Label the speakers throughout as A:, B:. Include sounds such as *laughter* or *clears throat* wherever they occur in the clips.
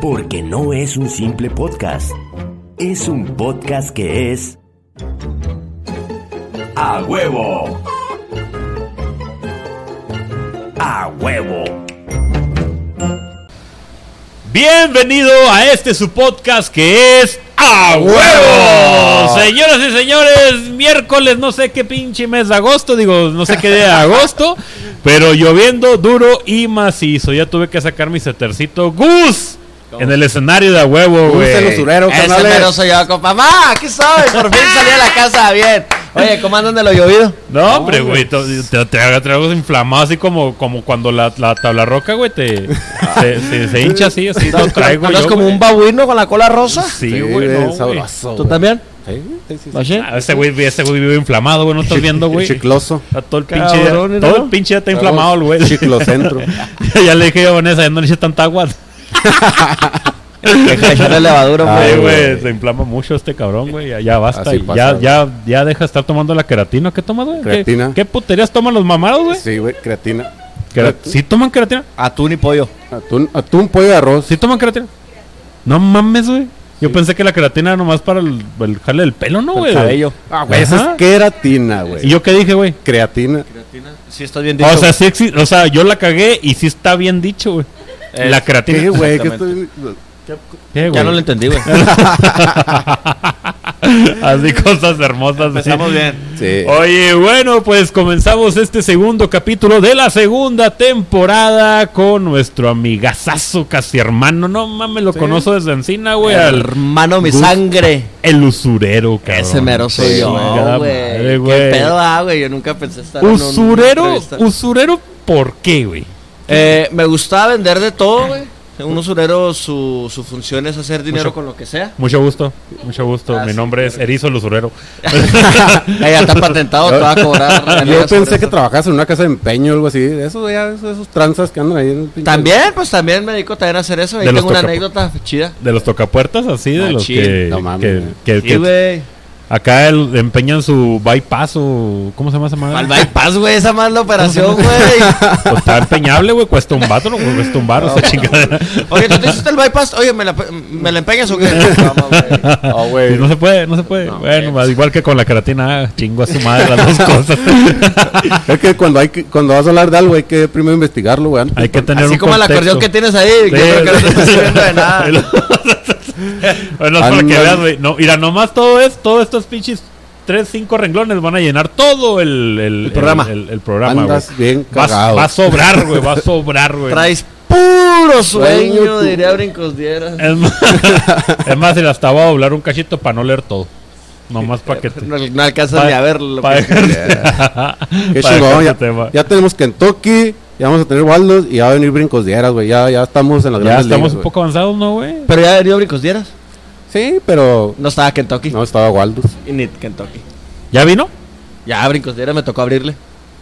A: Porque no es un simple podcast, es un podcast que es... ¡A huevo! ¡A huevo!
B: Bienvenido a este su podcast que es A
A: huevo!
B: Señoras y señores, miércoles, no sé qué pinche mes de agosto, digo, no sé qué día de agosto, pero lloviendo duro y macizo. Ya tuve que sacar mi setercito Gus en el escenario de A huevo,
C: Gus, el
B: güey.
C: usurero,
D: Ese
C: canales.
D: mero soy yo, compa. ¡Ma! ¿Qué soy? Por fin salí de la casa bien. Oye, ¿cómo andan de lo llovido?
B: No, hombre, güey, to- te, te, hago inflamado así como, como cuando la, la tabla roca, güey, te se, se- se hincha así, así lo traigo
D: ¿Andas
B: yo,
D: como
B: güey.
D: un babuino con la cola rosa?
B: Sí,
C: Sí,
B: güey,
C: bien
B: no, güey.
C: sabroso.
D: ¿Tú
C: güey.
D: también?
C: Sí, sí, sí, sí.
D: ¿Machín?
B: Ah, Ese güey, ese güey vive inflamado, güey, no estás viendo, güey.
C: Chicloso.
B: Está todo el pinche día-
D: Cabrón, ¿no?
B: Todo el pinche ya está inflamado el güey.
C: Chiclocentro.
B: *laughs* ya le dije yo a Vanessa, ya no le eches tanta agua.
D: Deja de echarle levadura,
C: Ay,
B: Ay,
D: güey.
B: Ah, güey,
C: Ah, güey.
B: se inflama mucho este cabrón, güey. Ya, ya basta.
C: Así
B: ya,
C: pasa,
B: ya, ya deja de estar tomando la queratina. ¿Qué tomas, güey? ¿Qué-
C: Creatina.
B: ¿Qué, puterías toman los mamados, güey?
C: Sí, güey, creatina.
B: Quera- ¿Sí toman queratina?
D: Atún y pollo.
C: Atún, atún, pollo de arroz.
B: ¿Sí toman queratina? No mames, güey. Yo pensé que la queratina era nomás para el, el jale del pelo, ¿no, güey?
D: Cabello.
C: Ah, güey, esa
B: Ajá.
C: es queratina,
B: ¿Y
C: güey.
B: yo qué dije, güey?
C: Creatina.
D: Sí, estás bien dicho.
B: O sea, sí exi- o sea, yo la cagué y sí está bien dicho, güey.
D: Es-
B: La creatina.
C: ¿Qué, güey? ¿Qué
D: Exactamente.
C: estoy-
B: ¿Qué,
D: ya
B: güey?
D: no lo entendí, güey.
B: *laughs* Así cosas hermosas. sí.
D: bien.
C: Sí.
B: Oye, bueno, pues comenzamos este segundo capítulo de la segunda temporada con nuestro amigazazo casi hermano. No mames, lo conozco desde Encina, güey. Al,
D: Hermano, mi sangre.
B: el usurero, cabrón.
D: Ese mero soy
B: Sí,
D: yo,
B: chingada madre,
D: güey.
B: güey.
D: ¿Qué pedo, ah, güey? Yo nunca pensé estar en un- una
B: Usurero,
D: entrevista.
B: usurero, ¿por qué, güey?
D: Eh, me gustaba vender de todo, güey. Un usurero, su, su función es hacer dinero con lo que sea.
B: Mucho gusto, mucho gusto.
D: Ah,
B: Mi
D: sí,
B: nombre es Erizo el usurero. *laughs*
D: *laughs* Eh, ya está patentado, te va a cobrar.
C: *laughs* Yo
D: regalías
C: pensé
D: sobre
C: que
D: eso.
C: trabajabas en una casa de empeño o algo así. Eso, ya, esos, esos tranzas que andan ahí en el pinche-
D: También, pues también me dedico también a hacer eso. Ahí
B: De los
D: tengo una
B: tocapu-
D: anécdota chida.
B: De los tocapuertas, así, de los
D: Machín.
B: que,
C: No mames,
B: que-
C: güey.
B: que-
D: Sí,
B: que
D: güey.
B: acá el- empeñan su bypass o. ¿Cómo se llama esa madre?
D: Al bypass, güey, esa más la
B: *laughs*
D: operación, güey.
B: Pues está empeñable, güey. Cuesta un vato, güey. Cuesta un varo esa chingadera.
D: Oye, ¿tú te hiciste el bypass? Oye, ¿me la, me la empeñas o
B: *laughs*
D: qué?
C: Ah, güey.
B: Y no se puede, no se puede. bueno, más igual que con la queratina, ah, chingo a su madre las dos cosas.
D: *laughs*
C: Es que cuando, hay que cuando vas a hablar de algo hay que primero investigarlo, güey. antes.
B: Hay que tener
D: Así
B: un
D: como el acordeón que tienes ahí, yo creo que no te estás sirviendo
B: *laughs*
D: de nada.
B: bueno, es para que
C: Ándale.
B: veas, güey. No, mira, nomás todo es, todos estos pinches tres, cinco renglones van a llenar todo el, el- el-
D: programa.
B: El, el programa, güey.
C: Andas bien
B: Va,
C: cagado.
B: va a sobrar, güey. Va a sobrar,
C: *laughs*
B: güey.
D: Traes puro
C: Sueño,
D: sueño,
C: tú.
D: diría Brincos Dieras.
B: Es más, *laughs* es más, se las estaba a doblar un cachito para no leer todo. Nomás para
D: *laughs*
B: que te.
D: No, no alcanzas
B: Pa-
D: ni a verlo.
B: pa- *laughs*
D: pues.
C: Qué
B: para
C: chingón,
B: dejar
C: ya,
B: tu tema.
C: ya tenemos Kentucky, ya vamos a tener Waldos y ya va a venir Brincos Dieras, güey. Ya, ya estamos en las
B: Ya
C: grandes
B: estamos
C: ligas,
B: un poco avanzados, ¿no, güey?
D: Pero ya venido Brincos Dieras.
C: güey. Sí, pero
D: No estaba Kentucky.
C: no estaba Waldos.
D: Y ni Kentucky.
B: ¿Ya vino?
D: Ya Brincos Dieras me tocó abrirle.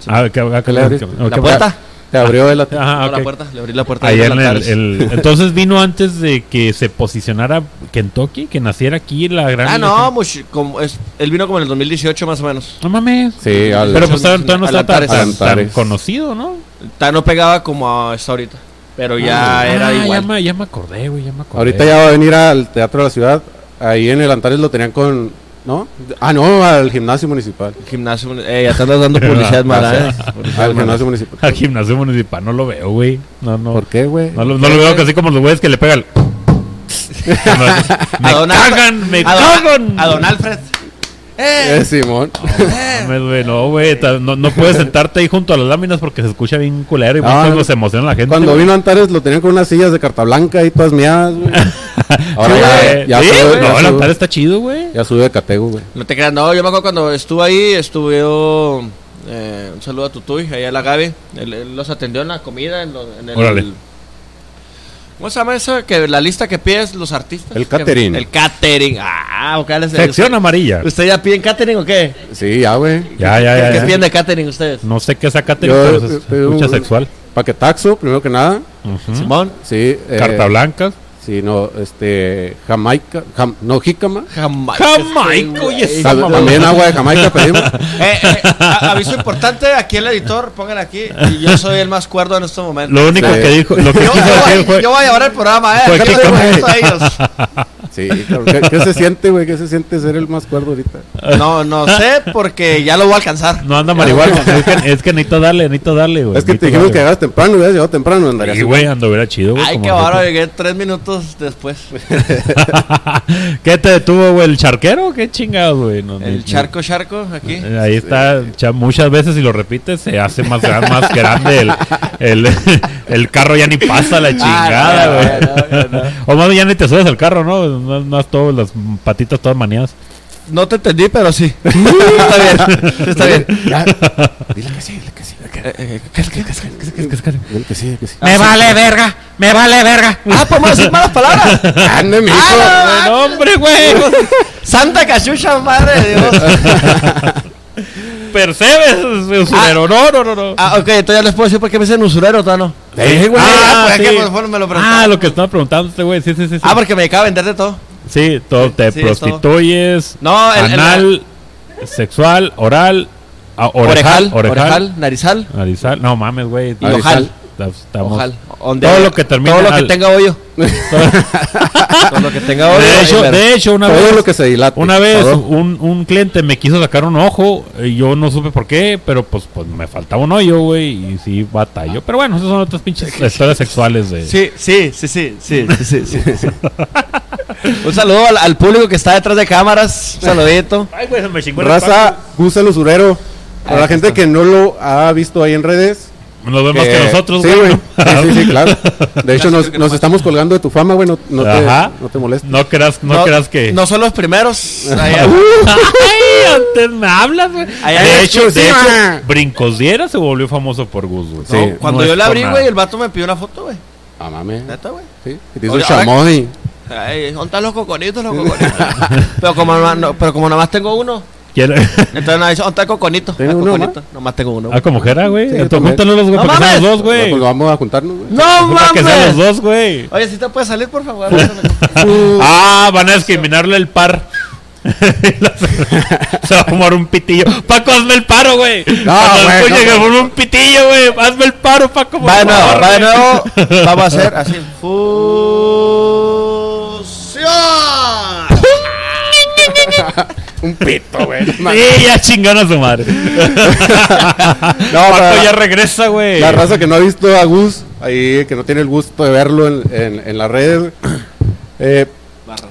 D: Sí.
B: Ah, que, que-
C: ¿Qué le
B: que-
C: abriste?
B: que-
D: ¿La puerta?
C: Se abrió el at-
B: Ajá,
D: No, la
B: Ah, ok.
D: puerta. Le abrí la puerta.
B: Ahí
D: de
B: en
D: los
B: el,
D: altares. *laughs*
B: el- entonces vino antes de que se posicionara Kentucky, que naciera aquí la gran.
D: Ah, no, much- como es, él vino como en el 2018 más o menos.
B: No mames.
C: Sí, al-
B: Pero pues todavía todavía no está tan,
D: Alantares.
B: tan- tan
C: Alantares.
B: conocido, ¿no?
D: Ta- no pegaba como a- está ahorita, pero ya era
B: Ah, Ya
D: igual.
B: me, ya me acordé, güey, ya me acordé.
C: ahorita ya va a venir al Teatro de la Ciudad. Ahí en el Antares lo tenían con. ¿No? Ah, no, al gimnasio municipal.
D: Gimnasio, mun- eh, ya te
B: *laughs*
D: andas dando
B: ah,
D: publicidad mala, eh.
C: Al gimnasio municipal.
B: Al gimnasio municipal no lo veo, güey. No, no.
C: ¿Por qué, güey?
B: No lo, no lo veo que así como los güeyes que le
D: *laughs*
B: pegan. me
D: A don Alfred-
B: cagan, me
D: a don-
B: cagan.
D: A don Alfred.
C: Eh, Simón.
B: Mames, güey, No, güey, ta- no, no puedes sentarte ahí junto a las láminas porque se escucha bien culero y
C: Ah,
B: mucho
C: no.
B: se emociona la gente.
C: Cuando
B: güey.
C: vino a Antares lo tenían con unas sillas de carta blanca y todas miadas,
B: *laughs*
C: güey. Ahora
B: Sí,
C: ya,
B: güey.
C: ya,
B: Sí,
C: sube,
B: güey. No,
C: ya,
B: el
C: sube-
B: altar está chido, güey.
C: ya sube de catego, güey.
D: No te creas, no, yo me acuerdo cuando estuve ahí, estuvo eh, un saludo a Tutuy, ahí a la Gaby, él, él los atendió en la comida, en, lo- en el...
B: Órale.
D: ¿Cómo se llama eso? Que la lista que pides los artistas.
C: El
D: Que-
C: catering.
D: el catering. Ah, ok, les-
B: Sección
D: usted-
B: amarilla.
D: ¿Ustedes ya piden catering o qué?
C: Sí, ya, güey.
B: Ya, ya, ya.
D: ¿Qué
B: ya.
D: piden de catering ustedes?
B: No sé qué sacaste,
C: Yo,
B: pero se
C: eh,
B: escucha
C: eh,
B: sexual.
C: Paquetaxo, primero que nada.
B: Ujú.
D: Simón.
C: Sí. eh,
B: Carta blanca.
C: Sí, no, este. Jamaica. jam- no, jícama.
D: Jamaica.
B: Jamaica, oye,
D: güey.
B: esa
C: Tam-
B: mamá.
C: También agua de Jamaica pedimos.
B: *laughs*
D: Eh, eh, a- aviso importante, aquí el editor, pongan aquí. y yo soy el más cuerdo en este momento.
B: Lo único
C: Sí.
B: que dijo, lo
C: *laughs*
B: que
D: yo,
B: quiso
D: yo
B: decir
D: voy,
B: fue.
D: yo voy a llevar el programa, eh.
B: fue
D: Yo
B: que
D: le digo
B: come-
D: esto a ellos.
C: Sí, cabrón. ¿Qué, qué se siente, güey? ¿Qué se siente ser el más cuerdo ahorita?
D: No, no
B: *laughs*
D: sé, porque ya lo voy a alcanzar.
B: No anda marihuana.
C: *laughs*
B: es, que, es que necesito darle, necesito darle, güey.
C: es que te
B: necesito
C: dijimos que
B: darle.
C: llegas temprano, hubieras llegado temprano, andarías.
B: Y,
C: así.
B: güey, ando, hubiera chido, güey.
D: Ay,
B: como
D: qué bárbaro,
B: nosotros.
D: llegué tres minutos después.
B: ¿Qué te detuvo, güey? ¿El charquero? ¿Qué chingados, güey? No, ni-
D: *laughs* El
B: ni-
D: charco, charco, aquí.
B: Eh, Ahí está, cha- muchas veces si lo repites se hace más, gran-
D: *laughs*
B: más grande el, el, el carro ya ni pasa la chingada, güey.
D: Ah, no, no, no, no.
B: O más bien ya ni te subes al carro, ¿no? No, no has todo, las patitas todas maniadas.
D: No te entendí, pero *laughs* sí. está bien, sí
B: *laughs*
D: está bien.
C: Ya. Dile que sí, dile que sí.
D: Eh, eh, ¿qué es, qué es, qué es, qué es, qué es, qué es, qué es?
C: Dile que sí, que sí.
D: Me vale
B: verga, me vale verga.
D: Ah, podemos decir malas palabras.
B: *laughs*
C: *laughs* ¡Ande, mijo!
D: Ah,
B: ¡No, hombre, güey!
D: Santa cachucha, madre de
B: *laughs*
D: Dios.
B: Percebes, usurero. No, no, no, no.
D: Ah, ok, entonces ya les puedo decir por qué me dicen usurero, Tano.
C: Sí, güey.
D: Ah, pues
B: sí.
D: es que por favor me lo preguntaron.
B: Ah, lo que estaba preguntando este güey. Sí, sí, sí. sí.
D: Ah, porque me acaba de vender de todo.
B: Sí, todo, te
D: Sí, es todo.
B: prostituyes.
D: No, el- el-
B: anal, sexual, oral, a- orejal,
D: Orejal,
B: orejal,
D: orejal, narizal
B: narizal. No mames, güey.
D: y
C: Narizal.
D: ojal.
B: Estamos- estamos-
D: Ojal. Donde-
B: Todo lo que termina
D: Todo lo
B: al-
D: que
B: *laughs*
D: tenga hoyo. Todo lo que tenga hoyo.
B: De
D: ahí
B: hecho,
D: ver.
B: de hecho, una
C: Todo
B: vez,
C: lo que se dilate.
B: una vez
C: Todo.
B: un, un cliente me quiso sacar un ojo. y yo no supe por qué, pero pues, pues me faltaba un hoyo, güey. Y sí, batalló. Pero bueno, esas son otras pinches historias sexuales de.
D: Sí, sí, sí, sí, sí, sí, sí, sí, sí. *laughs* Un saludo al, al público que está detrás de cámaras. Un saludito.
B: Ay, güey, se me chingó el
C: Raza, Gusa el usurero. Para
D: Ah,
C: la gente que no lo ha visto ahí en redes.
B: Nos ven más
C: eh,
B: que nosotros,
C: sí,
B: güey.
C: güey. Sí, sí, sí,
B: *laughs*
C: claro. De hecho,
D: creo
C: nos,
D: que
C: nos
D: no
C: estamos colgando de tu fama, güey. No, no, te,
B: Ajá.
C: no te molestes.
B: No creas, no, creas que.
D: No son los primeros.
B: *laughs*
D: Ahí-
B: Ay, antes me hablas, güey.
D: Ay, ay,
B: De hecho, de
C: exclusiva.
B: hecho, Brincos Diera se volvió famoso por Gus, güey.
C: Sí.
D: No, cuando
B: no
D: yo
B: es
D: la abrí,
B: por
D: güey,
B: nada.
D: el vato me pidió una foto, güey.
C: Ah, mames.
D: Neta, güey.
C: Sí. Que te hizo
D: Oye,
C: chamón y-
D: Ay, ¿dónde están los coconitos, los
B: *laughs*
D: coconitos? pero, como no- no- pero como nada más tengo uno,
B: ¿Quiere-
D: entonces nada, dice, ¿dónde está el coconito?
C: ¿Tiene
D: Ah,
C: uno
D: coconito. Nomás tengo uno.
B: *laughs* Ah, como jera, güey.
C: Sí, yo
B: Entonces, júntalo
C: también.
B: los güey,
D: ¡No
B: para que sean los
D: mames!
B: dos, güey.
C: Pues lo vamos a juntarnos, güey.
D: ¡No
B: Para que sean los
D: mames!
B: dos, güey.
D: Oye, si te puedes salir, por *laughs* favor.
B: Ah, van a discriminarle el par. *laughs* se va a fumar un pitillo. Paco, hazme el paro, güey. No,
C: güey,
B: Cuando
C: no,
B: escuche que
C: güey.
B: fuma un pitillo, güey. Hazme el paro, Paco. por
D: Va de nuevo,
B: favor,
D: va de
B: güey.
D: nuevo. Vamos a hacer así. ¡Fusión!
C: Un pito, güey. No mames.
B: Sí, ya chingaron a su madre.
C: No,
B: Paco
C: para-
B: ya regresa, güey.
C: La raza que no ha visto a Gus, ahí que no tiene el gusto de verlo en, en, en las redes, güey. eh,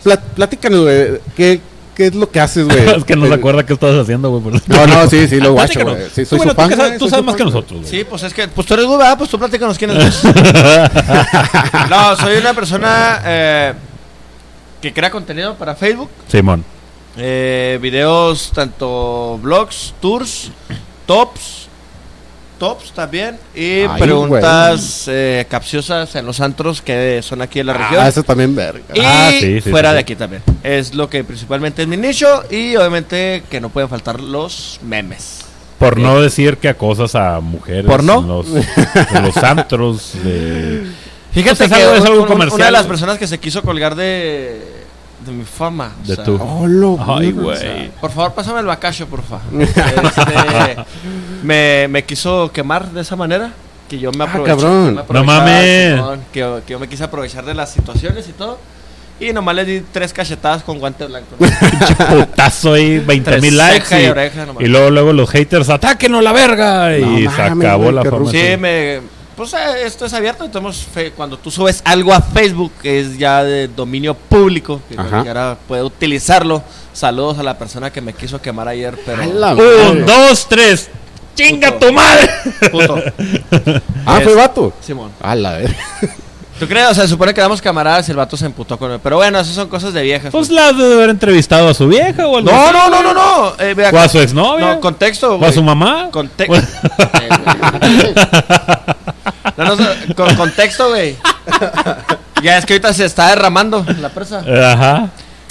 C: plat- platícanos, güey, ¿qué, ¿qué es lo que haces, güey?
B: *laughs* Es que no se
C: El-
B: acuerda qué estabas haciendo, güey. por eso.
C: No, no, sí, sí, lo guacho,
B: Platícanos.
C: güey. Sí,
B: Tú,
C: soy
B: bueno,
C: su fan.
B: tú, que sabes,
C: güey,
B: tú
C: soy
B: sabes
C: su
B: más que
C: fan,
B: nosotros, güey.
D: Sí, pues es que, pues tú eres güey, ¿verdad? pues tú platícanos quién es. *laughs* no, soy una persona eh, que crea contenido para Facebook,
B: Simón.
D: eh, videos tanto blogs, tours, tops, tops también y
C: Ay,
D: preguntas eh, capciosas en los antros que son aquí en la región.
C: Ah, eso también, verga.
D: Y
B: Ah, sí, sí,
D: fuera
B: sí,
D: de
B: sí.
D: aquí también. Es lo que principalmente es mi nicho y obviamente que no pueden faltar los memes.
B: Por no decir que acosas a mujeres.
D: ¿Por no?
B: En los, en los antros de...
D: Fíjate
B: Pues es
D: que
B: algo- es
D: un-
B: algo
D: un-
B: comercial.
D: una de las personas que se quiso colgar de, de mi fama. o
B: De
D: sea,
B: tu-
C: Oh, lo
B: Ay,
C: burro, o sea.
B: güey.
D: Por favor, pásame el bacacho, por
B: *laughs*
D: favor. Este, me, me quiso quemar de esa manera. Que yo me
C: Ah,
D: aproveché.
C: cabrón.
D: me aprovechaba,
B: No mames.
D: Simón, que, yo- que yo me quise aprovechar de las situaciones y todo. Y nomás le di tres cachetadas con guante blanco. ¿no?
B: Pinche putazo ahí, 20 mil
D: Entre
B: likes.
D: ceja y
B: Y,
D: oreja nomás.
B: y luego, luego los haters, ¡atáquenos la verga!
C: No
B: y se
C: mames,
B: acabó
C: güey,
B: la
C: qué
B: forma.
C: ruso.
D: Sí, me. Pues eh, esto es abierto, entonces fe- cuando tú subes algo a Facebook que es ya de dominio público, que
C: Ajá.
D: cualquiera puede utilizarlo. Saludos a la persona que me quiso quemar ayer, pero.
C: A la
B: Un,
C: madre.
B: dos, tres. ¡Chinga
D: Puto.
B: tu madre!
D: Puto.
C: Ah, fue
D: Es-
C: vato.
D: Simón.
C: A la verga.
D: Ah, ¿Tú crees? O sea, se supone que éramos camaradas y el vato se emputó con él. Pero bueno, esas son cosas de
B: *laughs*
D: viejas.
B: Pues
D: pues.
B: la has de haber entrevistado a su vieja o algo
D: No,
B: así,
D: no, no, no,
B: güey.
D: no. eh, vea-
B: O a su exnovia.
D: no, contexto.
B: o a
D: güey.
B: su mamá. Pues.
D: Conte- Eh, güey. *laughs* No, no, so- con contexto, güey.
B: *laughs*
D: Ya es que ahorita se está derramando la presa.
B: Ajá.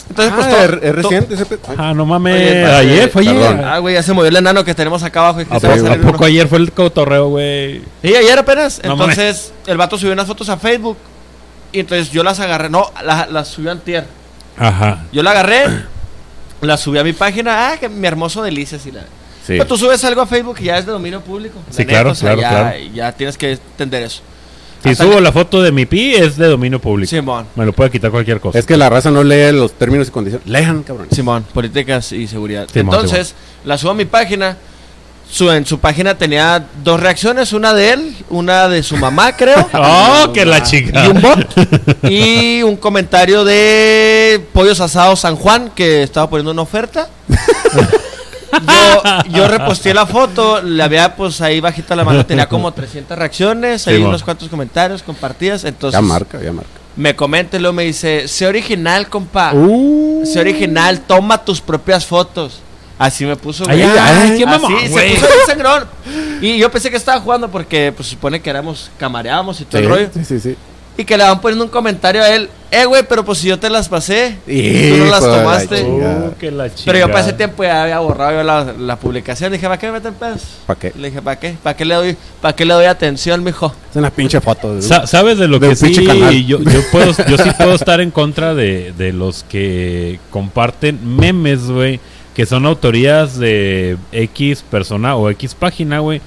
D: Entonces,
C: Ah,
D: pues,
C: es,
D: to-
C: es
D: to-
C: reciente ese pe- Ay,
B: Ah, no mames.
D: Oye,
B: ayer, fue
C: perdón.
B: ayer.
D: Ah, güey, ya se movió el enano que tenemos acá abajo. Y, que
B: ¿A
D: se va a
B: poco, a
D: salir
B: poco
D: uno.
B: ayer fue el cotorreo, güey?
D: Sí, ayer apenas.
B: No
D: Entonces, el vato subió unas fotos a Facebook. Y entonces yo las agarré. No, las las subí a antier.
B: Ajá.
D: Yo la
B: *clears throat*
D: agarré, la subí a mi página. Ah, que mi hermoso delicias y la.
C: Sí.
D: Pero Pues tú subes algo a Facebook y ya es de dominio público. la
B: Sí, claro, claro,
D: ya,
B: claro.
D: ya tienes que entender eso.
B: Si
D: Hasta
B: subo
D: que-
B: la foto de mi pi, es de dominio público.
D: Simón.
B: Me lo puede quitar cualquier cosa.
C: ah, Es que la raza no lee los términos y condiciones. Lean, cabrón.
D: Simón, políticas y seguridad.
B: Simón,
D: Entonces, la subo a mi página. Su, en su página tenía dos reacciones, una de él, una de su mamá, creo.
B: *laughs* ¡Oh, que la chica!
D: Y un bot. Y un comentario de Pollos Asados San Juan, que estaba poniendo una oferta. Yo, yo reposté la foto, la había pues ahí bajita la mano, tenía como 300 reacciones, hay
B: Simón.
D: unos cuantos comentarios, compartidas, entonces
C: Ya marca, ya marca.
D: me comenta y luego me dice, sé original, compa,
B: Uh.
D: sé original, toma tus propias fotos. Así me puso,
B: Ay, ay, ay, qué mamá,
D: Así, se
B: güey.
D: puso bien sangrón. Y yo pensé que estaba jugando porque pues supone que éramos camareábamos y todo el rollo.
C: Sí, sí, sí.
D: Y que le van poniendo un comentario a él. Eh, güey, pero pues si yo te las pasé. tú no
C: Hijo
D: las
C: de la
D: tomaste.
C: chingada.
B: ¡Oh, que la chica!
D: pero yo para ese tiempo ya había borrado yo la, la publicación. Le dije, ¿para qué me meten pedos?
C: ¿Pa' qué?
D: Le dije, ¿para qué? ¿Para qué le doy, para qué le doy atención, mijo?
C: Es una pinche foto. de-
B: Sa- ¿Sabes de lo
C: De
B: que
C: un
B: sí?
C: pinche canal.
B: Yo,
C: *laughs*
B: yo, puedo, yo sí puedo estar en contra de, de los que comparten memes, güey, que son autorías de X persona o X página, güey.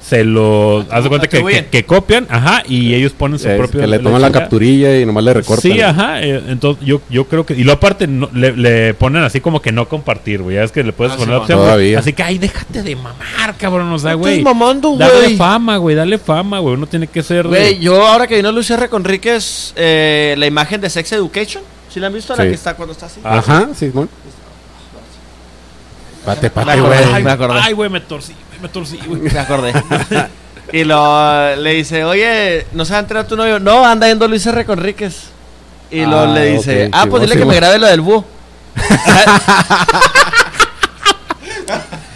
B: Se lo...
D: Ah,
B: Haz de cuenta que,
D: atribuyen.
B: que, que copian, ajá, y
D: Eh,
B: ellos ponen su
C: Es
B: propio...
C: eh, que le toman la
B: chingada.
C: capturilla y nomás le recortan.
B: Sí, ajá. eh, entonces, yo, yo creo que. Y lo aparte, no- le, le ponen así como que no compartir, güey. Ya es que le puedes
D: Ah,
B: poner
D: sí,
B: la
D: man.
B: opción. güey.
C: Todavía.
B: Así que, ay, déjate de mamar, cabrón. O sea,
D: No
B: güey.
D: estés mamando,
B: Dale
D: güey.
B: fama, güey. Dale fama, güey. Uno tiene que ser.
D: Güey, yo ahora que vino Luis R. Conríquez, eh, la imagen de Sex Education. ¿Sí la han visto? La
C: Sí. Ah.
D: que está cuando está así. *laughs*
B: Ah.
C: Ajá, Simón. Pate, pate,
D: Me
B: Ay,
D: acordé,
C: güey.
D: me acordé.
B: Ay, güey, me torcí. güey, Me torcí, güey.
D: Me acordé. y lo, le dice, oye, ¿no se va a enterar tu novio? No, anda yendo Luis R. Conríquez. Y lo,
C: Ah,
D: le dice,
C: ok,
D: ah,
C: sí,
D: pues
C: bueno,
D: dile
C: sí,
D: que me
C: bueno.
D: grabe lo del
C: *laughs*
D: búho.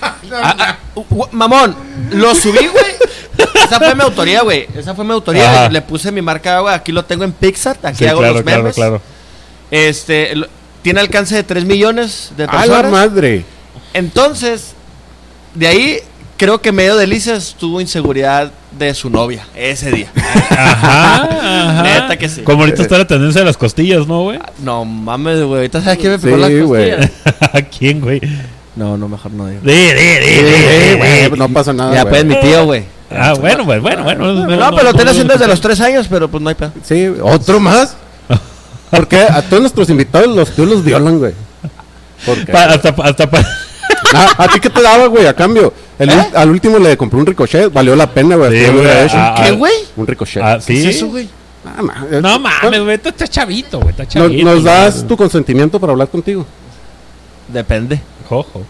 D: Ah, ah, u- mamón, lo subí, güey. Esa fue mi autoría, güey. Esa fue mi autoría.
B: Ajá.
D: Le puse mi marca, güey. Aquí lo tengo en Pixar. Aquí
B: Sí,
D: hago
B: claro,
D: los
B: claro,
D: memes. *laughs*
B: claro.
D: Este, lo- tiene alcance de 3 millones de
C: A Ah, la
D: personas.
C: madre.
D: Entonces, de ahí creo que medio delicias tuvo inseguridad de su novia ese día.
B: Ajá. ajá.
D: Neta que sí.
B: Como ahorita está la tendencia de las costillas, ¿no, güey? *laughs*
D: No mames, güey. Ahorita sabes quién me picó
C: Sí,
D: las
C: güey.
D: costillas.
B: ¿A quién, güey?
D: No, no, mejor no digo.
B: Di, di, di, di, di,
C: Eh, güey,
B: güey.
C: no pasa nada.
D: ya,
C: güey.
D: pues mi tío, güey.
B: Ah, bueno, pues, bueno, bueno.
D: No, pero lo tenés haciendo desde los tres años, pero pues no hay pedo.
C: Sí, otro más. Porque a todos nuestros invitados los tíos los violan, güey. ¿Por qué?
B: Pa- hasta, hasta pa-
C: ¿A, a ti qué te daba, güey, a cambio? El ul- Al último le compré un ricochet, valió la pena, güey.
B: ¿Eh? Sí,
C: así lo
B: güey,
C: hubiera hecho.
B: ah,
D: ¿Qué, güey?
C: Un ricochet.
B: Ah, sí.
D: ¿Qué es eso, güey?
C: Ah, ma- eh,
B: No
C: bueno,
B: mames, güey, tú estás chavito, güey, estás
C: no-
B: chavito.
C: nos
B: güey.
C: das tu consentimiento para hablar contigo.
D: Depende.
B: Jojo.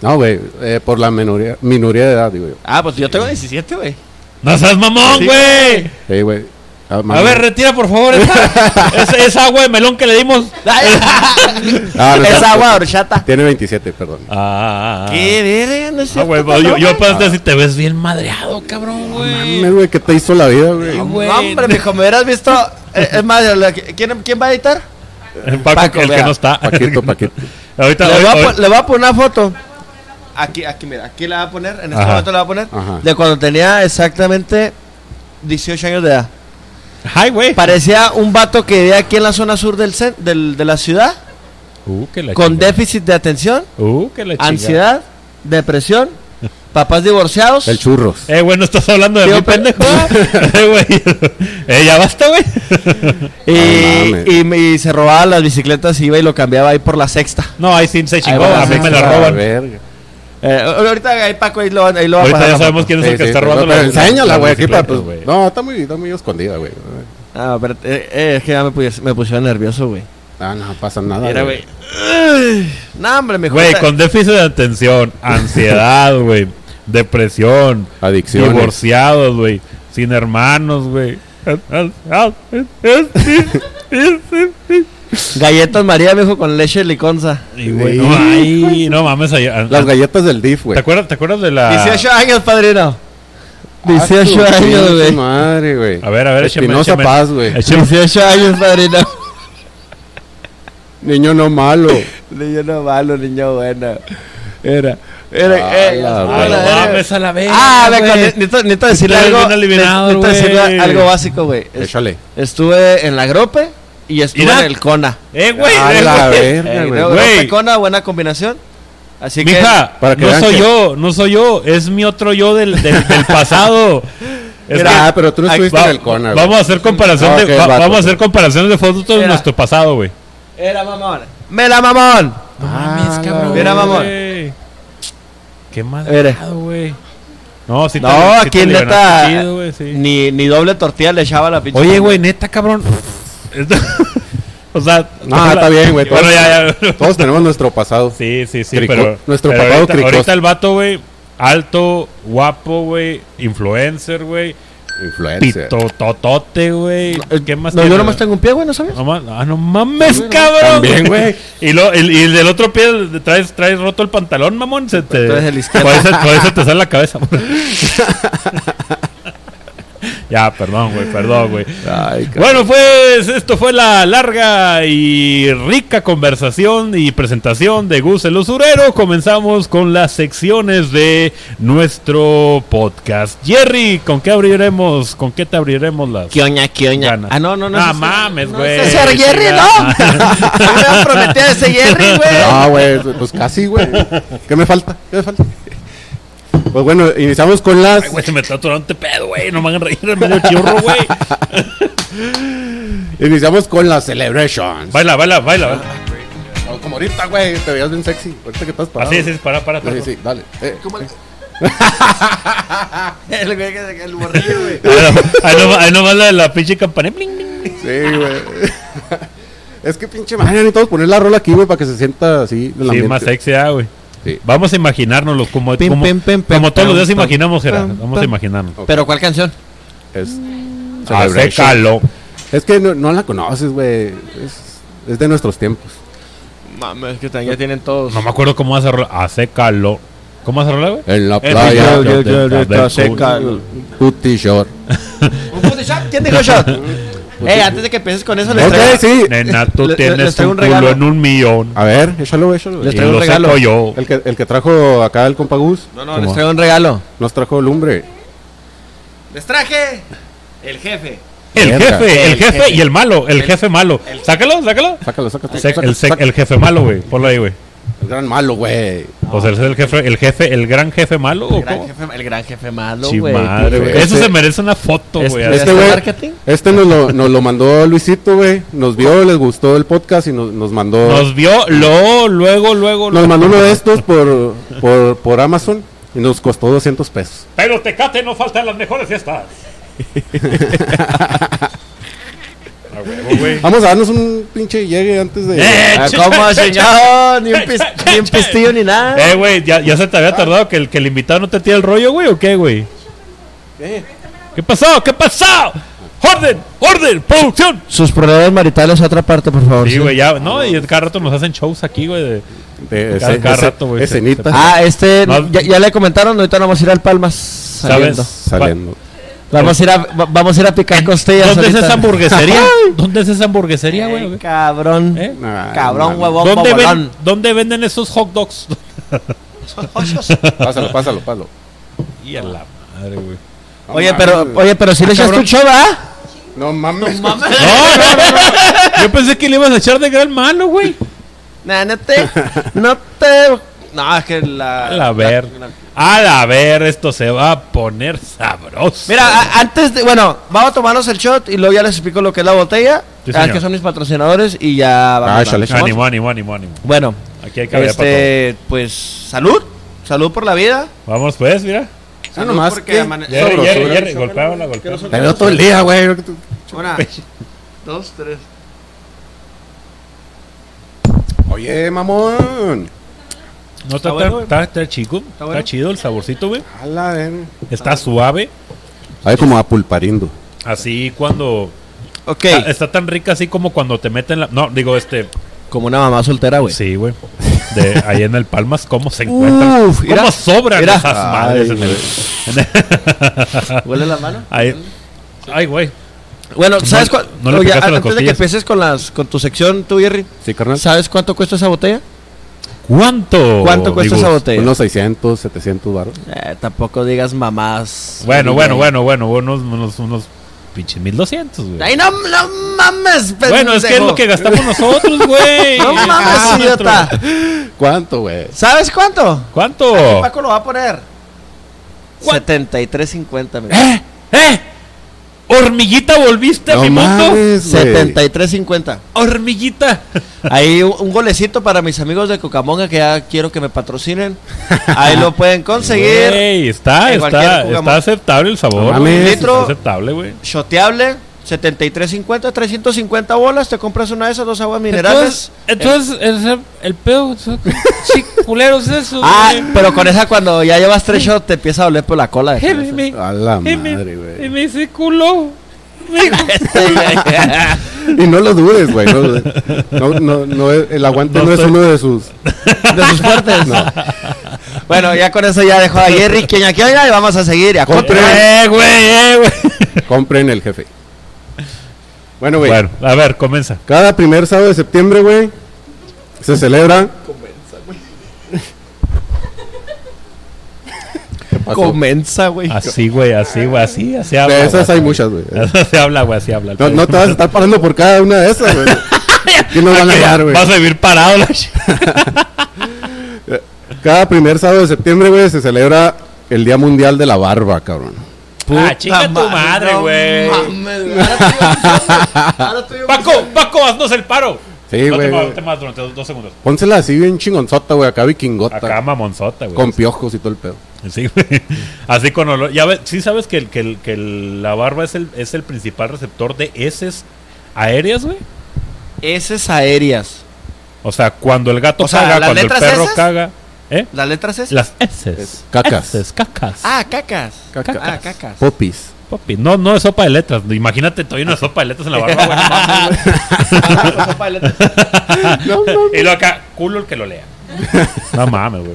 C: No, güey, eh, por la minoría, minoría de edad, digo yo.
D: Ah, pues yo tengo 17, güey.
B: No seas mamón,
D: Sí,
B: güey.
C: Sí, güey. Ah,
B: A
C: mami.
B: ver, retira por favor esa, esa, esa agua de melón que le dimos.
D: *laughs*
C: Ah, no,
D: es
C: no,
D: agua horchata.
C: Tiene 27, perdón.
B: Ah, ah, ah.
D: ¿Qué verga? No es
B: Ah,
D: cierto,
B: güey, pues, yo,
D: no,
B: yo
D: güey.
B: apenas te decía, te ves bien madreado, cabrón, güey.
C: Mames, güey, ¿qué te hizo la vida, güey?
D: No,
B: güey.
D: hombre, mijo, me hubieras visto. Eh, Es más, la- ¿quién, ¿quién va a editar?
B: El Eh, Paco,
D: Paco,
B: el que
D: vea.
B: no está.
C: Paquito, Paquito.
B: *laughs* Ahorita,
D: Le voy, a
B: hoy-
D: pon- le voy a poner una foto. Aquí, aquí, mira, aquí la voy a poner, en este
B: Ajá.
D: momento la voy a poner.
C: Ajá.
D: De cuando tenía exactamente 18 años de edad.
B: Ay, güey.
D: Parecía un vato que vivía aquí en la zona sur del cen- del- de la ciudad,
B: Uh, que la
D: con
B: chingada.
D: déficit de atención,
B: Uh, que la chingada.
D: ansiedad, depresión, papás divorciados.
C: El churros.
B: Eh, güey, no estás hablando de
D: Tío,
B: mí,
D: pero-
B: pendejo. *laughs* eh, güey. Eh, ya basta, güey.
D: y,
C: Ah, mames.
D: y me- y se robaba las bicicletas y iba y lo cambiaba ahí por la sexta.
B: No, ahí sí se chingó.
D: va,
B: A mí
D: sí,
B: me la
D: sí,
C: Ah,
B: roban.
C: roban.
D: Eh, ahorita ahí Paco ahí lo, ahí lo va a
B: Ahorita
D: pasar.
B: ya sabemos quién es el que está robando
C: pero
B: la
C: enséñala, güey, aquí para, pues,
B: bicicletas, güey.
C: No, está muy, está muy escondida, güey.
D: Ah, pero, eh, eh, es que ya me, puse- me pusieron nervioso, güey.
C: Ah, no, pasa nada.
D: Mira, güey. Ay, No, hombre, mejor.
B: Güey, con déficit de
D: *laughs*
B: atención, ansiedad, güey, depresión,
C: Adicciones.
B: divorciados, güey, sin hermanos,
D: *laughs*
B: güey.
D: Galletas María, mijo, con leche y liconza.
B: Y, güey, no,
C: Sí.
B: ay, no mames. ahí- ah,
C: Las galletas del DIF,
B: ¿Te
C: güey.
B: acuerdas, ¿Te acuerdas de la...?
D: 18 años, padrino.
C: Ah, su
D: 18 años,
C: pinche
D: güey.
C: Madre, güey.
B: A ver, a ver, écheme,
C: Espinosa
B: écheme.
C: Paz, güey.
B: Échame-
D: 18 años, padrino. *laughs*
C: Niño no malo.
B: *laughs*
D: Niño no malo, niño bueno. Era. Era-
C: Ah,
D: eh,
C: la
D: ah,
C: verdad.
D: la- era-
B: a la vez.
D: Ah, ve, con- necesito, necesito decirle
B: Está bien
D: algo.
B: alivianado,
D: necesito decirle
B: güey.
D: algo básico, güey. Es-
C: Échale.
D: Estuve en la Grope y estuve
B: Mira.
D: en el Cona.
B: Eh, güey.
C: A
B: eh,
C: Ah, la
B: güey.
C: verga,
D: Eh,
C: güey.
D: no,
B: Güey.
D: Grope Cona, buena combinación. Así que.
B: Mija,
C: para que
B: no
C: vean
B: soy
C: que-
B: yo, no soy yo, es mi otro yo del, del, del pasado. Es
C: Ah,
B: que-
C: pero tú no
B: Ay,
C: estuviste
B: va-
C: en el Cona, güey.
B: Vamos a hacer comparación
C: Ah,
B: de,
C: ok,
B: va-
C: vato.
B: vamos a hacer comparaciones de fotos de
D: Era.
B: nuestro pasado, güey.
D: Era mamón. Mela mamón.
C: mames, cabrón.
D: Mira, mamón.
B: Güey. Qué
D: Mira.
B: mal, güey. No, sí te-
D: No,
B: sí te
D: aquí neta.
B: liberaste chido, güey, sí.
D: ni, ni doble tortilla le echaba a la pinche.
B: Oye, güey, neta, cabrón. *laughs* o sea,
C: No, está bien, güey.
B: Bueno,
C: todos-
B: ya, ya.
C: Todos tenemos nuestro pasado.
B: Sí, sí, sí,
C: Cricot,
B: pero.
C: nuestro
B: pero
C: papá
B: ahorita,
C: Cricot.
B: ahorita el vato, güey. Alto, guapo, güey. Influencer, güey.
C: Influencer.
B: Pitototote, güey. ¿Qué más
D: eh, No,
B: tiene,
D: yo nomás
B: güey?
D: tengo un pie, güey, ¿no sabes?
B: No ma- ah, no mames, cabrón.
C: También, güey.
B: *laughs* Y, lo, el, y el del otro pie traes, traes roto el pantalón, mamón. Se te,
D: Tú eres el izquierdo.
B: por, eso, por eso te sale la cabeza.
C: *laughs*
B: ya, perdón, güey, perdón, güey.
C: Ay, cabrón.
B: Bueno, pues esto fue la larga y rica conversación y presentación de Gus el Usurero. Comenzamos con las secciones de nuestro podcast. Jerry, ¿con qué abriremos? ¿Con qué te abriremos las?
D: ¿Qué oña, qué oña?
B: ganas?
D: Ah, no, no, no.
B: Ah,
D: ese-
B: mames,
D: no,
B: güey.
D: Ese era Jerry, no. Yo me prometí *laughs* a ese
B: *laughs*
D: Jerry, güey.
C: No, güey, pues casi, güey. ¿Qué me falta? ¿Qué me falta? Pues bueno, iniciamos con las.
B: Ay, güey, se me está atorando este pedo, güey. No me hagan reír en medio churro, güey.
C: Iniciamos con las celebrations.
B: Baila, baila, baila. baila.
C: No, Como ahorita, güey, te veías bien sexy. Ahorita que estás parado.
B: Así es, es, para, para. para.
C: Sí, sí, dale. Eh,
D: El güey que se el borrillo, güey.
B: Ahí no- Ahí no- ahí no va la de la pinche campana. Bling, bling.
C: sí, güey. *laughs* Es que pinche madre, necesitamos poner la rola aquí, güey, para que se sienta así. en el
B: Sí,
C: ambiente.
B: más sexy, ah, güey.
C: Sí.
B: Vamos a imaginárnoslo como,
D: Pim,
B: como,
D: pim, pim, pim,
B: como todos los días
D: pam,
B: imaginamos, Gerard.
D: pam,
B: Vamos a
D: pam.
B: imaginarnos.
D: Pero ¿cuál canción?
C: Es,
B: Hace
C: Celebration.
B: calor.
C: es que no, no la conoces, güey. Es, es de nuestros tiempos.
D: Mames, que también tienen todos.
B: No me acuerdo cómo hace rola. Hace calor. ¿Cómo hace rola, güey?
C: En la
B: Eh,
C: playa.
B: yo- yo- yo- yo- yo-
C: del-
B: seca.
C: Tutti short.
D: ¿Un puto shot? ¿Quién dijo shot? Ey, antes de que empieces con eso, les
C: Ok,
D: traigo,
C: sí.
B: Nena, tú
D: Le- le- les
B: tienes
D: traigo
B: un
D: un regalo. Ah,
B: culo en un millón.
C: A ver, échalo, échalo.
D: Les
B: Y
D: traigo un
B: lo
D: regalo.
B: saco yo.
C: El que, el que trajo acá el compa Gus.
D: No, no,
C: ¿Cómo?
D: les traigo un regalo.
C: Nos trajo lumbre.
D: Les traje el jefe.
B: El
C: Verga.
B: jefe, el
D: El
B: jefe
D: jefe.
B: y el malo. El
D: El-
B: jefe malo.
D: el-
B: Sácalo, sácalo.
C: Sácalo, sácalo.
B: Sec-
C: sácalo,
B: el, sec-
C: sácalo.
B: el jefe malo, güey. Ponlo ahí, güey.
C: El gran malo, güey.
B: Pues el, el jefe, el jefe, el gran jefe malo. ¿o
D: El gran
B: cómo?
D: jefe, el gran jefe malo,
B: Sí,
D: güey.
B: madre, güey.
C: Este-
B: Eso se merece una foto,
D: este-
B: güey.
D: este-
B: así.
C: Este güey,
D: marketing?
C: este nos lo, nos lo mandó Luisito, güey. Nos vio, les gustó el podcast y nos, nos mandó. Nos,
D: este
B: Nos vio, lo, luego, luego. luego.
C: mandó uno de estos por, por, por Amazon y nos costó 200 pesos.
B: Pero Tecate no faltan las mejores
D: *laughs*
B: fiestas. A huevo, güey.
C: Vamos a darnos un pinche llegue antes de.
B: Eh,
D: Ah,
B: *laughs*
D: ¿Cómo, señor? Ni un, pis- ni un pistillo ni nada.
B: Eh, güey, ya, ya se te había tardado que el, que el invitado no te tira el rollo, güey, o qué, güey. ¿Qué pasó? ¿Qué pasó? ¡Orden! ¡Orden! ¡Producción!
D: Sus problemas maritales a otra parte, por favor.
B: Sí, güey, ya. No, y cada rato nos hacen shows aquí, güey. de-
C: de
B: Cada-
C: ese-
B: cada
C: ese-
B: rato, güey,
C: escenita.
B: se-
D: Ah, este,
B: No.
D: ya, ya le comentaron, ahorita vamos a ir al Palmas saliendo.
B: ¿Sabes?
C: saliendo.
D: Vamos a ir a, va- vamos a ir a picar costillas
B: ¿Dónde es
D: ahorita.
B: esa
D: *laughs*
B: hamburguesería? ¿Dónde es esa hamburguesería,
D: Ey,
B: güey?
D: cabrón.
B: ¿Eh?
C: Nah,
D: Cabrón,
C: nah,
D: huevón,
B: ¿Dónde, ven-
D: bobolón.
B: dónde venden esos hot dogs? *laughs*
C: Pásalo, pásalo, pásalo.
B: y a la madre,
D: *laughs*
B: güey.
C: No
D: Oye,
C: mames,
D: pero,
C: güey.
D: oye, pero si le echas tu
B: Cabrón.
D: show, ¿ah?
C: No mames.
B: pues, No, no, no, no. Yo pensé que le ibas a echar de gran mano, güey.
D: Nah,
B: *laughs*
D: no te, no te... No, es que la...
B: A *laughs* la ver. A la ver, esto se va a poner sabroso.
D: Mira, a- antes de, bueno, vamos a tomarnos el shot y luego ya les explico lo que es la botella,
B: Sí,
D: ah,
B: señor.
D: que son mis patrocinadores y ya vamos.
C: Ah, échale, échale.
B: ánimo, ánimo, ánimo, ánimo.
D: Bueno,
B: Aquí hay cabida para
D: este, pues salud, salud por la vida.
B: todo. Vamos pues, mira.
C: Ah, nomás
D: porque
C: que-
D: amane-
B: Jerry,
C: Sabrosura.
B: Jerry,
D: ¿eh?
B: Jerry, golpea la golpea.
C: Te veo todo el día, güey.
D: Una, dos, tres.
C: Oye, mamón.
B: No está,
D: bueno,
B: tan-
D: güey.
B: está, está chico, está,
D: bueno. Ah.
B: chido el saborcito, güey.
C: Ala, ven.
B: Está suave.
C: Ay, como a pulparindo.
B: Así cuando.
D: Ok,
B: Está, está tan rica así como cuando te meten la. No, digo, este.
D: como una mamá soltera, güey.
B: Sí, güey. De ahí en el Palmas, ¿cómo se encuentran?
D: Uf, mira.
B: ¿Cómo sobran
D: Mira.
B: esas madres
C: Ay,
B: en el-
C: Ah, güey.
B: en el-
D: ¿Huele la mano?
B: *laughs* Ahí- Ay, güey.
D: Bueno, ¿sabes
B: No-
D: cuál?
B: no le
D: Oye,
B: picaste
D: a-
B: las
D: antes de que
B: costillas.
D: empieces con las con tu sección, tú Jerry,
C: Sí, carnal.
D: ¿sabes cuánto cuesta esa botella?
B: ¿Cuánto?
D: ¿Cuánto cuesta
B: Digus?
D: esa botella?
C: Unos 600, 700 baros.
D: Eh, tampoco digas mamás.
B: Bueno,
D: Ay,
B: bueno,
D: güey.
B: bueno, bueno, unos, unos, unos pinches 1200, güey.
D: Ay, no, no mames, pues, pendejo.
B: Bueno, es que es lo que gastamos nosotros,
C: *laughs*
B: güey.
D: No
B: Ah,
D: mames, idiota.
B: nuestro-
C: ¿Cuánto, güey?
D: ¿Sabes cuánto?
B: ¿Cuánto?
D: Paco lo va a poner. 73.50, mi
B: ¿Eh? ¿Eh? ¿Hormiguita volviste a mi mundo?
C: mames, güey.
D: 73.50.
B: ¿Hormiguita?
D: Ahí un un golecito para mis amigos de Cocamonga que ya quiero que me patrocinen. Ahí lo pueden conseguir.
B: Güey, está,
D: En cualquier
B: está,
D: jugamos.
B: está aceptable el
C: No
B: sabor.
C: mames.
B: güey.
D: Litro.
B: Está aceptable, güey.
D: Shoteable, 73.50, 350 bolas. Te compras una de esas dos aguas minerales.
E: Entonces, entonces el, el pedo, *laughs* sí, culeros eso.
D: Ah,
E: güey.
D: pero con esa cuando ya llevas tres shots te empieza a doler por la cola. de
E: Eh, me,
D: cabeza.
E: me,
C: A la
E: eh, me-
C: madre,
E: eh,
C: güey.
E: me dice culo.
C: *laughs* Y no lo dudes, güey. No, lo dudes. no, no, no, es- el aguante
B: No
C: no, es
B: estoy-
C: uno de sus.
D: De sus fuertes. Bueno, ya con eso ya dejó a Jerry quien aquí oiga y vamos a seguir. A
C: Compre-
D: continuar.
B: Eh, güey, eh, güey.
C: Compren el jefe. Bueno, güey.
B: Bueno, a ver, comienza.
C: Cada primer sábado de septiembre, güey, se celebra. ¿Qué pasó?
D: Comienza, güey.
B: Así, güey, así, güey, así, así habla.
C: De esas
B: güey.
C: hay muchas, güey.
B: *laughs* Así habla, güey, así habla. el
C: No,
B: pedo.
C: no te vas a estar parando por cada una de
B: *laughs*
C: esas, güey. Que nos van a dar, güey?
B: Vas a vivir parado, la ch-
C: Cada primer sábado de septiembre, güey, se celebra el Día Mundial de la Barba, cabrón.
B: Ah, chinga tu madre, güey. Paco, Paco, haznos el paro.
C: Sí,
B: no te
C: güey.
B: muevas, no te muevas durante dos, dos segundos.
C: Pónsela así bien chingonzota, güey, acá vikingota.
B: Acá mamonzota, güey.
C: con piojos y todo el pedo.
B: Sí, güey. Así con olor. Ya ves, sí sabes que, el- que, el- que el- la barba es el, es el principal receptor de heces aéreas, güey.
D: Heces aéreas.
B: O sea, cuando el gato
D: O sea,
B: caga,
D: ¿las
B: cuando el
D: letras
B: perro
D: esas?
B: caga. ¿Eh?
D: ¿Las letras es?
B: Las heces.
C: Cacas.
B: Heces, cacas.
D: Ah, cacas.
C: Cacas.
D: Ah, cacas.
C: Popis.
B: Papi, no, no es sopa de letras. Imagínate, todavía una sopa de letras en la
D: *laughs*
B: barba, güey. Y lo acá, culo el que lo lea. *laughs* No mames, güey.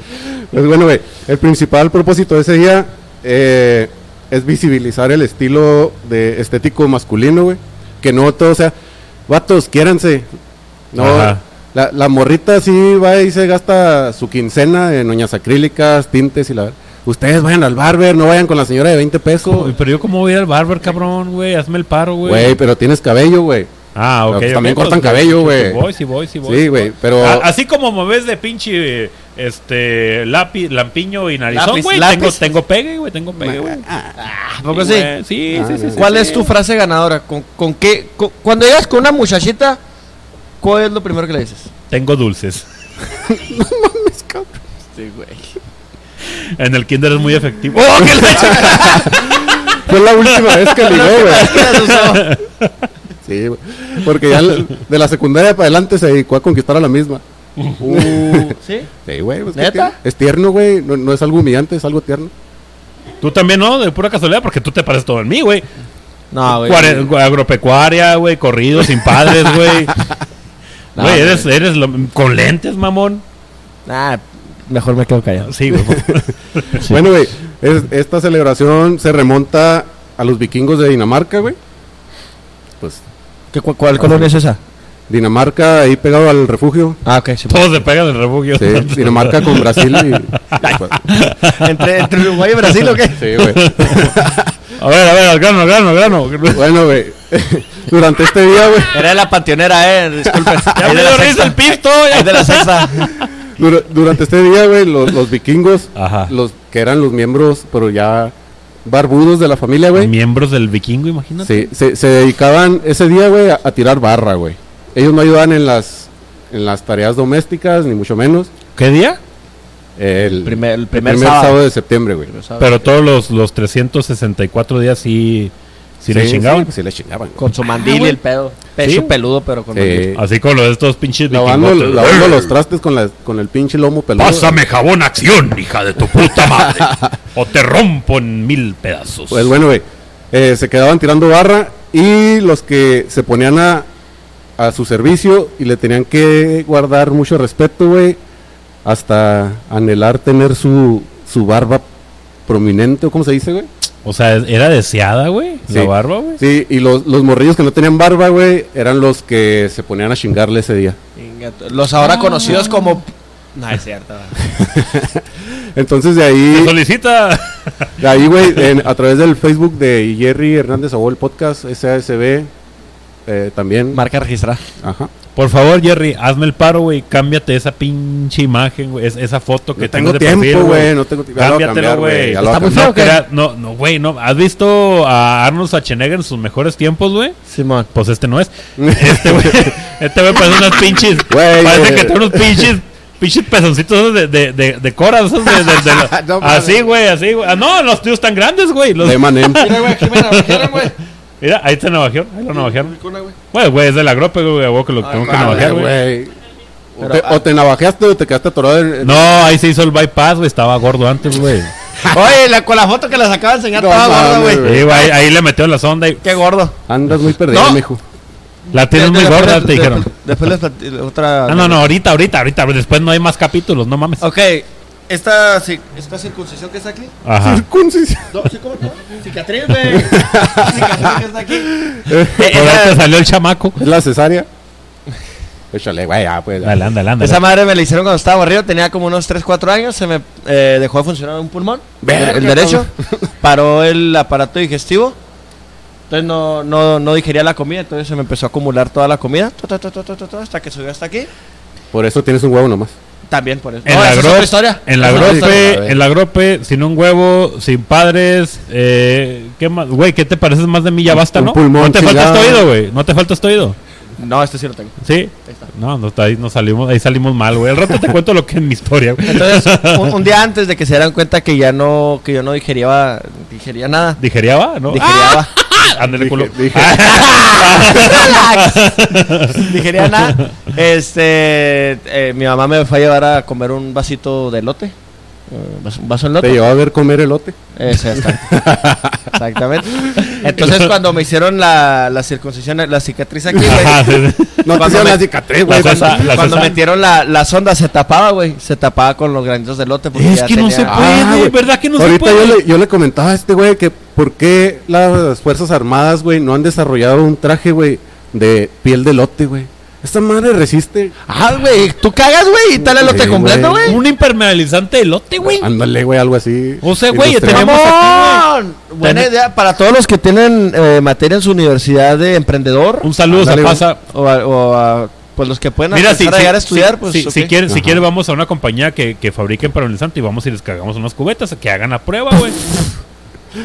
C: Pues bueno, güey, el principal propósito de ese día eh, es visibilizar el estilo de estético masculino, güey. Que no todo, o sea, vatos, quiéranse. No,
B: Ajá.
C: la, la morrita sí va y se gasta su quincena en uñas acrílicas, tintes y la... Ustedes vayan al barber, no vayan con la señora de 20 pesos.
B: Uy, Pero yo como voy al barber, cabrón, güey. Hazme el paro, pues, güey.
C: Güey, pero tienes cabello, güey.
B: Ah, ok.
C: Pero, pues,
B: ok,
C: también cortan
B: pues,
C: cabello,
B: pues,
C: güey.
B: Voy, sí, voy, sí, voy.
C: Sí, güey, pero...
B: A- así como me ves de pinche este lápiz, lampiño y narizón,
D: Lápiz,
B: güey,
D: lápiz.
B: tengo, tengo pegue, güey, tengo pegue, güey.
D: ¿A poco
B: Sí, güey, sí,
D: sí?
C: Ah,
B: sí,
C: no,
B: sí,
C: no.
B: sí,
D: ¿Cuál
B: sí.
D: es tu frase ganadora? ¿Con, con qué? con- cuando llegas con una muchachita, ¿cuál es lo primero que le *laughs* dices?
B: Tengo dulces.
C: *laughs*
B: En el kinder es muy efectivo. ¡Oh, qué leche!
C: Fue la última vez que ligué, güey.
B: *laughs*
D: *laughs*
C: Sí, güey. Porque ya la- de la secundaria para adelante se dedicó a conquistar a la misma.
D: ¿Sí?
C: Sí, güey. pues,
D: ¿Neta?
C: ¿qué tiene? Es tierno, güey. No, no es algo humillante, es algo tierno.
B: Tú también, ¿no? De pura casualidad, porque tú te pareces todo en mí, güey.
D: No, güey.
B: Cuare- gu- Agropecuaria, güey, corrido, sin padres,
C: *laughs*
B: güey.
D: No,
B: Güey, eres, eres lo- con lentes, mamón.
D: Ah, mejor me quedo callado.
B: Sí, güey. *laughs*
C: Bueno, güey. es- esta celebración se remonta a los vikingos de Dinamarca, güey. Pues
D: ¿Qué, cu- ¿Cuál colonia es esa?
C: Dinamarca ahí pegado al refugio.
D: Ah, ok. sí.
B: Todos se pegan el refugio.
C: Sí,
B: *laughs*
C: Dinamarca con Brasil y.
D: *laughs*
C: pues,
D: ¿Entre, ¿Entre Uruguay y Brasil o qué?
C: Sí, güey.
B: A ver, a ver, al grano, al grano, al grano.
C: Bueno, güey. *laughs* Durante este día, güey.
D: Era de la panteonera, eh. *laughs* Disculpe.
B: Ya
D: Ahí
B: me
D: de la
B: dio risa
D: sexta.
B: el pisto.
D: Ahí de la sexta.
C: Dura- durante este día, güey, los, los vikingos,
B: Ajá.
C: los que eran los miembros, pero ya barbudos de la familia, güey,
B: Miembros del vikingo, imagínate.
C: se, se- se dedicaban ese día, güey, a, a tirar barra, güey. Ellos no ayudaban en las, en las tareas domésticas, ni mucho menos.
B: ¿Qué día?
C: El
D: Primer- el primer sábado.
C: sábado. de septiembre, güey.
B: Pero todos los, los 364 días sí, sí, le chingaban.
C: Sí, pues sí le chingaban. güey.
D: Con su mandil y el pedo. Pecho
B: Sí.
D: peludo, pero con mandil.
C: Sí.
B: Así con los de estos pinches
C: Lavando,
B: vikingotes.
C: lavando los trastes con, la- con el pinche lomo peludo.
B: Pásame jabón acción, hija de tu puta
C: *laughs*
B: madre. o te rompo en mil pedazos.
C: Pues bueno, güey. eh, se quedaban tirando barra y los que se ponían a, a su servicio y le tenían que guardar mucho respeto, güey. Hasta anhelar tener su, su barba prominente, ¿o ¿cómo se dice, güey?
B: O sea, era deseada, güey. La
C: Sí.
B: barba, güey.
C: Sí, y los, los morrillos que no tenían barba, güey, eran los que se ponían a chingarle ese día.
D: Ah. Chinga tu- Los ahora conocidos como No, es cierto.
C: Entonces de
B: Se
C: ahí,
B: solicita.
C: de ahí, güey, en- a través del Facebook de Jerry Hernández Abó, el podcast SASB, eh, también.
D: Marca registrada.
C: Ajá.
B: Por favor, Jerry, hazme el paro, güey. Cámbiate esa pinche imagen, güey. es- esa foto que
C: No tengo
B: tienes de perfil,
C: tiempo, güey, no tengo tiempo. Ya lo voy a
B: Cámbiatelo,
C: cambiar,
B: güey.
C: ya lo voy a
E: Está muy
C: cambiar.
E: feo.
B: No,
E: Creo que-
B: crea- no, no, güey, no. ¿Has visto a Arnold Schwarzenegger en sus mejores tiempos, güey?
D: Simón.
B: Pues este no es. *laughs* Este güey,
C: *laughs*
B: este güey parece unas pinches.
C: Güey,
B: parece
C: eh.
B: que tiene unos pinches. Pinches pezoncitos esos de, de, de, de cora, esos de- de- de la-
C: *laughs* No mames.
B: así, güey, así, güey. Ah, no, los tíos tan grandes, güey. Los-
C: De *laughs* Manem.
D: Mira, güey, aquí me navajearon, güey.
B: Mira, ahí está navajearon. Ahí lo navajearon.
D: Ricona, güey.
B: Güey, güey, es de la grope, güey, a huevo que lo
D: Ah,
B: tengo que
D: mames,
B: navajear, güey.
C: güey. O
D: Pero,
C: te,
D: ah.
C: o te navajeaste o te quedaste atorado en... en-
B: No, ahí se hizo el bypass, güey. Estaba gordo antes, güey.
D: *laughs* Oye, la, con la foto que les acaba de enseñar,
C: No
D: estaba
C: mames,
D: gorda, güey.
C: güey.
B: Sí, güey, ahí, ahí le metió la sonda y
D: Qué gordo.
C: Andas muy perdido,
D: No.
C: mijo.
B: la tienes
D: De-
B: muy
D: de-
B: gorda,
D: después-
B: te dijeron.
D: de- Después les plati- otra.
B: Ah, no, no, ahorita, ahorita, ahorita. Después no hay más capítulos, no mames.
D: Ok, esta, ci- esta circuncisión que está aquí. *laughs*
B: Ajá.
C: Circuncisión.
D: No, ¿sí, ¿Cómo te llamas? Cicatriz, güey.
B: *laughs*
D: Cicatriz que está aquí.
B: Por ahí te salió el chamaco.
C: *laughs* ¿Es la cesárea? Échale, güey, ya, pues. ya.
B: Dale, anda, anda.
D: Esa madre me la hicieron cuando estaba barrio, tenía como unos 3, 4 años, se me eh, dejó de funcionar un pulmón,
C: Verga,
D: el derecho, *laughs* paró el aparato digestivo, entonces no, no, no digería la comida, entonces se me empezó a acumular toda la comida, tu, tu, tu, tu, tu, tu, tu, hasta que subió hasta aquí,
C: Por eso tienes un huevo nomás.
D: también por eso.
B: En
D: No,
B: la
D: esa es
B: grope,
D: otra historia.
B: en la
D: Esa es otra historia.
B: grope,
C: historia.
B: en la grope, sin un huevo, sin padres, eh, ¿qué más? Güey, ¿qué te pareces más de mí? Ya basta,
C: un
B: ¿no?
C: pulmón
B: no te falta
C: chingado.
B: este oído, güey. No te falta este oído.
D: No, este sí lo tengo.
B: ¿Sí? No, no, ahí no salimos, ahí salimos mal, güey. Al rato te cuento lo que es mi historia, güey.
D: Entonces, un, un día antes de que se dieran cuenta que ya no, que yo no digería, digería nada,
B: ¿Digeriaba? ¿No?
D: digería
B: ¡Ah! *laughs* Ándale, culo. Ah.
C: Dije- dije-
D: *laughs* Digería nada. Este, eh, mi mamá me fue a llevar a comer un vasito de lote. Un vaso de
C: Te
D: lote.
C: llevó a ver comer elote.
D: Exactamente. Entonces, cuando me hicieron la, la circuncisión, la cicatriz aquí, güey,
B: Ajá, sí, sí.
C: No, te
D: Cuando
C: hicieron
D: me-
C: la cicatriz,
B: la
C: güey.
B: cosa-
C: cuando-
B: la
D: cuando
B: cosa-
D: metieron la, la sonda, se tapaba, güey. Se tapaba con los granitos de lote. Porque
B: Es
D: ya
B: que no se
D: tenía-
B: puede.
C: Ah, güey.
B: ¿verdad que no se
C: Ahorita
B: puede?
C: Yo le, yo le comentaba a este güey que por qué las Fuerzas Armadas, güey, no han desarrollado un traje, güey, de piel de lote, güey. Esta madre resiste.
D: Ah, güey. Tú cagas, güey. Y tal el lote
C: Sí,
D: completo,
C: güey.
D: güey.
B: Un impermeabilizante de elote, güey.
C: Ándale, güey, algo así.
B: O sea, güey,
C: Ilustrado.
B: tenemos- *laughs*
D: ¡Mamón! Buena
B: Ten-
D: idea. Para todos los que tienen eh, materia en su universidad de emprendedor.
B: Un saludo,
C: Ándale, güey.
B: Zapasa.
D: O a, o a- pues los que pueden
B: Mira, si,
D: alcanzar a
B: si-
D: llegar a estudiar,
B: si-
D: pues
B: si, si
D: ok.
B: quiere- si
C: Ajá.
B: quiere, vamos a una compañía que, que fabrique impermeabilizante y vamos y les cargamos unas cubetas que hagan la prueba, güey.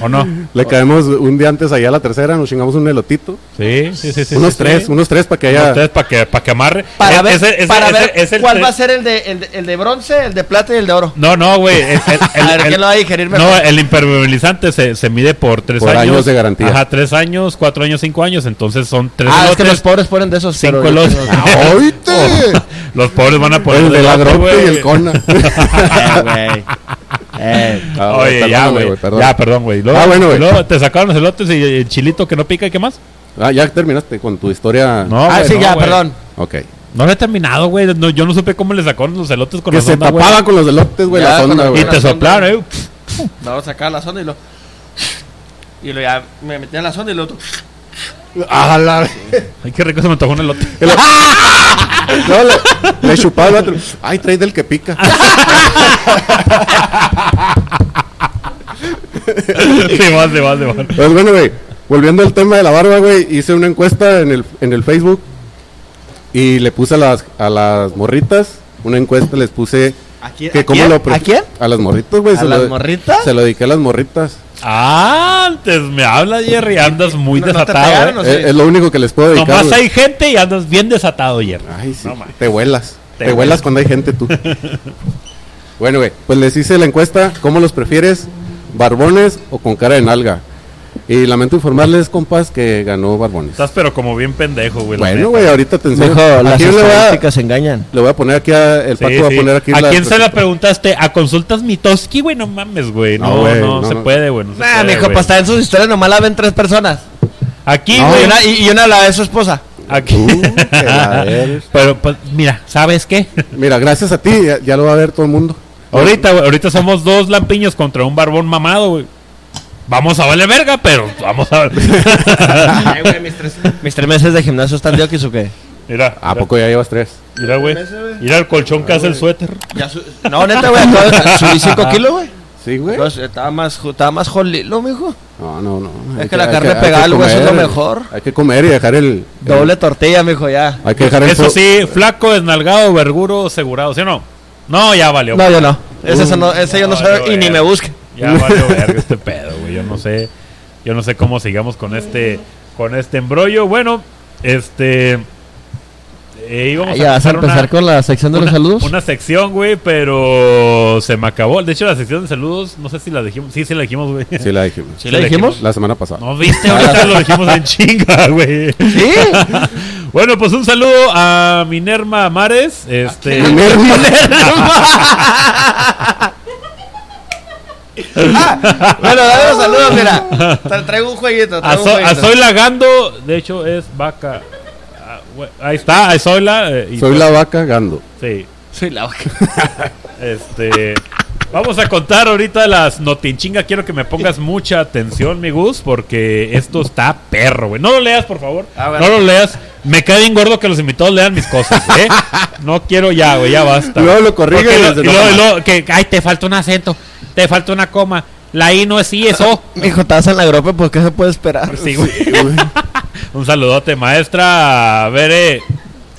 B: ¿O no?
C: Le caemos un día antes allá a la tercera, nos chingamos un elotito.
B: Sí, sí, sí. sí,
C: unos
B: sí,
C: tres,
B: sí.
C: unos tres para que haya. *laughs*
B: Ustedes para que, para que amarre.
D: para
B: Eh,
D: ver,
B: ese- ese-
D: para
B: ese-
D: ver
B: ese
D: cuál
B: tre-
D: va a ser el de, el, de- el de bronce, el de plata y el de oro.
B: No, no, güey. el- el-
D: *laughs* a
B: el-
D: ver, ¿quién
B: el-
D: lo va a digerir mejor?
B: No, el impermeabilizante se, se mide por tres
C: Por
B: años.
C: años de garantía.
B: Ajá, tres años, cuatro años, cinco años. Entonces son tres
D: ah, es que
B: elotes,
D: los pobres ponen de esos.
B: cinco
D: pero yo
B: elotes.
D: tengo-
C: ¡Ahorita!
B: Los pobres van a poner
C: el de la
B: elote,
C: Grope y
B: güey.
C: el Cona.
D: Eh,
A: *laughs*
D: güey. Eh,
C: Ah, güey,
B: *laughs* Oye, ya,
C: perdóname,
B: güey.
C: güey, perdón.
B: Ya, perdón, güey. Luego-
C: Ah, bueno, güey.
B: luego te sacaron los elotes y el chilito que no pica y qué más.
C: Ah, ya terminaste con tu historia.
B: No,
D: ah,
B: güey,
D: sí,
B: no,
D: ya,
B: güey.
D: perdón.
C: Ok.
B: No lo he terminado, güey. No, yo no supe cómo le sacaron los elotes con
C: que
B: la
C: se
B: sonda, güey.
C: tapaba con los elotes, güey,
D: Ya,
C: la
D: con
C: sonda,
D: la-
C: güey.
B: Y te
D: la sonda.
B: soplaron, eh.
D: Vamos a sacar la sonda y lo. Y lo ya me metí en la sonda y lo otro.
C: *laughs* Ah, la-
B: *laughs* Ay, qué rico se me antojó un
C: *laughs*
B: elote.
C: No, le, le chupaba el otro. Ay, trae del
B: *laughs*
C: que pica.
B: se va, se va, se va.
C: Pues bueno, güey, volviendo al tema de la barba, güey, hice una encuesta en el, en el Facebook y le puse a las, a las morritas, una encuesta les puse
D: ¿A quién?
C: que
D: ¿A
C: cómo
D: quién?
C: lo pre-
D: ¿A quién?
C: A las morritas, güey.
D: ¿A
C: se lo-
D: las morritas?
C: Se lo dediqué a las morritas.
B: Ah, antes me habla Jerry, andas muy
D: No, no te
B: desatado.
D: pegaron,
B: eh.
D: No
C: Eh,
D: sé.
C: Es, lo único que les puedo dedicar.
B: Nomás
C: güey.
B: hay gente y andas bien desatado, Jerry.
C: Ay, sí,
B: No, ma.
C: te vuelas.
B: Te
C: Te, vuelas cuando hay gente tú. bueno, güey, pues les hice la encuesta, ¿cómo los prefieres? ¿Barbones o con cara de nalga? Y lamento informarles, compas, que ganó Barbones.
B: Estás pero como bien pendejo, güey. pues, la neta.
C: Bueno, güey, ahorita te enseño.
D: Mejor,
C: ¿A
D: las
C: quién le voy a,
D: estadísticas engañan.
C: le voy a poner aquí a, el
B: Sí,
C: Paco va
B: sí.
C: a poner aquí
B: ¿A
C: la-
B: quién se la preguntaste? ¿A consultas Mitoski, güey? No mames, güey. No,
C: No,
B: no,
C: güey, no,
B: se
C: no.
B: puede, güey. No se
D: Nah,
B: puede,
D: mijo,
B: güey.
D: pues está en sus historias nomás la ven tres personas.
B: Aquí,
C: No,
B: güey.
D: Y una- y y una la de su esposa.
B: Aquí.
C: Uh, que la eres.
B: Pero, pues, mira, ¿sabes qué?
C: Mira, gracias a ti, ya, ya lo va a ver todo el mundo.
B: Ahorita, güey, ahorita somos dos lampiños contra un barbón mamado, güey. Vamos a valer verga, pero vamos a
C: *laughs*
D: Mis tres meses de gimnasio están de o qué?
B: Mira.
C: Ah, ¿A
B: mira,
C: poco ya llevas tres?
B: Mira, güey. Mira el colchón que hace el suéter.
D: Ya su- no, neta, güey, acabo de-
F: *laughs*
D: subí 5 kilos, güey.
F: Ah,
C: Sí,
F: ¿eh?
C: güey.
D: Pues, Estaba más, ju- estaba más jolilo, mijo.
C: No, no, no.
D: Es
C: Hay
D: que la carne
C: hay
D: pegada al hueso es lo
C: comer,
D: mejor.
C: Hay que comer y dejar el. el-
D: Doble tortilla, mijo, ya.
C: hay que dejar el.
B: Eso
C: pro-
B: sí, flaco, desnalgado, verguro, asegurado, ¿sí o no? No, ya valió.
D: No, yo no. Ese, ese
F: Uh.
D: no, ese yo no
B: no,
D: sé
B: yo
D: y ni
B: era.
D: me busque.
B: Ya valió verga este pedo, güey. Yo no sé. Yo no sé cómo sigamos con este. Con este embrollo. Bueno, este. eh, íbamos
F: Ah, ya vas a
B: empezar una-
F: empezar con la sección de
B: una,
F: los saludos.
B: una sección, güey, pero se me acabó. De hecho, la sección de saludos, no sé si la dijimos. Sí, sí la dijimos, güey.
C: Sí, la dijimos.
B: ¿Sí
F: ¿La dijimos?
C: La semana pasada.
B: *laughs* No viste,
F: Ah,
B: ahorita lo dijimos en chinga, güey.
D: ¿Sí?
B: *laughs* Bueno, pues un saludo a Minerma Mares. Este.
D: Ah, bueno, dame los saludos, mira. Te traigo un jueguito.
F: Ah,
B: A,
D: Traigo
B: So-
D: un
B: a
D: jueguito.
B: Zoila Gando, de hecho, es vaca. Ah, güey, Ahí está, a Zoila. eh, y-
C: Soy la vaca gando.
B: Sí.
D: Soy la vaca.
B: *laughs* Este. Vamos a contar ahorita las notinchingas. Quiero que me pongas mucha atención, mi Gus, porque esto está perro, güey. No lo leas, por favor.
D: Ah, bueno.
B: No lo leas. Me cae bien gordo que los invitados lean mis cosas, ¿eh? No quiero ya, güey, ya basta.
C: Luego
B: güey.
C: lo corrige
B: Porque
C: y
B: lo-
C: se
B: y luego-
C: enoja
B: y
C: más.
B: luego que, ay, te falta un acento, te falta una coma. La I no es I, es O.
D: Mijo, estás en la gropa, pues, ¿qué se puede esperar?
B: Sí, güey. *laughs* Un saludote, maestra. A ver, eh.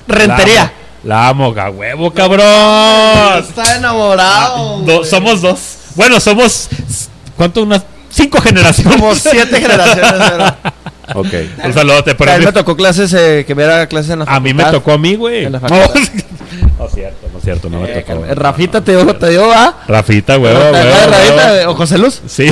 D: Rentería.
B: La amo, la amo, a huevo, cabrón.
D: Está enamorado.
B: Do-
D: güey.
B: somos dos. Bueno, somos. ¿Cuánto? Unas cinco generaciones.
D: Como siete generaciones.
B: *laughs*
D: pero-
C: Ok.
B: Un saludote, pero
D: a
B: a
D: mí
B: mí,
D: me tocó clases, eh, que me era clases en la
B: a mí me
D: facultad.
B: tocó a mí, güey.
D: En
B: No, *laughs*
D: la
B: no es cierto, no es cierto, no me
D: Eh,
B: tocó.
D: Carmen, Rafita te dio, te dio, ¿ah?
B: Rafita, huevo,
D: ¿Te acuerdas
B: huevo,
D: de Rafita?
B: huevo.
D: ¿O José Luz?
B: Sí.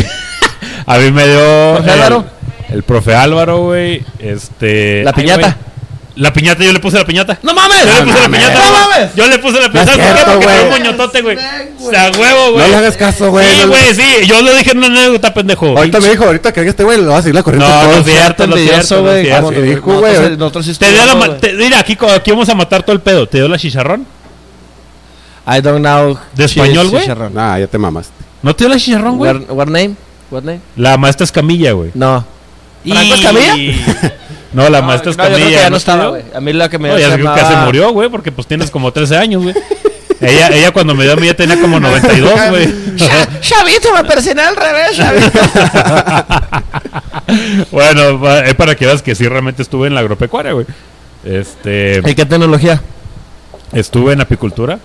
B: *laughs* A mí me dio.
D: ¿Profe
B: el-
D: Álvaro?
B: El profe Álvaro, güey. Este.
D: La
B: ay,
D: piñata.
B: güey. La piñata, yo le puse la piñata.
D: ¡No mames!
B: Yo le puse la
D: mames!
B: piñata.
D: ¡No
B: güey.
D: mames!
B: Yo le puse la piñata.
C: es
B: ¿Por qué?
C: cierto,
B: Porque era un
C: güey.
B: moñotote, güey. O sea, huevo,
C: No
B: güey.
C: le hagas caso, güey.
B: Sí,
C: no le-
B: güey, sí. Yo lo dije en una anécdota, pendejo.
C: Ahorita me dijo, ahorita que haga este güey, le va a seguir la corriente.
B: No,
C: todo.
B: no es cierto, no es cierto, no es
D: güey.
B: cierto.
C: Así dijo, güey.
D: Nosotros- Nosotros sí
B: Te dio la ma-
D: estudiamos, güey.
B: te- Mira, aquí, co- aquí vamos a matar todo el pedo. ¿Te dio la chicharrón?
D: I don't know.
B: ¿De español, güey?
D: Chicharrón.
C: Nah, ya te mamaste.
B: ¿No te dio la chicharrón, güey?
D: What, what name? What name?
B: La maestra Escamilla, güey.
D: No. ¿Franco
B: ¿Franco
D: Escamilla?
B: No, la maestra
D: no, yo creo que
B: Escamilla.
D: ya no
B: te
D: estaba,
B: dio?
D: güey. A mí la que me
B: No, ya creo que ya se
D: llamaba-
B: murió, güey, porque pues tienes como 13 años, güey. ella, ella cuando me dio a mí ya tenía
D: *laughs*
B: como 92, güey.
D: Xa- Xavito me persiné al revés, Xavito.
B: *laughs*
D: *laughs*
B: bueno, pa- es para que veas que sí realmente estuve en la agropecuaria, güey. Este,
F: ¿Y qué tecnología?
B: estuve en apicultura.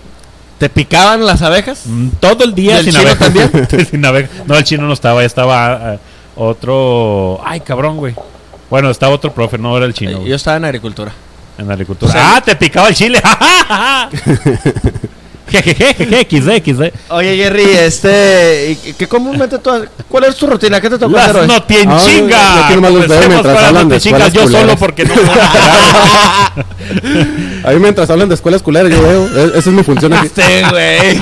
F: ¿Te picaban las abejas?
B: Mm, Todo el día
F: ¿Y el
B: sin
F: chino
B: abejas.
F: también?
B: *laughs* sin abejas. No, el chino no estaba, ya estaba ah, otro. Ay, cabrón, güey. Bueno, estaba otro profe, no era el chino. güey,
D: Yo estaba en agricultura.
B: en la agricultura. ah, te picaba el chile. *laughs* Jejeje, jeje, XD, XD.
D: Oye, Jerry, este. ¿y qué comúnmente tú haces? ¿Cuál es tu rutina? ¿Qué te tocó hacer
B: Las
D: hoy?
B: no
C: Ay,
B: chinga.
C: Ah, yo quiero más los dedos
B: Empecemos con
C: mientras
B: las
C: hablan de
B: notinchingas,
C: escuelas
B: Yo solo
C: culeras.
B: porque no. puedo
C: *laughs*
B: hablar.
C: A mí mientras hablan de escuelas culeras, yo veo. e- Esa es mi función
B: *laughs*
C: aquí.
D: Sí, güey.
B: Oye,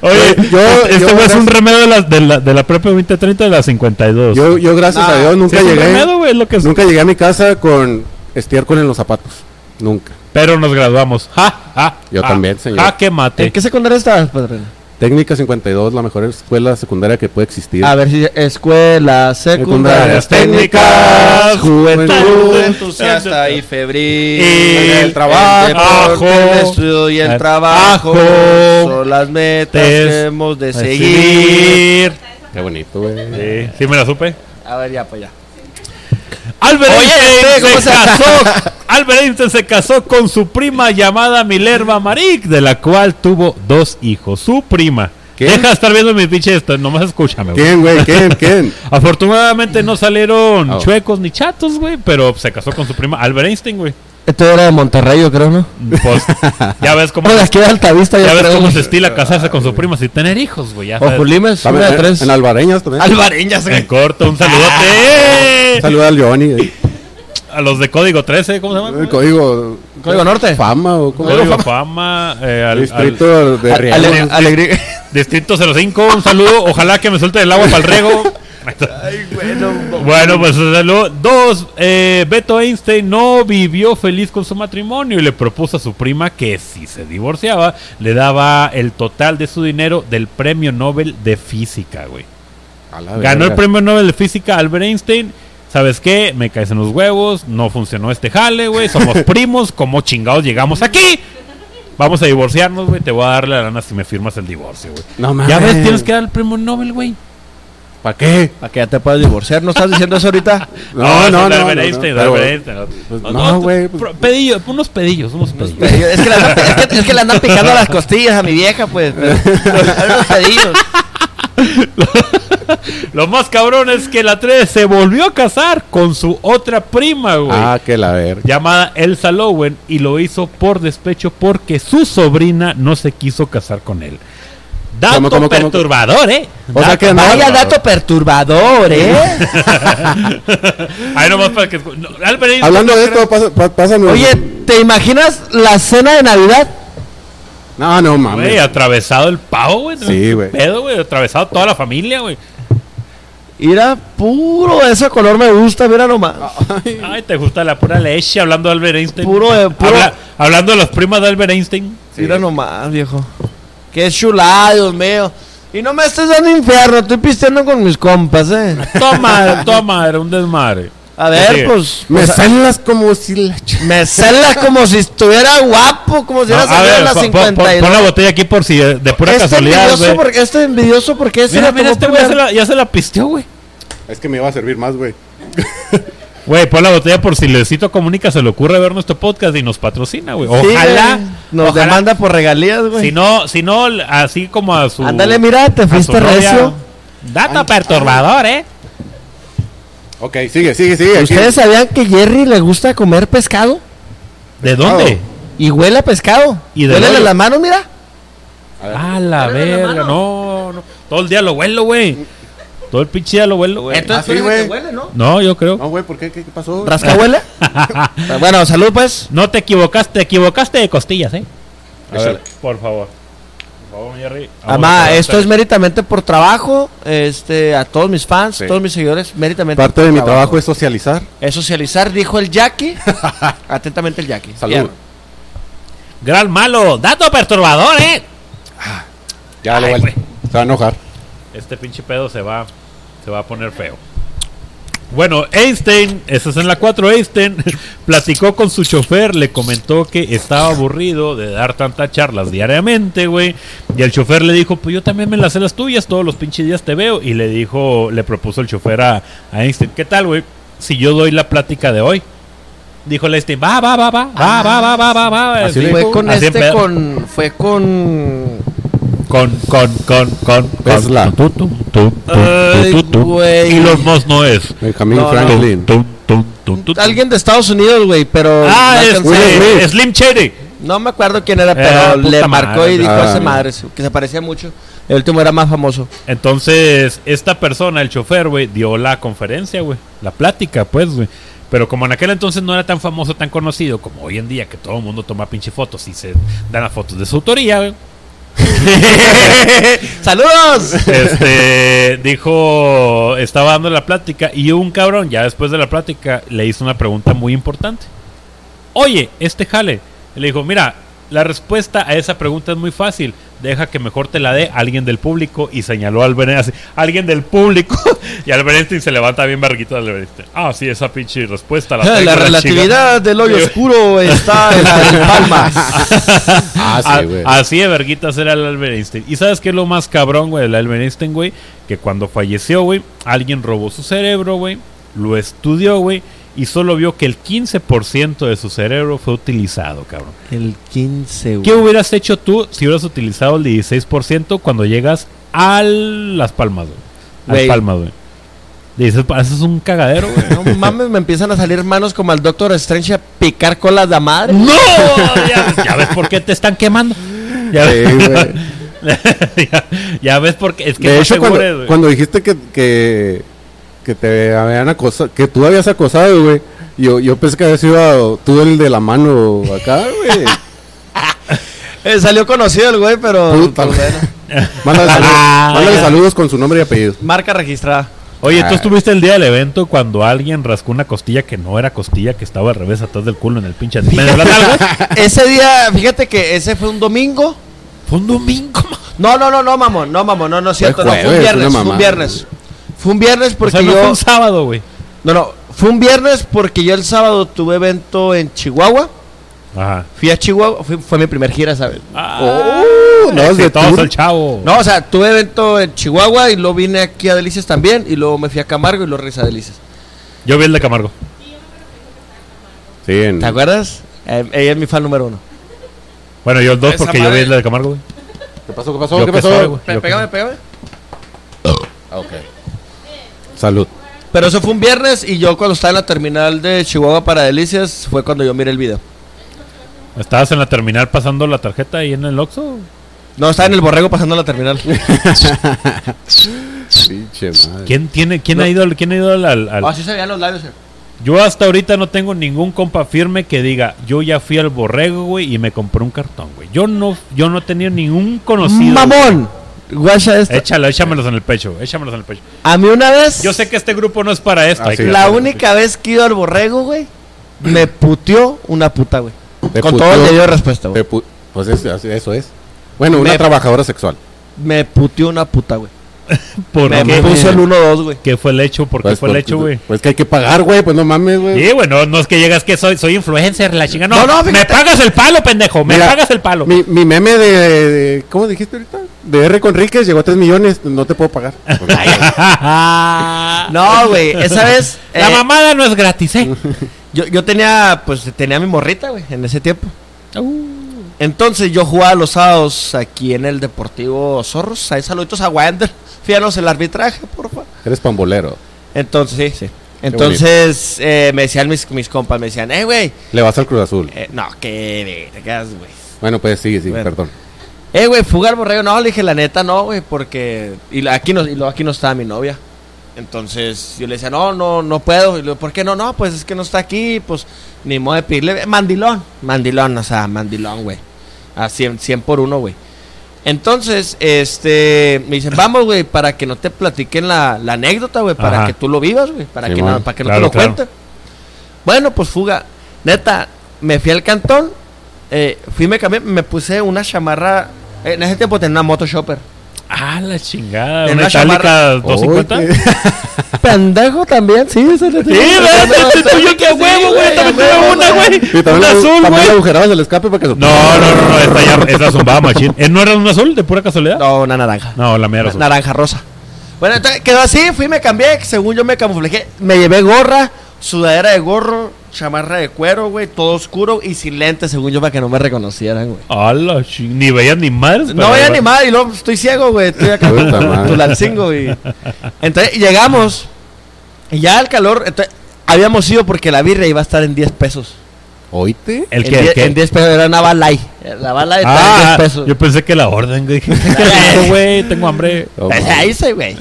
C: Yo-
B: este-
C: yo
B: este güey es un
C: gracias-
B: remedio de la, de la, de la prepa 2030 de la 52.
C: Yo, yo gracias
D: Nah,
C: a
B: Pues,
C: Dios,
B: Sí,
C: nunca
B: es un
C: llegué.
B: remedio, güey, pues. es lo que es.
C: Nunca llegué a mi casa con estiércol en los zapatos. Nunca.
B: Pero nos graduamos. Ja, ja,
C: Yo
B: ja.
C: también, señor.
B: Ja, que mate.
D: ¿En qué secundaria estabas, padrino?
C: Técnica 52, la mejor escuela secundaria que puede existir.
D: A ver si escuela, secundaria,
C: Secundarias
B: técnicas,
D: juventud
B: juventud, *laughs*
D: entusiasta y febril,
B: el trabajo,
D: deporte, el estudio y el
B: el
D: trabajo
B: trabajo,
D: son las metas
B: tes-
D: que hemos de
B: A
D: seguir.
C: Qué bonito, güey.
B: Sí, sí me la supe.
D: A ver ya pues ya.
B: Albert
D: Oye,
B: Einstein
D: este, ¿cómo
B: se,
D: se-
B: casó. Albert Einstein se casó con su prima llamada Minerva Marik, de la cual tuvo dos hijos. Su prima.
C: ¿Qué?
B: Deja de estar viendo mi pinche esto, nomás escúchame, güey.
C: ¿Quién, güey? ¿Quién?
B: *laughs*
C: ¿Quién?
B: Afortunadamente no salieron
C: Oh.
B: chuecos ni chatos, güey, pero se casó con su prima Albert Einstein, güey.
F: Esto era de Monterrey, yo creo, ¿no?
B: Pues ya ves cómo
F: Bueno, de aquí de Altavista,
B: ya
F: yo
B: ves
F: creo.
B: cómo se estila casarse con su prima sin tener hijos, güey. Ya
F: O
B: sabes.
F: Julimes,
C: También,
F: una de
C: eh,
F: tres.
C: En Albareñas también.
D: Alvareñas,
B: En corto, un
C: *laughs*
B: saludote.
C: Saluda al Giovanni.
B: *laughs*
C: eh.
B: A los de Código 13, ¿cómo se llama?
C: El código.
D: Código Norte.
C: Fama Este, o cómo.
B: Código Fama, eh, al, al
C: Distrito de
D: Ale-
C: Riego.
D: ale- alegría.
B: Distrito 05, un saludo. Ojalá que me suelte el agua para el riego. Bueno, pues un saludo. Dos, eh, Beto Einstein no vivió feliz con su matrimonio y le propuso a su prima que si se divorciaba, le daba el total de su dinero del premio Nobel de Física, güey.
C: A la
B: Ganó el
C: verga.
B: premio Nobel de Física Albert Einstein ¿Sabes qué? Me caes en los huevos, no funcionó este jale, güey,
C: *laughs*
B: somos primos, ¿cómo chingados llegamos aquí? Vamos a divorciarnos, güey, te voy a dar la lana si me firmas el divorcio, güey.
C: No mames.
E: Ya ves, tienes que dar el premio Nobel, güey.
C: ¿Para qué?
D: Para que ya te puedas divorciar, ¿no estás diciendo eso ahorita?
B: eso
C: No, no, no.
B: es
C: no,
B: Albert Einstein,
C: no, pero-
B: Albert Einstein, no.
C: pues,
B: No,
C: No, güey. pues,
E: Pro- Pedillos, unos pedillos, unos pedillos.
D: Es que, le andan, es que- es que le andan picando las costillas a mi
F: *laughs*
D: vieja, pues. pero- pero los pedillos.
B: Lo más cabrón es que la 3 se volvió a casar con su otra prima, güey.
C: Ah, que la verga.
B: Llamada Elsa Lowen y lo hizo por despecho porque su sobrina no se quiso casar con él. Dato
C: ¿Cómo, cómo, cómo?
B: perturbador, ¿eh?
C: O sea que no.
D: Vaya dato perturbador, ¿eh?
B: Ahí nomás para que... no, Albert Einstein-
C: Hablando de esto, pasa- pa- pásanos.
D: Oye, ¿te imaginas la cena de Navidad?
C: No, no mames.
B: Güey, atravesado el pavo, güey.
C: Sí, güey.
B: Pedo, güey. Atravesado toda la familia, güey.
D: Mira, puro, ese color me gusta, mira nomás.
C: Ah,
B: Ay, te gusta la pura leche hablando de Albert Einstein.
D: Puro, eh, puro.
B: Habla- hablando de las primas de Albert Einstein.
D: Mira nomás, viejo. Qué chulada, Dios mío. Y no me estés dando infierno, estoy pisteando con mis compas, ¿eh?
B: Toma, *laughs* toma, era un desmadre.
D: A
B: Sí.
D: ver, pues,
C: Me celas como si la ch-
D: me celas como si estuviera guapo, como si
B: No,
D: hubiera
B: a
D: salido
B: ver,
D: en las
B: pon- pon- pon
D: 52.
B: la botella aquí por si eh, de pura
D: Este
B: casualidad,
D: envidioso,
B: güey.
D: porque, este envidioso porque ese
B: Mira,
D: la
B: mira,
D: tomó
B: este güey se
D: primero.
B: la- ya se la pisteó, güey.
C: Es que me iba a servir más, güey.
B: Güey, pon la botella por si Lecito Comunica se le ocurre ver nuestro podcast y nos patrocina, güey.
D: Sí,
B: Ojalá.
D: güey, nos
B: ojalá.
D: demanda por regalías, güey.
B: Si no, si no, así como a su.
D: Ándale, mira, te
B: a su
D: fuiste
B: novia.
D: recio.
B: Dato perturbador, eh.
C: Ok, sigue, sigue, sigue. aquí.
D: ¿Ustedes sabían que Jerry le gusta comer pescado?
B: ¿De dónde?
D: Y huele a pescado.
B: Y de
D: Huélele
B: rollo.
D: las manos, mira.
B: A la verga, no, no. Todo el día lo vuelo, güey. Todo el pinche día lo vuelo, güey.
C: Ah, sí, güey.
B: Eh. No, yo creo.
C: No, güey, ¿por qué? ¿Qué qué pasó?
D: Rasca huele. bueno, salud pues.
B: *laughs* No te equivocaste, te equivocaste de costillas, eh.
C: A ver.
B: Por favor. Por favor, Jerry.
D: Amá, esto es méritamente por trabajo. Este, a todos mis fans,
C: Sí.
D: todos mis seguidores, méritamente.
C: Parte
D: por
C: de mi trabajo es socializar.
D: es socializar, dijo
B: *laughs*
D: el Jackie. Atentamente el Jackie.
C: Salud.
B: Gran malo, dato perturbador, eh.
C: Ya le
B: Ay,
C: vale. Se va a enojar.
B: Este pinche pedo se va, se va a poner feo. Bueno, Einstein, esa es en la 4, Einstein *laughs* platicó con su chofer, le comentó que estaba aburrido de dar tantas charlas diariamente, güey. Y el chofer le dijo, pues yo también me las sé las tuyas, todos los pinches días te veo. Y le dijo, le propuso el chofer a, a Einstein, ¿qué tal, güey? Si yo doy la plática de hoy. Dijo el Einstein, va, va, va, va, va, va, va, va, va, va.
C: Así
B: Así,
C: le-
D: Fue con
B: Así
D: este,
B: empezó.
D: con. Fue con.
B: Con, con, con, con, con.
C: Tesla.
B: tu, tu, tu, tu,
D: Ay,
B: tu, tu.
D: güey.
B: Y los mos no es.
C: Benjamin
D: No, no.
C: Franklin.
B: Tum, tum, tum, tum, tum.
D: Alguien de Estados Unidos, güey, pero.
B: Ah,
D: no
B: este,
D: alcancé.
C: Will Smith.
B: Slim Shady.
D: No me acuerdo quién era,
B: Era
D: pero
B: puta
D: le marcó
B: madre.
D: y dijo
C: Ah.
D: ese madre, que se parecía mucho. El último era más famoso.
B: *laughs* Entonces, esta persona, el chofer, güey, dio la conferencia, güey. La plática, pues, güey. Pero como en aquel entonces no era tan famoso, tan conocido como hoy en día, que todo el mundo toma pinche fotos y se dan las fotos de su autoría, güey.
D: ¡Saludos!
B: *laughs* Este, dijo, estaba dando la plática y un cabrón, ya después de la plática, le hizo una pregunta muy importante. Oye, este jale. Le dijo, mira, la respuesta a esa pregunta es muy fácil. Deja que mejor te la dé alguien del público. Y señaló al Albert Einstein, alguien del público. *laughs* Y Albert Einstein se levanta bien barriguito de Albert Einstein. Ah, sí, esa pinche respuesta la
D: *laughs* La,
B: tengo, la
D: relatividad del hoyo
B: Sí.
D: oscuro está en la del
C: *laughs*
D: Palmas.
C: Ah,
B: A-
C: sí, güey.
B: así de verguitas era el Albert Einstein. ¿Y sabes qué es lo más cabrón, güey, del Albert Einstein, güey? Que cuando falleció, güey, alguien robó su cerebro, güey, lo estudió, güey, y solo vio que el 15% de su cerebro fue utilizado, cabrón.
D: El 15,
B: ¿Qué hubieras hecho tú si hubieras utilizado el 16% cuando llegas a Las Palmas, güey? Las
D: Güey.
B: Palmas, güey. Dices, "Pa- eso es un cagadero,
C: *laughs*
B: güey.
D: No mames, me empiezan a salir manos como al Doctor Strange a picar colas de madre.
B: ¡No! Ya, ya ves por qué te están quemando. Ya,
C: Sí, güey.
B: *laughs* ya- ya ves por qué. Es que
C: de
B: no
C: hecho,
B: asegures,
C: cuando,
B: güey.
C: cuando dijiste que, que, que te habían acosado, que tú habías acosado, güey, yo, yo pensé que habías sido tú el de la mano acá, *laughs* güey.
D: Eh, salió conocido el güey, pero.
C: Puta,
D: pero
C: güey.
D: bueno.
C: *laughs* Mándale, saludos,
B: Ah,
C: mándale
B: ya.
C: saludos con su nombre y apellido.
D: Marca registrada.
B: Oye, tú
C: Ah.
B: estuviste el día del evento cuando alguien rascó una costilla que no era costilla, que estaba al revés atrás del culo en el pinche. ¿Me la
C: *laughs*
F: *laughs*
B: nalga?
D: Ese día, fíjate que ese fue un domingo.
B: Fue un domingo, ma.
D: No, no, no, no, mamón, no, mamón, no, no es cierto.
C: Fue
D: no, fue un
C: jueves,
D: viernes,
C: una
D: fue un
C: mamá.
D: viernes. Fue un viernes
B: O
D: porque
B: sea, no fue
D: yo.
B: un sábado, güey.
D: No, no,
F: Fue un viernes porque yo el sábado tuve evento en Chihuahua.
B: Ajá.
F: Fui a Chihuahua, fui- fue mi primer gira, ¿sabes?
B: Ah,
C: Oh, no, es de
B: exitoso
C: tour.
B: el chavo.
F: No, o sea, tuve evento en Chihuahua y luego vine aquí a Delicias también y luego me fui a Camargo y luego regresé a Delicias.
B: Yo vi el de Camargo.
C: Sí, en-
F: ¿Te acuerdas? Eh, ella es mi fan número uno.
B: Bueno, yo el 2
F: Esa
B: porque yo vi
F: madre-
B: el de Camargo, güey.
C: ¿Qué pasó? ¿Qué pasó?
B: Yo
C: ¿Qué
B: que
C: pasó?
B: soy, güey. Yo que
F: Pégame,
B: soy.
F: pégame.
C: Salud.
F: Pero eso fue un viernes y yo cuando estaba en la terminal de Chihuahua para Delicias fue cuando yo miré el video.
B: ¿Estabas en la terminal pasando la tarjeta ahí en el Oxxo?
F: No, estaba en el borrego pasando la terminal.
C: Pinche madre.
B: ¿Quién tiene, quién
F: No.
B: ha ido, al- quién ha ido al, al-
C: Ah,
B: al-
F: Así se veían los labios. eh.
B: Yo hasta ahorita no tengo ningún compa firme que diga, yo ya fui al borrego, güey, y me compré un cartón, güey. Yo no, yo no he tenido ningún conocido.
D: ¡Mamón! Guacha esto.
B: Échalo, échamelos en el pecho, échamelos en el pecho.
F: A mí una vez,
B: Yo sé que este grupo no es para esto.
C: Ah,
B: hay
C: sí.
B: que-
F: la única vez que he ido al borrego, güey, me puteó una puta, güey.
C: Te
F: Con
C: puteó-
F: todo el debido respuesta, güey.
C: te pu- Pues es- así- eso es. Bueno, una
F: Me-
C: trabajadora sexual.
F: Me puteó una puta, güey.
B: ¿Por
F: Me
B: qué?
F: puso el 1-2, güey.
B: ¿Qué fue el hecho? ¿Por qué
C: Pues,
B: fue el
C: por-
B: hecho, güey?
C: Pues que hay que pagar, güey. Pues no mames, güey.
B: Sí, bueno, no es que llegas que soy, soy influencer, la chinga. No,
F: No, no,
B: me pagas el palo, pendejo. Me
C: Mira,
B: pagas el palo.
C: Mi, mi meme de, de- ¿Cómo dijiste ahorita? De R. Conríquez llegó a 3 millones. No te puedo
B: *laughs*
C: pagar.
B: *laughs* la
F: No, güey, esa *laughs* vez... eh,
B: mamada no es gratis, ¿eh?
F: Yo, yo tenía, pues tenía mi morrita, güey, en ese tiempo. Uh. Entonces yo jugaba los sábados aquí en el Deportivo Zorros. Ahí saluditos a Wander. Fíjanos el arbitraje, por favor.
C: Eres pambolero.
F: Entonces, sí, sí. Entonces eh, me decían mis, mis compas, me decían, eh, güey.
C: Le vas al Cruz Azul.
F: eh, no, que te quedas, güey.
C: Bueno, pues sí, sí,
F: Bueno.
C: perdón.
F: Eh, güey, fuga al borrego. No, le dije, la neta, no, güey, porque. Y la- aquí no, y luego aquí no estaba mi novia. Entonces yo le decía, no, no, no puedo. Y luego, ¿Por qué no? No, pues es que no está aquí, pues ni modo de pedirle. Mandilón, mandilón, o sea, mandilón, güey. A 100, 100 por uno, güey. Entonces, este, me dicen, vamos, güey, para que no te platiquen la, la anécdota, güey, para
B: Ajá.
F: que tú lo vivas, güey, para, que,
C: Simón,
F: no, para que
B: claro,
F: no te lo
B: claro.
F: cuenten. Bueno, pues fuga. Neta, me fui al cantón, eh, fui, me cambié, me puse una chamarra. eh, en ese tiempo tenía una moto shopper.
B: Ah, la chingada.
F: En
B: ¿Una
F: una
B: itálica
F: chamarra-
B: 250?
C: Oy,
B: Sí,
D: Pendejo también, sí, eso lo tengo.
B: ¿verdad? Este tuyo que a huevo, güey. También tuve una, güey.
C: *laughs* Y también
B: Una
C: le-
B: azul,
C: también le
B: güey.
C: agujerabas el escape para que...
B: No, no, no, no, esta ya esta zumbaba machín. ¿Eh, ¿No era un azul de pura casualidad?
F: No, una naranja.
B: No, la mía era azul.
F: Naranja rosa. Bueno, entonces quedó así, fui, me cambié, según yo me camuflejé, me llevé gorra, sudadera de gorro, chamarra de cuero, güey, todo oscuro y sin lentes, según yo, para que no me reconocieran, güey.
B: A la ching- Ni veías ni madres.
F: No
B: pero-
F: voy animado y luego estoy ciego, güey, estoy acá
C: Puta
F: con
C: madre.
F: Tulancingo, güey. Entonces llegamos y ya el calor, entonces, habíamos ido porque la birria iba a estar en 10 pesos.
B: *laughs*
C: ¿Oíste?
B: ¿El
F: En
B: qué? ¿El
F: die-
B: qué?
F: En 10 pesos era una balay. La balay estaba
B: Ah,
F: en 10 pesos.
B: yo pensé que la orden,
F: *laughs*
B: güey. ¿Qué rico, *laughs* güey? Tengo hambre.
C: Oh,
F: Pues
C: madre.
F: ahí soy, güey.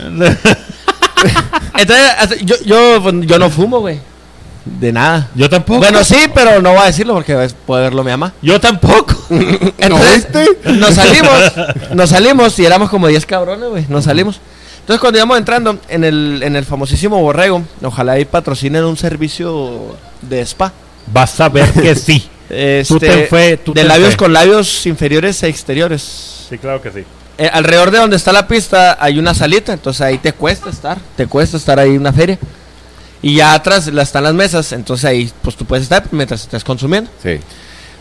F: Entonces, así- yo, yo, pues, yo no fumo, güey. De nada.
B: Yo tampoco.
F: Bueno, sí, pero no voy a decirlo porque ves- puede verlo mi mamá.
B: Yo tampoco.
F: Entonces,
C: ¿Oíste?
B: *laughs*
F: nos salimos, nos salimos y éramos como 10 cabrones, güey. Nos salimos. Entonces, cuando íbamos entrando en el, en el famosísimo Borrego, ojalá ahí patrocinen un servicio de spa.
B: Vas a ver que sí.
F: Este,
B: te fue, tú
F: de
B: te
F: labios
B: fue.
F: con labios inferiores e exteriores.
B: Sí, claro que sí.
F: Eh, alrededor de donde está la pista hay una salita, entonces ahí te cuesta estar, te cuesta estar ahí en una feria. Y ya atrás la- están las mesas, entonces ahí pues tú puedes estar mientras estás consumiendo.
C: Sí.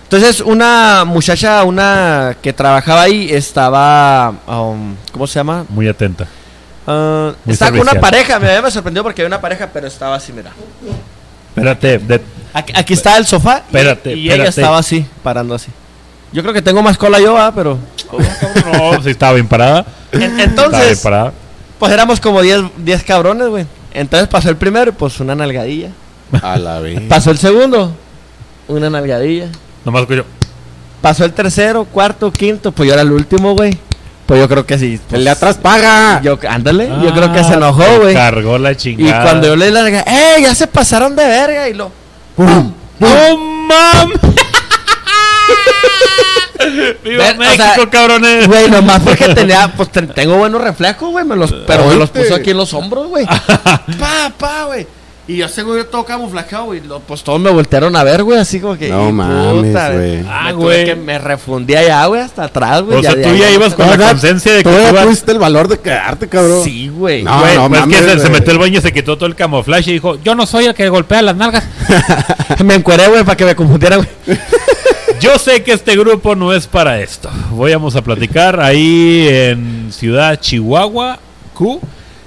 F: Entonces una muchacha, una que trabajaba ahí, estaba, um, ¿cómo se llama?
B: Muy atenta.
F: Ah,
B: Muy
F: estaba con
B: servicial.
F: una pareja, me, me sorprendió porque había una pareja, pero estaba así, mira.
B: Espérate, de- *laughs*
F: Aquí, aquí está el sofá y-
B: Espérate,
F: y, ella
B: espérate.
F: estaba así, parando así. Yo creo que tengo más cola yo, ah, pero...
B: no, sí estaba bien parada.
F: En-
B: Estaba bien
F: entonces...
B: parada.
F: Pues éramos como 10 10 cabrones, güey. Entonces pasó el primero, pues una nalgadilla.
C: A la vez.
F: Pasó el segundo, una nalgadilla.
B: Nomás escucho.
F: Pasó el tercero, cuarto, quinto, pues yo era el último, güey. Pues yo creo que sí. pues,
C: El de atrás paga.
F: Yo, ándale, yo creo que
B: Ah,
F: se
B: te
F: enojó, güey.
B: Cargó la
F: Y
B: chingada.
F: cuando yo le di la nalga, ¡eh! Ya se pasaron de verga y lo.
C: ¡Pum!
B: *laughs* ¡No mames! ¡Viva
F: Ver, o
B: México,
F: sea,
B: cabrones! Ah, *laughs*
F: Güey, nomás porque tenía, pues te- tengo buenos reflejos, güey. Me los, pero me los
C: Oíste.
F: puso aquí en los hombros, güey. pa, pa, güey.
D: Y yo seguro todo camuflajeado, güey. lo- Pues todos me voltearon a ver, güey, así
B: *laughs*
D: como que.
C: No
D: y
C: mames, güey.
D: me
B: Ah,
D: tuve
B: güey.
D: Que me refundía ya, güey, hasta atrás, güey.
B: O sea, tú ya ibas con
C: No,
B: la
C: no,
B: conciencia de que tú
C: Todavía
B: ibas-
C: tuviste el valor de quedarte, cabrón.
D: Sí, güey.
C: No,
B: Güey,
C: no
B: pues es
C: mames,
B: que se, se
C: güey.
B: metió al baño y se quitó todo el camuflaje y dijo, yo no soy el que golpea las nalgas.
F: *laughs* Me encueré, güey, para que me confundiera, güey.
B: *laughs* Yo sé que este grupo no es para esto. Vamos a platicar ahí en Ciudad Chihuahua, Q.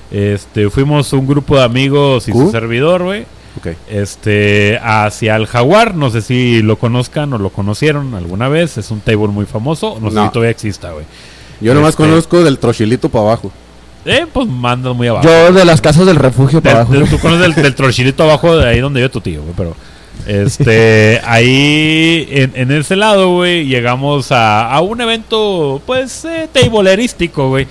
B: Este, fuimos un grupo de amigos y su
C: ¿Q?
B: servidor, güey.
C: Ok.
B: Este, hacia el Jaguar, no sé si lo conozcan o lo conocieron alguna vez, es un table muy famoso, no, sé
C: No.
B: si todavía exista, güey.
C: Yo nomás
B: Este-
C: conozco del trochilito para abajo.
B: Eh, pues mandan muy abajo.
F: Yo de las casas del refugio para
B: Del-
F: abajo.
B: del- tú conoces del, del trochilito abajo de ahí donde vive tu tío, güey, pero...
F: *laughs*
B: Este, ahí, en, en ese lado, güey, llegamos a, a un evento, pues, eh, tablerístico, güey.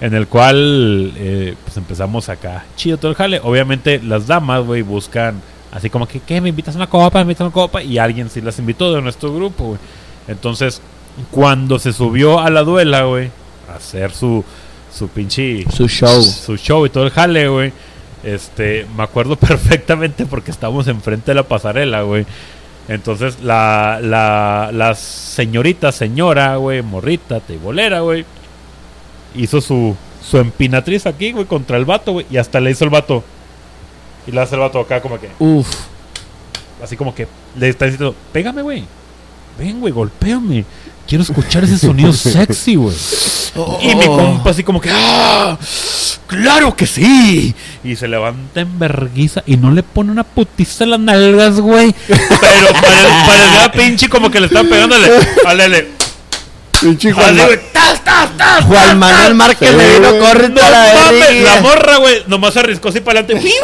B: En el cual, eh, pues, empezamos acá. Chido todo el jale. Obviamente, las damas, güey, buscan así como que, ¿qué? ¿Me invitas a una copa? ¿Me invitas a una copa? Y alguien sí las invitó de nuestro grupo, güey. Entonces, cuando se subió a la duela, güey, a hacer su, su pinche
F: Su show.
B: su show y todo el jale, güey. Este, me acuerdo *laughs* perfectamente porque estábamos enfrente de la pasarela, güey. Entonces, la, la, la señorita, señora, güey, morrita, teibolera, güey, hizo su, su empinatriz aquí, güey, contra el vato, güey, y hasta le hizo el vato. Y le hace el vato acá, como que,
F: Uf.
B: así como que, le está diciendo, pégame, güey. Ven, güey, golpéame. Quiero escuchar ese
F: *laughs*
B: sonido sexy, güey. Y mi
F: Oh.
B: compa así como que, ¡ah! ¡Claro que sí! Y se levanta en verguiza y no le pone una putiza a las nalgas, güey. Pero pare- parecía pinche como que le estaba pegándole. *laughs* Alele.
C: Pinche
B: Así,
C: Juan
B: Ah, güey. ¡Tas, tas, tas!
D: Juan Manuel Márquez
C: Sí,
D: le vino
C: güey.
D: corriendo
B: ¡No
D: a la
B: mames!
D: verga.
B: La morra, güey, nomás se arriscó así para adelante. *laughs*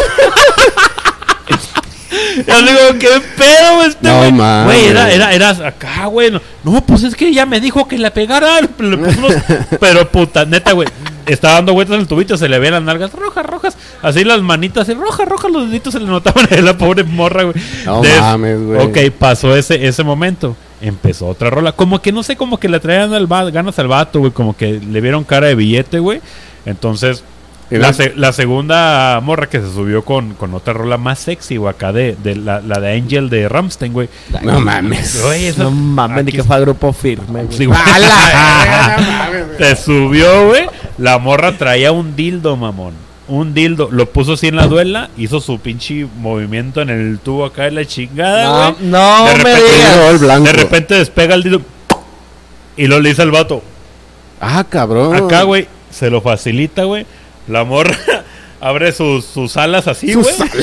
B: Yo le digo, ¿qué pedo, güey, este
C: No
B: güey?
C: mames.
B: Güey, era, era, era acá, güey. No, no, pues es que ella me dijo que la pegara. le puso
C: *laughs*
B: unos- Pero puta, neta, güey. Estaba dando vueltas en el tubito, se le veían las nalgas rojas, rojas. Así las manitas, así rojas, rojas. Los deditos se le notaban a la pobre morra, güey.
C: No mames, güey.
B: Ok, pasó ese, ese momento. Empezó otra rola. Como que no sé, como que le traían al va- ganas al vato, güey. Como que le vieron cara de billete, güey. Entonces,
C: Era-
B: la, se- la segunda morra que se subió con, con otra rola más sexy, güey, acá de, de la, la de Angel de Ramstein, güey.
C: No mames.
B: Oye, esa-
F: No mames, ni
B: aquí
F: que fue a grupo firme.
B: sí, *laughs* güey. Se subió, güey. La morra traía un dildo, mamón. Un dildo. Lo puso así en la duela. Hizo su pinche movimiento en el tubo acá de la chingada,
D: No,
B: Ah, güey.
D: no
B: De
D: me
B: repente-
D: digas.
C: el blanco.
B: De repente despega el dildo. Y lo le dice al vato.
C: Ah, cabrón.
B: Acá, güey, se lo facilita, güey. La morra *laughs* abre sus, sus alas así,
C: Sus
B: güey. *laughs*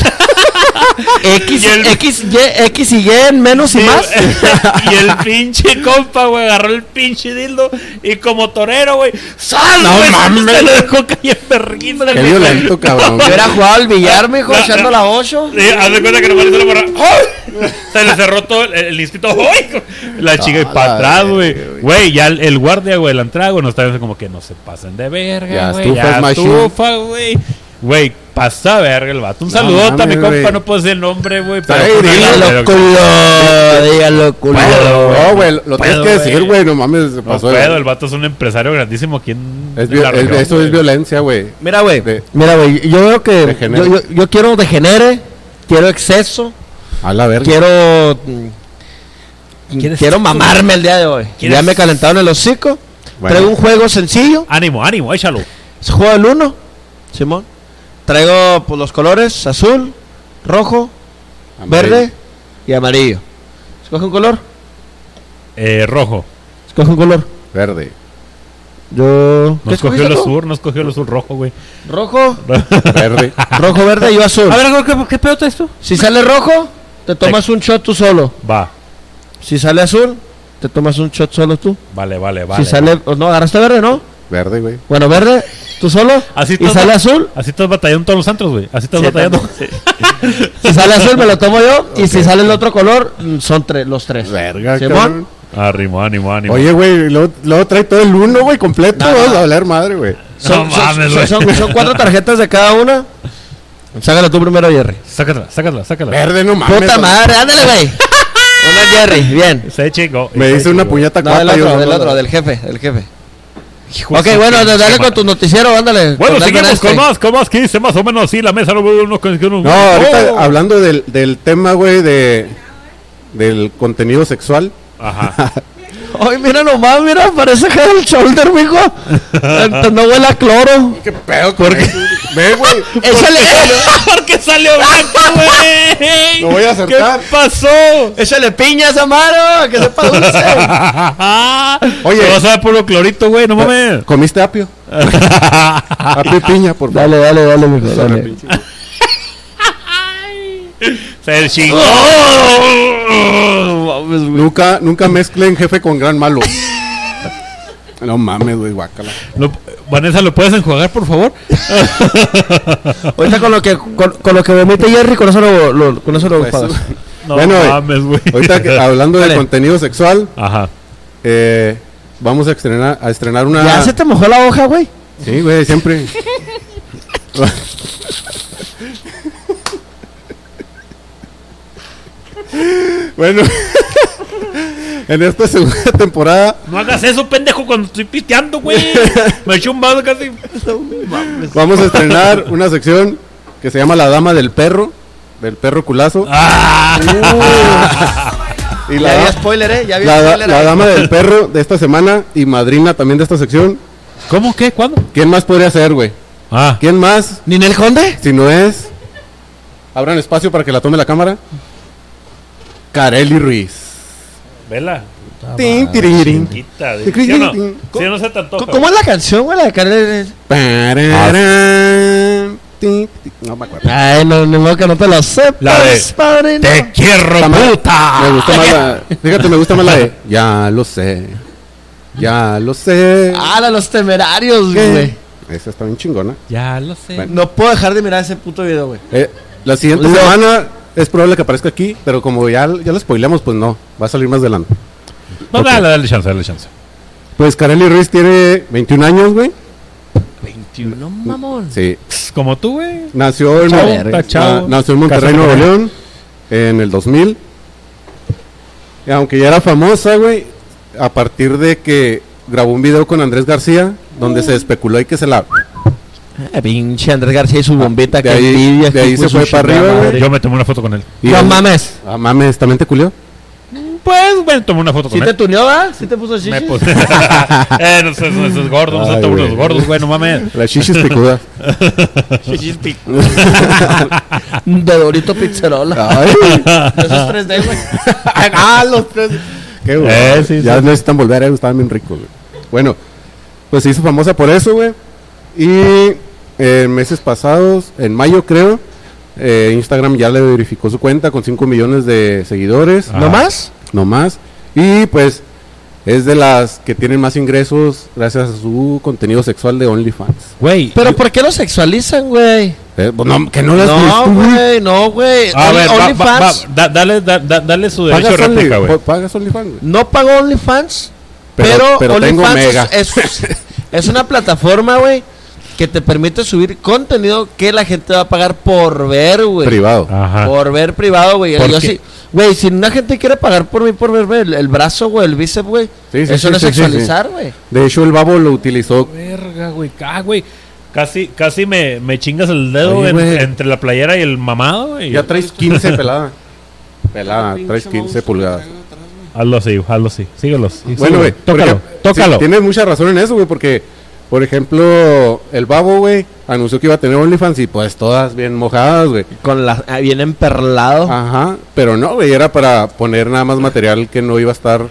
D: X,
B: Y el-
D: X, Y,
F: eh,
D: X y Y en menos
B: *laughs*
D: y
B: Sí,
D: más.
B: güey. y el pinche compa, güey, agarró el pinche dildo y como torero, güey, ¡sal,
C: No
B: güey!
C: mames.
B: Se lo dejó *laughs* caer perrito.
C: Qué violento, cabrón.
D: Yo hubiera jugado al
F: Ah.
D: billar, mijo,
B: La-
D: echando la 8.
B: Sí, haz de cuenta que nomás le hizo la morra. ¡Ay! Se le cerró todo el, el instinto. ¡Ay! La chica y
C: Ah,
B: para
C: la
B: atrás, güey.
C: verga, güey.
B: Güey, ya el, el guardia, güey, la entrada, güey, nos está viendo como que no se pasen de
C: Ya
B: verga, güey.
C: estufas,
B: Ya
C: machín.
B: estufa, güey. Güey, pasa verga el vato. Un
C: No
B: saludote a mi
C: mames,
B: compa,
C: güey.
B: no puedo decir el nombre, güey.
C: Ay,
B: fue una
C: dígalo,
B: gran-
F: culo, dígalo, culo.
C: No, güey, lo- lo
B: Puedo,
C: tienes que decir,
B: güey.
C: güey. No mames, se
B: No
C: pasó.
B: puedo, el vato es un empresario grandísimo aquí en
C: Es
B: en
C: vi-
B: la
C: es-
B: región,
C: Eso es
B: güey.
C: violencia, güey.
D: Mira, güey.
C: De-
F: Mira, güey, yo veo que
C: Degenere.
F: yo, yo, yo quiero degenere, quiero exceso,
C: A la verga.
F: quiero mm, quiero mamarme el día de hoy.
B: ¿Quieres-
F: Ya me calentaron el hocico.
C: Bueno.
F: Traigo un juego sencillo,
B: Ánimo, ánimo, échalo.
F: es juego del uno.
D: Simón. Traigo pues, los colores: azul, rojo,
C: Amarillo.
D: verde y amarillo. Escoge un color.
B: Eh, rojo.
F: Escoge un color.
C: Verde.
F: Yo
B: Nos
D: escogiste
B: cogió el
D: tú?
B: sur, nos cogió el sur rojo, güey.
D: Rojo,
C: Verde.
D: rojo, verde y yo azul.
E: A ver, ¿qué, qué pedo traes tú?
D: Si sale rojo, te tomas un shot tú solo.
B: *laughs* Va,
D: Si sale azul, te tomas un shot solo tú.
B: vale, vale, vale.
D: si sale. oh, No, agarraste verde, ¿no?
C: Verde, güey.
D: Bueno, verde, tú solo.
B: Así
D: y
B: todo-
D: sale azul.
B: Así estás batallando en todos los antros, güey. Así estás
D: Sí,
B: batallando.
D: Si sale azul, me lo tomo yo. Y si sale el otro color, mm, son tres, los tres.
C: Verga,
D: Simón.
C: cabrón.
B: Arrimo, *laughs* ánimo, ánimo.
C: Oye, güey, y luego, luego trae todo el uno, güey, completo.
D: No, no.
C: Vamos a hablar madre, güey.
D: Son,
B: No
D: son-
B: mames,
D: son-
B: güey.
D: son- son
B: *laughs*
D: cuatro tarjetas de cada una. Sácala tú primero, Jerry.
B: sácala, sácala, sácala.
C: Verde, no mames.
D: Puta
C: güey.
D: madre, ándale, güey. Una Jerry, bien.
B: Se chingó.
C: Me
B: Se
C: hice una
B: chingó.
C: puñeta
D: No, del
C: cuata y
D: otro,
C: una
D: del
C: bola.
D: otro, del jefe, del jefe.
B: Hijo
F: Ok,
B: de su
F: bueno,
B: pinche
F: dale con
B: madre.
F: tu noticiero, ándale.
B: Bueno,
F: Con
B: seguimos
F: Einstein.
B: con más, con más que dice más o menos así la mesa. No, no, no,
D: ¡Oh!
C: No, ahorita
B: Oh.
C: hablando del, del tema, güey, de, del contenido sexual.
B: Ajá. *laughs*
F: Ay, mira nomás, mira, parece que el shoulder, mijo. Entonces, no huele a cloro.
C: ¿Qué pedo? Porque, ve,
D: *laughs*
C: güey.
F: Échale.
B: Porque salió
C: *laughs*
B: blanco, güey.
C: Lo voy a acertar.
B: ¿Qué
C: *laughs*
B: pasó?
F: Échale piñas, Amaro, que sepa *laughs* dulce.
B: Oye,
C: Oye. Ah.
B: vas Ah. a dar puro clorito, güey, no mames.
D: *laughs*
C: ¿Comiste apio? apio y piña, por favor.
F: Dale, dale, dale, mijo,
C: Dale,
F: dale.
C: pinche.
B: Se chingó.
C: Nunca, nunca mezclen jefe con gran malo. No mames, güey, guácala.
B: Lo- Vanessa, ¿lo puedes enjuagar, por
C: *laughs*
B: favor?
F: Ahorita con lo que con, con lo que vomite Jerry, con eso lo, lo- con eso lo
C: Pues,
F: enjuagas.
B: No
C: Bueno, güey,
B: mames, güey.
C: ahorita que- hablando de
F: Dale.
C: contenido sexual,
B: Ajá.
C: eh, vamos a estrenar, a estrenar una.
F: Ya se te mojó la hoja, güey.
C: Sí, güey, siempre. bueno, *laughs* en esta segunda temporada
B: No hagas eso, pendejo, cuando estoy pisteando,
C: *laughs*
B: güey. Me eché un vaso casi.
C: vamos a estrenar una sección que se llama La Dama del Perro, del perro culazo.
B: Ah.
C: Uh. y la,
D: Ya había
C: da-
D: spoiler, ¿eh? Ya había
C: la da-
D: spoiler.
C: la
D: ahí.
C: Dama del Perro de esta semana y madrina también de esta sección.
B: ¿Cómo? ¿Qué? ¿Cuándo?
C: ¿Quién más podría ser, güey?
B: Ah.
C: ¿Quién más?
F: ¿Ninel Conde?
C: Si no es, abran espacio para que la tome la cámara. Carelli Ruiz.
B: Vela.
F: Ah,
C: Tin, tiririn.
B: Quita,
C: Sí,
B: de...
C: sí,
B: Si no,
C: sí.
B: sí, no se te antoja.
F: ¿Cómo es la canción, güey? La de Karen.
C: Pararán. Tin, tin. No me acuerdo.
F: Ay, no, ni modo que no te la sepas,
B: La de-
F: padrino.
B: Te quiero,
C: Está mal.
B: puta.
C: Me gusta más la. Fíjate, me gusta más la de. Ya lo sé. Ya lo sé.
F: Ah, la de los temerarios,
C: ¿Qué?
F: güey.
C: Esa está bien chingona.
E: Ya lo sé.
C: Bueno.
F: No puedo dejar de mirar ese puto video, güey.
C: Eh, la siguiente
F: Lo-
C: semana es probable que aparezca aquí, pero como ya, ya lo spoileamos, pues no. Va a salir más adelante.
B: No, dale, dale chance, dale chance.
C: Pues Carelli Ruiz tiene 21 años, güey.
E: 21, mamón.
C: Sí.
B: Como tú, güey.
C: Nació en,
B: Chavo,
C: Mon-
B: está
C: na-
B: chavo.
C: nació en Monterrey,
B: Casa
C: Nuevo
B: Monterrey.
C: León, en el 2000. Y aunque ya era famosa, güey, a partir de que grabó un video con Andrés García, donde se especuló y que se la...
F: Eh, pinche Andrés García y su bombita,
C: Ah, de
F: que
C: ahí-
F: envidia.
C: de
F: que
C: ahí
F: hijo
C: se fue
F: su
C: para
F: chingada
C: arriba,
F: madre.
C: güey.
B: Yo me tomé una foto con él.
C: Y
F: No
C: el-
F: mames.
C: Ah, mames, ¿también te culió?
B: Pues, bueno, tomé una foto
F: ¿Sí
B: con
F: te
B: él.
F: tuneó, va? ¿Sí te puso
B: Me
F: chichis?
B: puse. *laughs* eh, no seas, no seas gordo, no seas
C: Ay,
B: todos
C: güey.
B: los gordos, güey, no mames.
C: La chichis
F: *laughs*
C: picuda. *laughs*
F: De
C: *laughs*
F: Dorito Pizzerola.
C: Ay,
F: Esos 3D, güey.
C: ah, los tres. Qué bueno.
B: Eh, sí,
C: ya necesitan volver, eh, estaban bien ricos, güey. Bueno, pues se hizo famosa por eso, güey. Y eh, meses pasados, en mayo creo, eh, Instagram ya le verificó su cuenta con 5 millones de seguidores,
B: Ah.
F: ¿No más?
C: no más. Y pues es de las que tienen más ingresos gracias a su contenido sexual de OnlyFans.
B: Güey.
F: ¿Pero por qué lo sexualizan, güey?
C: Eh, pues, no, que no las
F: No, güey, no, güey.
B: A
F: Only-
B: ver, va, va,
F: OnlyFans.
B: va, da- dale, da- da- dale su derecho de
C: pagas, Only-
B: réplica, güey.
C: pa- pagas OnlyFans, güey.
F: No pago OnlyFans,
C: Pero-
F: pero,
C: pero tengo
F: OnlyFans
C: mega.
F: Es, es- *laughs* es una plataforma, güey, que te permite subir contenido que la gente va a pagar por ver, güey.
C: Privado.
B: Ajá.
F: Por ver privado, güey.
B: ¿Por
F: Yo
B: qué?
F: sí- Güey, si una gente quiere pagar por mí por verme el, el brazo, güey, el bíceps, güey,
C: Sí, sí,
F: eso
C: sí,
F: no es
C: sí, sí, sí.
F: sexualizar, güey.
C: De hecho, el babo lo utilizó
E: Verga, güey. Ah, güey.
B: Casi, casi me, me chingas el dedo
C: Oye,
B: en-
C: güey.
B: entre la playera y el mamado, güey.
C: Ya traes
F: *laughs*
C: 15 pelada. Pelada, traes 15 pulgadas.
B: *laughs* Hazlo así, güey, hazlo así. Síguelos. sí,
C: Bueno,
B: síguelos.
C: güey.
B: Tócalo,
C: porque-
B: tócalo.
C: sí, tienes mucha razón en eso, güey, porque, por ejemplo, el babo, güey, anunció que iba a tener OnlyFans y pues todas bien mojadas, güey.
F: Con la ah, bien emperlado.
C: Ajá, pero no, güey, era para poner nada más material que no iba a estar.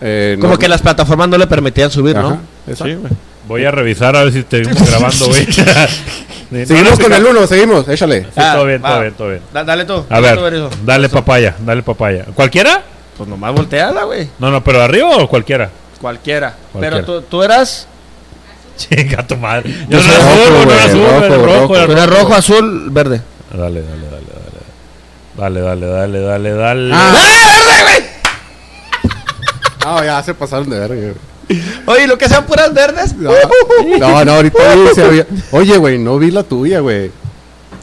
C: eh,
F: Como
C: no-
F: que las plataformas no le permitían subir,
C: Ajá,
F: ¿no?
C: exacto.
B: Sí, güey. Voy a revisar a ver si te vimos grabando, güey. *laughs*
C: Seguimos con el uno, seguimos, échale.
B: Sí, todo bien, todo bien, todo bien.
D: Da- dale tú.
B: A ver,
F: eso.
B: dale papaya, dale papaya. ¿Cualquiera?
D: Pues nomás volteala, güey.
B: No, no, pero arriba o cualquiera. *laughs*
D: Cualquiera.
B: Cualquiera.
F: Pero tú, tú eras...
B: Chinga tu madre. Yo no
C: soy
B: era
C: rojo,
B: azul, no
C: güey,
B: era azul,
C: rojo,
B: era rojo,
C: rojo.
B: era
F: Tú eras rojo, azul, verde.
B: Dale, dale, dale, dale. Dale, dale, dale, dale, dale.
F: ¡Ah,
C: Ah, No, ya se pasaron de verga. güey.
F: Oye, lo que sean puras verdes.
C: No, no, ahorita vi, se había- Oye, güey, no vi la tuya, güey.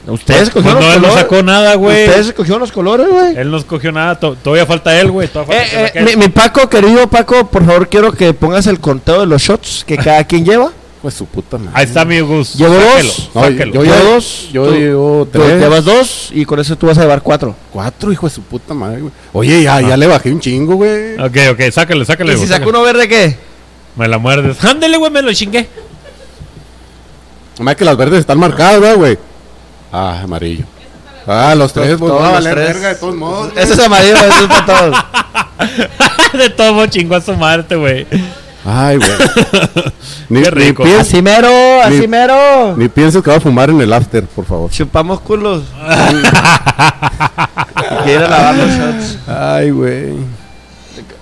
D: Ustedes
B: Pues
D: cogieron
B: no,
D: los
B: él no
D: colores.
B: sacó nada, güey.
D: Ustedes cogieron los colores, güey.
B: Él no escogió nada. to- todavía falta él, güey. todavía falta que
D: Eh,
B: saque
D: eh,
B: él.
D: mi, mi Paco, querido Paco, por favor quiero que pongas el conteo de los shots que cada quien lleva.
C: Pues su puta madre.
B: Ahí está mi Gus.
D: Llevo dos.
B: sáquelo,
C: No,
B: sáquelo.
C: yo, yo,
D: Llevo
C: llevo
D: dos,
C: Yo
D: tú-
C: llevo
D: Tú
C: tres.
D: llevas dos y con eso tú vas a llevar cuatro.
C: Cuatro, hijo de su puta madre, güey. Oye, ya,
D: Ah.
C: ya le bajé un chingo, güey.
B: Ok, ok, sácale, sácale.
D: ¿Y si
B: Gus,
D: saco
B: sácale.
D: uno verde qué?
B: Me la muerdes. *laughs* Ándele, güey, me lo chingué.
C: Nomás que las verdes están marcadas, ¿verdad, güey. Ah, amarillo. Ah, los tres, pues,
D: todos
C: va a
D: los
C: valer
D: tres. Eh.
C: verga de todos modos. güey.
D: Ese es amarillo, ese es para todos.
B: De todo modo chingó a su madre, güey.
C: Ay,
D: *laughs*
C: güey. ni,
B: Qué
C: ni
B: rico.
D: *laughs*
C: pienses-
D: Así mero, así
C: Ni-
D: mero.
C: ni pienses que va a fumar en el after, por favor. *laughs*
F: Chupamos culos.
D: Quiero lavar los shots.
C: Ay, güey.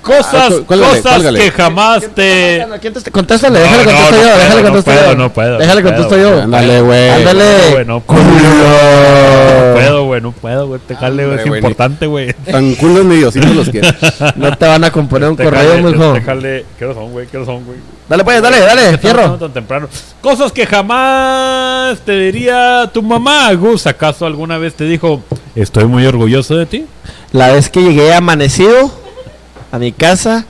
B: Cosas,
C: Ah, cuélgale,
B: cosas
C: cuélgale.
B: que jamás te...
D: Contéstale,
B: No,
D: déjale
B: no,
D: contesto
B: no
D: yo,
B: puedo,
D: déjale
B: no
D: contesto
B: puedo,
D: yo.
B: no puedo,
D: Déjale
B: no
D: contesto
B: puedo,
D: yo.
C: Ándale, güey.
D: Ándale.
B: güey, no puedo. No
D: Culo.
B: puedo, güey, no puedo, güey. Te jale, güey, es
C: Hombre, güey,
B: importante, güey.
C: Tan culos ni Diosito los quiere.
D: *laughs* *laughs* No te van a componer un
B: Te
D: correo,
B: jale,
D: mijo.
B: Te jale. ¿Qué horas son, güey? ¿Qué horas son, güey?
D: Dale pues, dale, dale,
B: Estamos
D: fierro.
B: tan temprano. Cosas que jamás te diría tu mamá, Gus. ¿Acaso alguna vez te dijo, estoy muy orgulloso de ti?
D: La vez que llegué amanecido a mi casa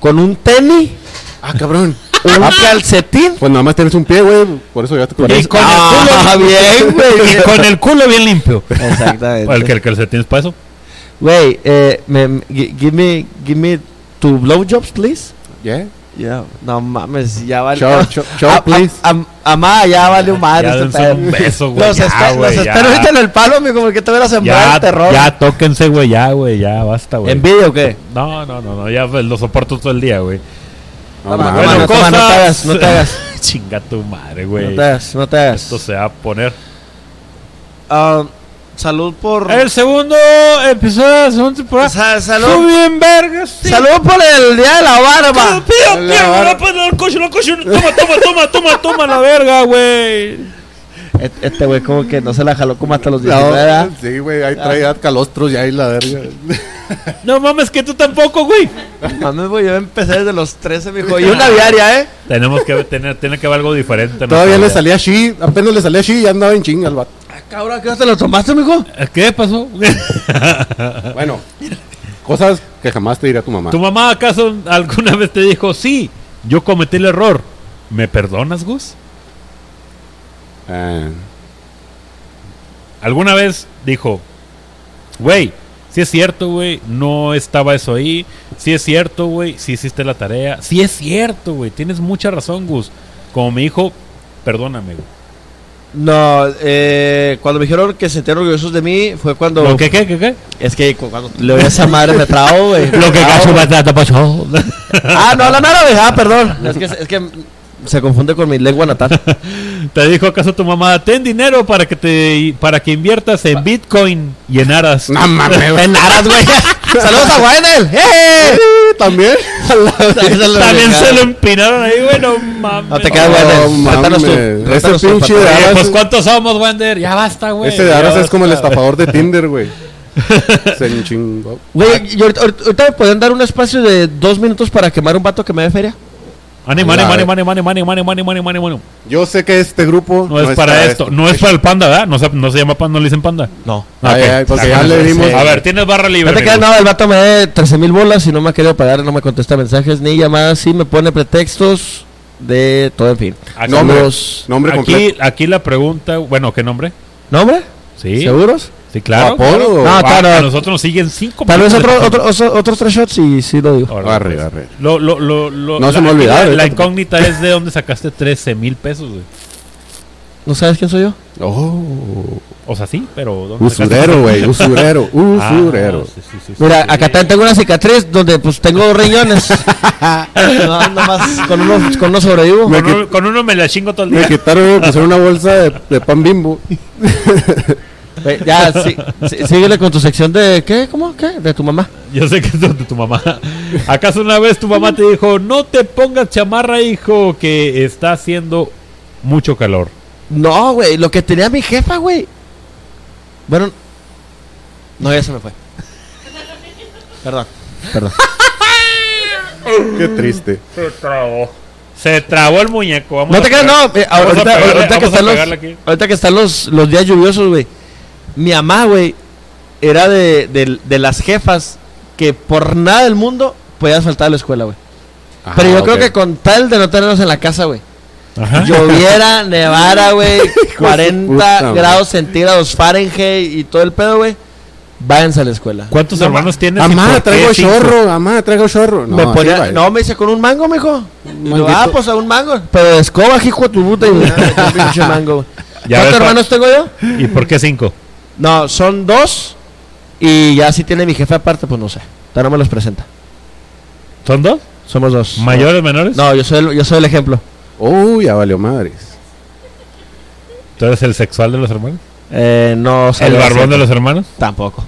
D: con un tenis,
C: *laughs* Ah, cabrón.
D: un calcetín
C: Pues nada más tienes un pie, güey. Por eso llegaste con
B: Ah, Y
C: eso.
B: con
D: Ah,
B: el culo *laughs*
D: bien, güey.
B: Y con el culo bien
D: *laughs*
B: limpio.
D: Exactamente.
B: El que el calcetín es para eso.
D: Güey, eh, me, me- gi- give me, give me tu blowjobs, please.
C: Yeah.
D: Ya, No mames, ya
B: Ah,
D: vale.
C: Chao, chao, chao,
D: Am- am-
C: please.
D: am- Amá, ya vale madre
B: ya
D: este
B: dense
D: pedo.
B: un beso, güey.
D: Los,
B: ya,
D: espe- los
B: güey, ya.
D: espero ahorita en el palo, amigo, porque te voy a sembrar
B: ya,
D: el terror.
B: ya, tóquense, güey, ya, güey, ya, basta, güey.
D: ¿Envidia o qué?
B: No, no, no, no, ya pues, lo soporto todo el día, güey.
C: No,
D: Toma,
C: mames.
D: Ah, toma, no, no te hagas, no te hagas.
B: *laughs* Chinga tu madre,
D: No
B: güey.
D: te hagas, no te hagas.
B: Esto se va a poner.
F: Ah, salud por.
G: El segundo episodio de la segunda temporada.
F: Sa-
G: Estuvo
F: salud.
G: bien vergas. sí.
D: Saludos por el día de la barba.
B: Pío,
C: Dale, pío, ahora. no,
B: Toma, toma, toma, toma, toma la verga, güey.
D: Et- Este güey como que no se la jaló como hasta los 19, ¿verdad?
C: No, sí, güey, ahí trae
B: Ah.
C: edad calostros y ahí la verga.
B: No mames, que tú tampoco, güey.
F: Mames, güey, yo empecé desde los 13, mijo.
D: Y *laughs* una diaria, ¿eh?
B: Tenemos que *laughs* tener, tiene que haber algo diferente. ¿no?
C: Todavía le salía así, apenas le salía así y andaba en chinga al vato.
D: Cabrón, ¿qué te lo tomaste, mijo?
B: Eh, ¿Qué pasó? *laughs* Ah.
C: Bueno, cosas que jamás te dirá tu mamá.
B: ¿Tu mamá acaso alguna vez te dijo, sí, yo cometí el error? ¿Me perdonas, Gus?
C: Eh,
B: ¿Alguna vez dijo, güey, si es cierto, güey, no estaba eso ahí? Si es cierto, güey, si hiciste la tarea. Si es cierto, güey, tienes mucha razón, Gus. Como me dijo, perdóname, güey.
F: No, eh, cuando me dijeron que se sentían orgullosos de mí fue cuando.
B: ¿Lo que qué, qué, qué? Ah,
F: Es que cu- cuando.
D: Le voy a esa madre me trago, güey.
B: batata *laughs* pasó.
D: Ah, no, la nada, güey. Ah, perdón. Es que, es que se confunde con mi lengua *laughs* natal.
B: ¿Te dijo acaso tu mamá, ten dinero para que te para que inviertas en Bitcoin y en aras? *laughs*
C: No mames, güey.
D: En aras, Ah, güey. Saludos a Wainel. ¡Eh!
C: También.
B: También se lo empinaron ahí, güey, no mames.
D: No te quedas, güey.
C: No
D: Trátanos tú.
C: mames.
D: Trátanos
C: Ese
D: tú,
C: pinche
D: patrón.
C: de
B: Oye,
C: aras-
B: pues ¿cuántos somos, Wander? Ya basta, güey.
C: Ese de
B: Ya
C: Aras es
B: basta.
C: como el estafador de
B: *laughs*
C: Tinder, güey. Se chingó.
D: Güey, y ahorita, ahorita me podrían dar un espacio de dos minutos para quemar un vato que me dé feria.
B: Ánimo, ánimo,
C: La-
B: ánimo, ánimo, ánimo, ánimo, ánimo, ánimo, ánimo, ánimo, ánimo.
C: Yo sé que este grupo
B: No, es para esto, no es para el panda, ¿verdad? No se, no se llama panda, no le dicen panda. Ah,
D: No.
C: Ay,
B: Ok.
C: ay, porque ya le dimos.
B: A ver, tienes barra libre.
D: No te quedas
B: amigo.
D: nada, el vato me dé 13 mil bolas y no me ha querido pagar, no me contesta mensajes ni llamadas, sí me pone pretextos de todo, en fin.
B: Aquí-
C: No, hombre.
D: Saludos.
C: nombre
B: Aquí,
C: completo.
B: aquí la pregunta, bueno, ¿qué nombre?
D: ¿Nombre?
B: Sí,
D: ¿Seguros?
B: sí, claro.
C: ¿Apodo o-
D: No,
B: Ah,
D: claro.
B: a nosotros nos siguen cinco
D: Tal vez
B: minutos de
D: otro,
B: persona.
D: otro, oso- otros tres shots y sí lo digo.
B: Ahora,
C: Arre,
B: pues.
C: arre.
B: Lo- lo- lo- lo-
C: No
B: la,
C: se me ha olvidado, eh,
B: La,
C: ahorita.
B: incógnita es de dónde sacaste 13 mil pesos, güey.
D: ¿No sabes quién soy yo?
C: Oh,
B: O sea, sí, pero ¿dónde sacaste?
C: usurero, güey. Usurero.
B: Ah,
C: Usurero.
B: sí, sí, sí, sí,
D: Mira,
B: sí.
D: acá también tengo una cicatriz donde pues tengo dos riñones. *laughs* no, nomás con uno, con uno sobrevivo.
B: Con, uno, con uno me la chingo todo el
C: Me
B: día.
C: quitaron me pusieron una bolsa de, de pan bimbo.
D: Güey, Ya, sí, sí- síguele con tu sección de... ¿Qué? ¿Cómo? ¿Qué? De tu mamá.
B: *laughs* Yo sé que es donde tu mamá. ¿Acaso una vez tu mamá te dijo, no te pongas chamarra, hijo, que está haciendo mucho calor?
D: No, güey, lo que tenía mi jefa, güey. Bueno, no, ya se me fue. Perdón.
C: Qué triste.
B: Se trabó el muñeco. Vamos
F: No
B: a
F: te creas,
B: pegar-
F: no. eh,
B: vamos a
F: ahorita,
B: pegarle-
F: ahorita que
B: vamos a
F: están los,
B: pegarle aquí.
F: ahorita que están los, los días lluviosos, güey. Mi mamá, güey, era de, de- de las jefas que por nada del mundo podías faltar a la escuela, güey.
C: Ah,
F: Pero yo creo que con tal de no tenernos en la casa, *laughs* güey.
B: Ajá.
F: Lloviera, nevara, güey, 40
C: puta, güey.
F: grados centígrados Fahrenheit y todo el pedo, güey. Váyanse a la escuela.
B: ¿Cuántos hermanos tienes? y por
C: Amá,
B: qué
C: traigo
B: cinco?
C: chorro, amá, traigo chorro. No,
F: me
C: sí,
F: ponía,
C: vale.
F: no, me dice con un mango, mijo. Y yo,
C: manguito.
F: ah, pues a un mango. Pero de escoba, hijo de tu puta. Y me *laughs* un pinche mango, güey.
B: Ya ves,
F: ¿Cuántos
B: pa-
F: hermanos tengo yo?
B: ¿Y por qué cinco?
F: No, son dos. Y ya si tiene mi jefe aparte, pues no sé. Ya no me los presenta.
B: ¿Son dos?
F: Somos dos.
B: ¿Mayores, menores?
F: No, yo soy el, yo soy el ejemplo.
C: Uy, ya valió madres.
B: ¿Tú eres el sexual de los hermanos?
F: Eh, no soy
B: ¿El
F: el
B: barbón de
F: ejemplo.
B: los hermanos?
F: Tampoco.
B: Ah.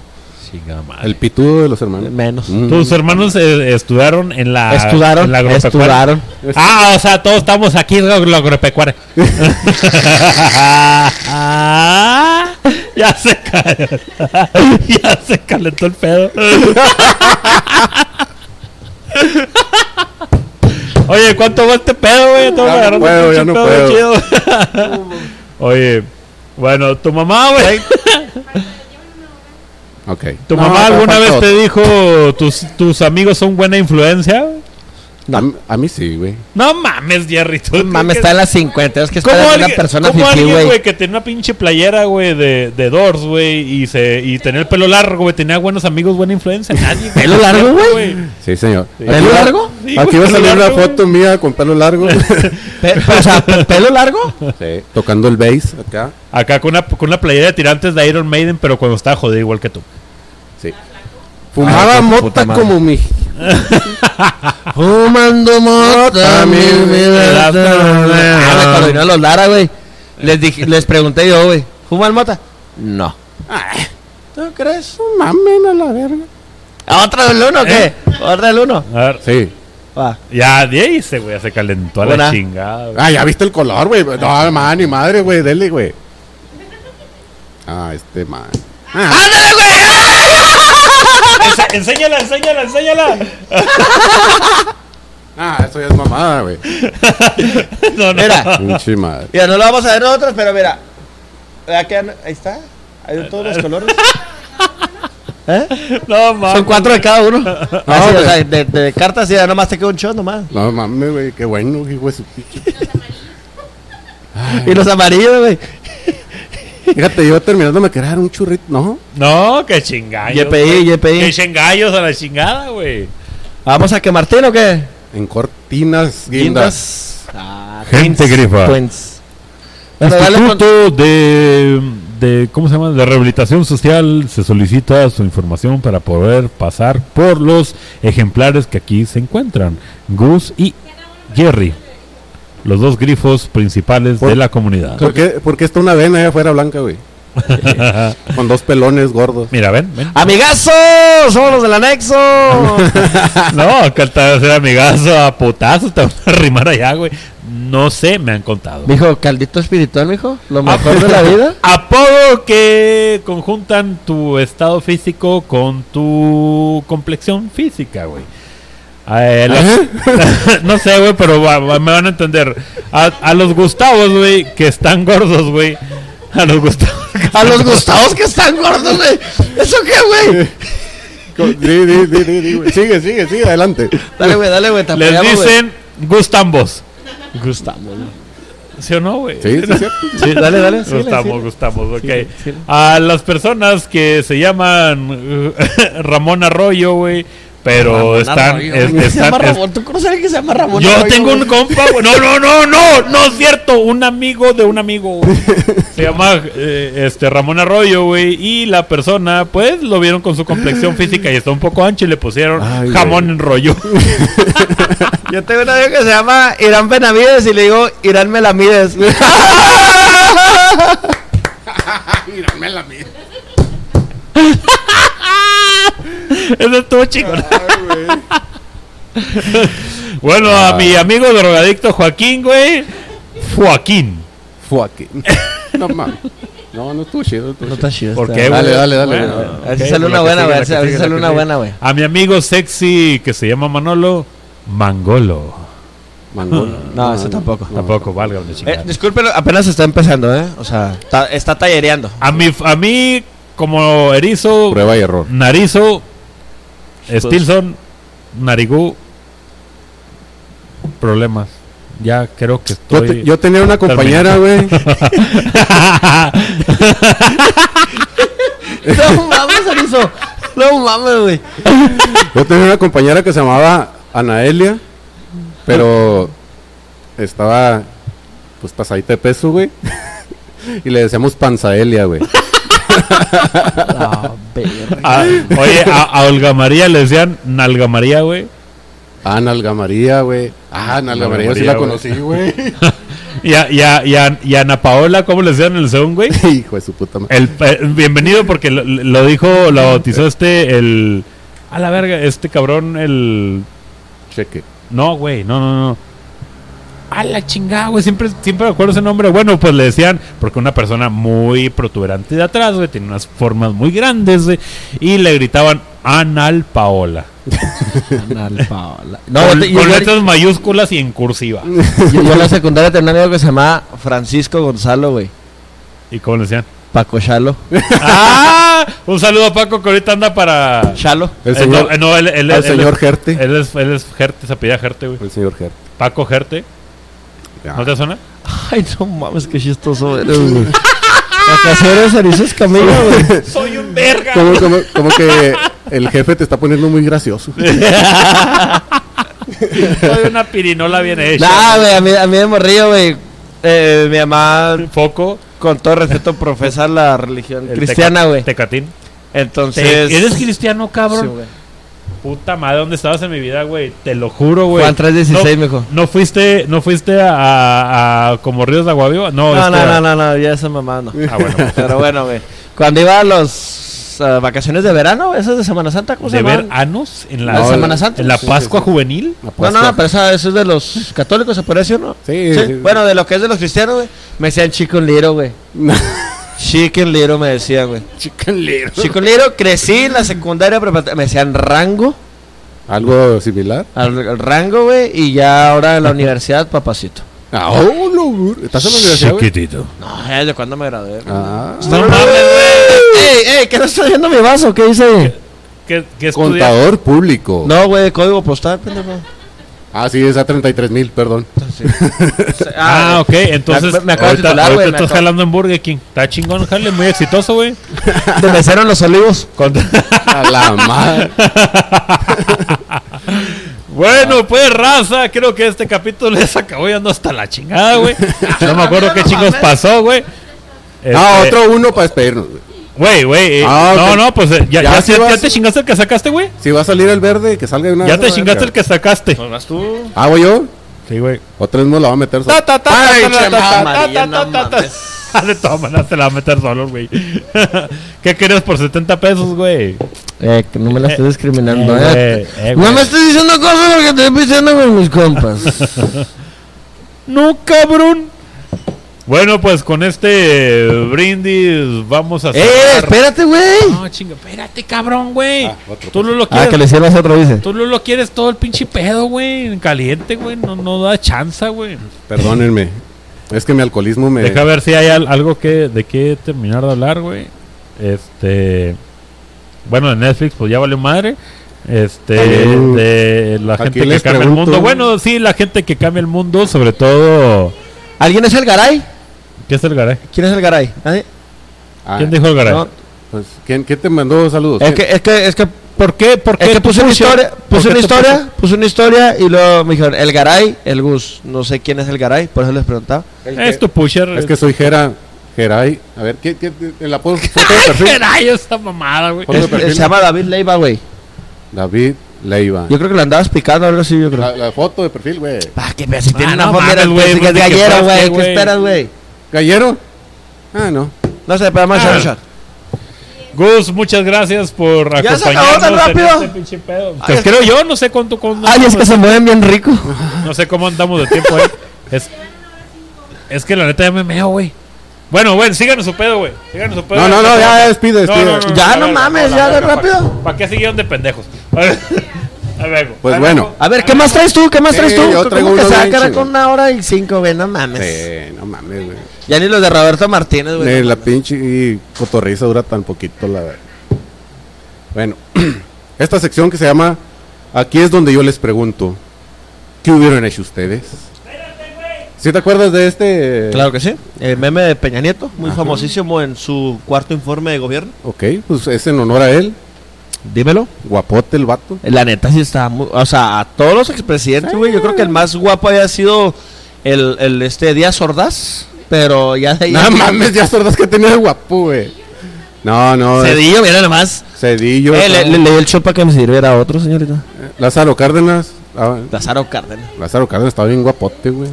C: El pitudo de los hermanos.
F: Menos.
C: Mm.
B: Tus hermanos eh, estudiaron en la. en
F: estudaron,
B: la agropecuaria?
F: estudaron.
C: Este-
B: Ah, o sea, todos estamos aquí en la la agropecuaria. *laughs* Ah, ya se calentó. *laughs* ya se calentó el pedo. *laughs* Oye, ¿cuánto va este pedo, güey? Estamos
C: Ya no
B: agarrando
C: puedo, ya
B: pinche
C: no
B: pedo chido. *laughs* Oye, bueno, tu mamá, güey.
C: Ok.
B: ¿Tu
C: No,
B: mamá
C: no,
B: alguna
C: para
B: vez
C: todos.
B: te dijo tus, tus amigos son buena influencia?
C: A, mí- a mí sí, güey.
B: No mames, Jerry. tú-
F: Mames,
B: ¿qué-
F: está en las 50. Es que
B: ¿Cómo
F: está en
B: alguien,
F: una persona
B: cómo
F: fifí,
B: alguien,
F: güey.
B: güey, que tenía una pinche playera, güey, de, de Doors, güey, y, se, y tenía el pelo largo, güey, tenía buenos amigos, buena
F: *laughs*
B: influencia? Nadie. güey.
F: ¿Pelo largo, güey?
C: Sí, señor.
F: ¿Pelo
C: Aquí va-
F: largo?
B: Sí, güey,
C: Aquí va
B: pelo
C: a salir una
B: largo, güey.
C: foto mía con pelo largo.
F: Pe- pero, o sea, pe- ¿pelo largo?
C: Sí, Tocando el bass acá.
B: Acá con una, con una playera de tirantes de Iron Maiden, pero cuando estaba jodido igual que tú.
C: Sí. Fumaba
F: Ah, con tu
C: mota
F: puta madre.
C: como mi.
F: Fumando mota, mi vida. Ah, güey, cuando vino los Lara, güey. Les, dije, les pregunté yo, güey. ¿Fuman mota? No.
C: ¿Tú crees? No mamen a la verga.
F: ¿A ¿Otra del uno o qué? ¿Otra del uno?
B: A ver,
C: Sí.
F: Va.
B: ya, dice, güey, ya se calentó a la
F: Buena.
B: chingada. güey.
C: Ah, ya viste el color, güey. No, man, ni madre, güey. Dele, güey. Ah, este man. Ah,
F: ¡Ándale, güey!
B: Ense- enséñala, enséñala, enséñala. *laughs*
C: ah, eso ya es mamada, *laughs* güey.
B: No, no.
F: Mira.
C: Pinche madre.
F: Mira, no lo vamos a ver nosotros, pero mira. Acá, ahí está. Hay de todos los colores.
B: No, mames.
F: Son cuatro de cada uno. Así, o
C: güey.
F: sea, de, de cartas, ya nomás te queda un shot nomás.
C: No mames, güey. Qué bueno, hijo de su pinche.
F: Y los amarillos, güey.
C: Fíjate, yo terminando me quería dar un churrito. No.
B: No, que chingallos.
F: YPI,
B: güey.
F: YPI.
B: Que chingallos a la chingada, güey.
F: ¿Vamos a que Martín o qué?
C: En cortinas guindas.
F: Ah,
B: Gente
F: twins,
B: grifa.
F: twins. Bueno, dale con-
B: Instituto de, de ¿cómo se llama? de rehabilitación social se solicita su información para poder pasar por los ejemplares que aquí se encuentran, Gus y Jerry, los dos grifos principales de la comunidad.
C: ¿Por qué, por qué está una vena allá afuera blanca, *laughs* güey? Con dos pelones gordos.
B: Mira, ven, ven.
F: ¡Amigazos! ¡Somos los del anexo! Ah.
B: No, acá está ese amigazo a putazos, te van a arrimar allá, güey. No sé, me han contado.
F: mijo, caldito espiritual, mijo. Lo mejor
B: pues.
F: de la *laughs* vida.
B: *laughs* Apodo que conjuntan tu estado físico con tu complexión física, güey. Eh, los-
F: ¿Eh?
B: *laughs* no sé, güey, pero va- va- me van a entender. A, a los Gustavos, güey, que están gordos, güey. A los Gustavos. *laughs*
F: A los Gustavos que están gordos, güey. ¿Eso qué, güey?
C: Sí, sí, sí, sí, sí, güey. Sigue, sigue, sigue, adelante.
F: Dale, güey, dale, güey. te
B: les
F: apoyamos, güey.
B: dicen Gustambos.
F: Gustavo, güey.
B: ¿Sí o no, güey?
C: Sí,
B: *laughs*
C: sí, es cierto.
F: Sí, dale, dale. síguele,
B: Gustamos,
F: síguele.
B: Gustamos, ok.
F: Sí, sí.
B: A las personas que se llaman *laughs* eh, Ramón Arroyo, güey, pero están, es-
F: ¿Quién se
B: están-
F: llama
B: es-
F: Ramón? ¿Tú conoces a alguien que se llama Ramón?
B: Yo
F: Arroyo,
B: tengo un
F: güey?
B: compa, güey. No, no, no, no, no es cierto. Un amigo de un amigo.
F: *laughs*
B: güey. Se llama eh, este Ramón Arroyo, güey. Y la persona, pues, lo vieron con su complexión física y está un poco ancho y le pusieron
C: Ay,
B: jamón
C: güey.
B: en rollo.
F: *laughs* Yo tengo un amigo que se llama Irán Benavides y le digo Irán Melamides.
C: Mírame la mía.
B: Eso estuvo chingón. bueno, a
C: Ah.
B: mi amigo drogadicto Joaquín, güey. Joaquín.
C: Joaquín. *laughs* No mames. No, no estuvo chido. No estuvo chido.
F: chido.
B: ¿Por
F: está.
B: qué,
C: Dale, dale, dale.
B: Bueno,
C: dale.
F: A ver si
B: ok,
F: sale
B: la
F: una
B: que
F: buena,
B: sigue,
F: güey,
B: la que
F: a ver si
B: sigue,
F: sale
B: la que
F: una
B: sigue.
F: buena, güey.
B: A mi amigo sexy que se llama Manolo, Mangolo.
C: Mangol.
F: No, eso tampoco.
C: Uh.
B: Tampoco, valga una
F: Eh,
B: chingada.
F: disculpen, apenas está empezando, ¿eh? O sea, está, está tallereando.
B: A mí, a mí, como erizo,
C: Prueba y error.
B: narizo, Stilson, narigú, problemas. Ya creo que
C: Yo,
B: estoy...
C: te-
B: *laughs*
C: yo tenía una compañera, *laughs* güey.
F: No mames, Arizo. No mames, güey.
C: Yo tenía una compañera que se llamaba Anaelia, pero estaba pues pasadita de peso, güey. *laughs* Y le decíamos panzaelia, güey.
B: A- Ah, oye, a, a Olga María le decían Nalga María, güey.
C: Ah, Nalga María, güey. Ah, Nalga María, sí
B: María,
C: la
B: güey.
C: *laughs* conocí, güey.
B: Y a, y, a, y, a- y a Ana Paola, ¿cómo le decían en el Zoom, güey?
C: Hijo de su puta madre.
B: El, eh, bienvenido porque lo, lo dijo, lo bautizó este, el... A la verga, este cabrón, el...
C: Cheque.
B: No, güey, no, no, no. A la chingada, güey, siempre, siempre me acuerdo ese nombre. Bueno, pues le decían, porque una persona muy protuberante de atrás, güey, tiene unas formas muy grandes, güey, y le gritaban Anal Paola.
F: No,
B: con,
F: yo, te- yo-
B: con
F: yo-
B: letras mayúsculas y en cursiva.
F: yo- yo en *laughs* la secundaria tenía un amigo que se llamaba Francisco Gonzalo, güey.
B: ¿Y cómo le decían?
F: Paco Chalo.
B: ¡Ah! Un saludo a Paco que ahorita anda para.
F: Chalo.
C: El
B: Eh, no,
C: señor,
B: eh, no, él, él-
C: al
B: él-
C: señor Gerte.
B: Él es, él es Gerte, se apellida Gerte, güey.
C: El señor *laughs* Gerte.
B: Paco Gerte.
C: Ya.
B: ¿No te suena?
F: *laughs* Ay, no mames, qué chistoso eres, güey. Acaso eres Arizo Escamilla,
B: *laughs*
F: güey.
B: ¡Soy un verga!
C: Como, como- como que el jefe te está poniendo muy *laughs* gracioso.
B: Soy una pirinola bien hecha.
F: *laughs* Nah, güey, a mí, a mí de morrillo, güey. eh, mi mamá,
B: Foco.
F: *laughs* con todo respeto, profesa la religión
B: el
F: cristiana,
B: teca-
F: güey.
B: Tecatín.
F: Entonces.
B: Te- ¿Eres cristiano,
F: Sí,
B: cabrón?
F: güey.
B: Puta madre, ¿dónde estabas en mi vida, güey? Te lo juro, güey.
F: Juan 316, mijo.
B: ¿No fuiste, no fuiste a, a- a como Ríos de Aguaviva? No,
F: No, no,
B: espera.
F: no, no, no, ya esa mamá no.
B: Ah, bueno.
F: *laughs* Pero bueno, güey. Cuando iba a las ah, vacaciones de verano, esas de ah, Semana Santa, ¿cómo se
B: ¿De ver
F: llamaban?
B: anos? ¿En la,
F: ¿La
C: No,
F: Semana Santa?
B: en la
C: Sí,
B: Pascua
C: sí,
B: Juvenil?
F: No, no, no, pero esa, eso es de los católicos, ¿se parece o no?
C: Sí, sí.
F: Bueno, de lo que es de los cristianos, güey. Me decían Chicken Little,
C: *laughs*
F: güey. Chicken Little me decían, güey.
C: Chicken little.
F: Chicken Little, crecí en la secundaria, preparatoria, me decían Rango,
C: ¿Algo similar?
F: al, al Rango, güey, y ya ahora en la universidad, papacito.
C: Ah, oh, no, ¿Estás en la universidad, güey?
B: Chiquitito.
F: No, ya desde cuándo me gradué. güey.
C: Ah,
B: No mames,
F: ¡Ey, ey! ¿Qué no está viendo mi vaso? ¿Qué dice?
B: güey. ¿Qué, qué estudias?
C: contador público.
F: No, güey, código postal, pendejo.
C: Ah, sí, es a 33 mil,
B: *laughs*
C: perdón.
B: Ah, ok, entonces
F: Me ac- me acabo de
B: ahorita,
F: titular,
B: ahorita
F: güey, me
B: estás
F: acabo-
B: jalando en Burger King. Está chingón, jale, muy exitoso, güey.
F: De mesero en los olivos.
C: A la madre.
B: Bueno, pues raza, creo que este capítulo les acabó yendo hasta la chingada, güey. No me acuerdo qué chingos pasó, güey.
C: Ah,
B: Este,
C: otro uno para despedirnos.
B: Güey,
C: güey.
B: güey. eh,
C: Ah,
B: No,
C: ok.
B: no, pues eh, ya,
C: Ya
B: ya-
C: sí
B: ya-
C: vas-
B: ya te chingaste el que sacaste, güey.
C: Si va a salir el verde, que salga de una
B: Ya
C: vez
B: te
C: la
B: chingaste el
C: verga.
B: que sacaste.
C: Ah, voy yo.
B: Sí, güey.
C: Otra vez me la va a meter. solo.
B: Ta, ta, ta,
C: Ay,
B: ta, ta,
C: che,
B: ta, ta,
F: María,
B: ta,
F: no
B: ta, ta, *laughs* ta. Ah, De todas maneras te la va a meter solo, güey. *laughs* ¿Qué querías por 70 pesos, güey?
F: *laughs* Eh, que no me la estoy discriminando,
B: Eh,
F: eh.
B: güey, eh,
F: No
B: güey.
F: me estoy diciendo cosas porque te estoy diciendo con mis *laughs* compas.
B: No, cabrón. Bueno, pues con este eh, brindis vamos a
F: ¡Eh,
B: cerrar.
F: espérate, güey!
E: No, chinga, espérate, cabrón, güey.
C: Ah, otro.
E: Tú no lo
F: Ah,
E: quieres.
F: que le hicieron otro, dice.
E: Tú no lo quieres todo el pinche pedo, güey. en Caliente, güey. No, no da chanza, güey.
C: Perdónenme. Es que mi alcoholismo me.
B: Deja ver si hay al- algo que de qué terminar de hablar, güey. Este. Bueno, de Netflix, pues ya valió madre. Este.
C: También.
B: De la
C: Aquí
B: gente que
C: les
B: cambia el
C: pregunto.
B: mundo. Bueno, sí, la gente que cambia el mundo, sobre todo.
F: ¿Alguien es el Garay?
B: ¿Qué es el Garay?
F: ¿Quién es el Garay? ¿Nadie?
C: Ah,
B: ¿Quién dijo el Garay?
F: No,
C: pues, ¿quién, quién te mandó saludos?
F: es
C: ¿Quién?
F: que, es que, es que,
B: ¿Por qué? ¿Por qué
F: es
B: tú
F: que puse una
B: pusiste-
F: historia,
B: por qué
F: puse una
B: tú
F: historia, puse una historia y luego me dijeron, el Garay, el Gus. No sé quién es el Garay, por eso les preguntaba.
B: pusiste- Es tu pusher.
C: Es que soy Jera. Geray. A ver, ¿quién, quién, el
B: *laughs*
C: apodo? Foto de perfil.
E: Caray, esta mamada, güey.
C: Foto de
F: Es-
C: perfil.
F: se llama David Leiva, güey.
C: David Leiva.
F: Yo creo que le andabas picando algo así, yo creo.
C: La, la foto de perfil, güey.
F: Ah, que me si tiene
E: Ah,
F: una
E: no
F: foto, mira,
E: mames, güey,
F: güey, que es
E: pues, ¿qué
F: gallero,
E: pasa,
F: güey, ¿qué
E: güey?
F: esperas, güey?
C: ¿Gallero? Ah, no.
F: No sé, pero más
B: Ah.
F: shot, shot.
B: *laughs* Gus, muchas gracias por
F: Ya
B: acompañarnos.
F: se acabó tan
B: en
F: rápido.
B: este pinche pedo. Pues creo yo, no sé cuánto. cuánto-
F: Ay, es que se mueven bien rico.
B: No sé cómo andamos de tiempo, eh. Es, es que la neta ya me meo, güey. Bueno, bueno, síganos su pedo, güey. Síganos su pedo.
C: No, no, no, ya despide, despide.
F: Ya, no mames, ya, de rápido.
C: *laughs*
B: ¿Para qué siguieron de pendejos? A ver,
C: Pues bueno.
F: A ver, ¿qué más traes tú? ¿Qué más
C: Sí,
F: traes tú?
C: yo
F: ¿Cómo
C: traigo
F: que
C: uno
F: se va a
C: bien
F: cargar
C: chingón.
F: con una hora y cinco, güey? No mames.
C: Sí, eh, no mames, güey.
F: Ya ni los de Roberto Martínez, güey.
C: Eh, la pinche y cotorriza dura tan poquito, la verdad. Bueno, *clears throat* esta sección que se llama Aquí es donde yo les pregunto, ¿qué hubieran hecho ustedes? ¿Sí te acuerdas de este?
F: Claro que sí.
D: El meme de Peña Nieto, muy
C: Ajá.
D: famosísimo en su cuarto informe de gobierno.
C: Ok, pues es en honor a él.
F: Dímelo.
C: Guapote el vato.
F: La neta sí estaba muy... O sea, a todos los expresidentes, güey. Yo creo que el más guapo había sido el, el este Díaz Ordaz. Pero ya de ahí...
C: No mames, ya sordas que tenía el guapo, güey. No, no. es-
F: Cedillo, mira nomás.
C: Cedillo.
F: Eh, le, le- le di el shot para que me sirviera a otro, señorita.
C: Lázaro Cárdenas. ah,
F: Lázaro Cárdenas.
C: Lázaro Cárdenas estaba bien guapote, güey.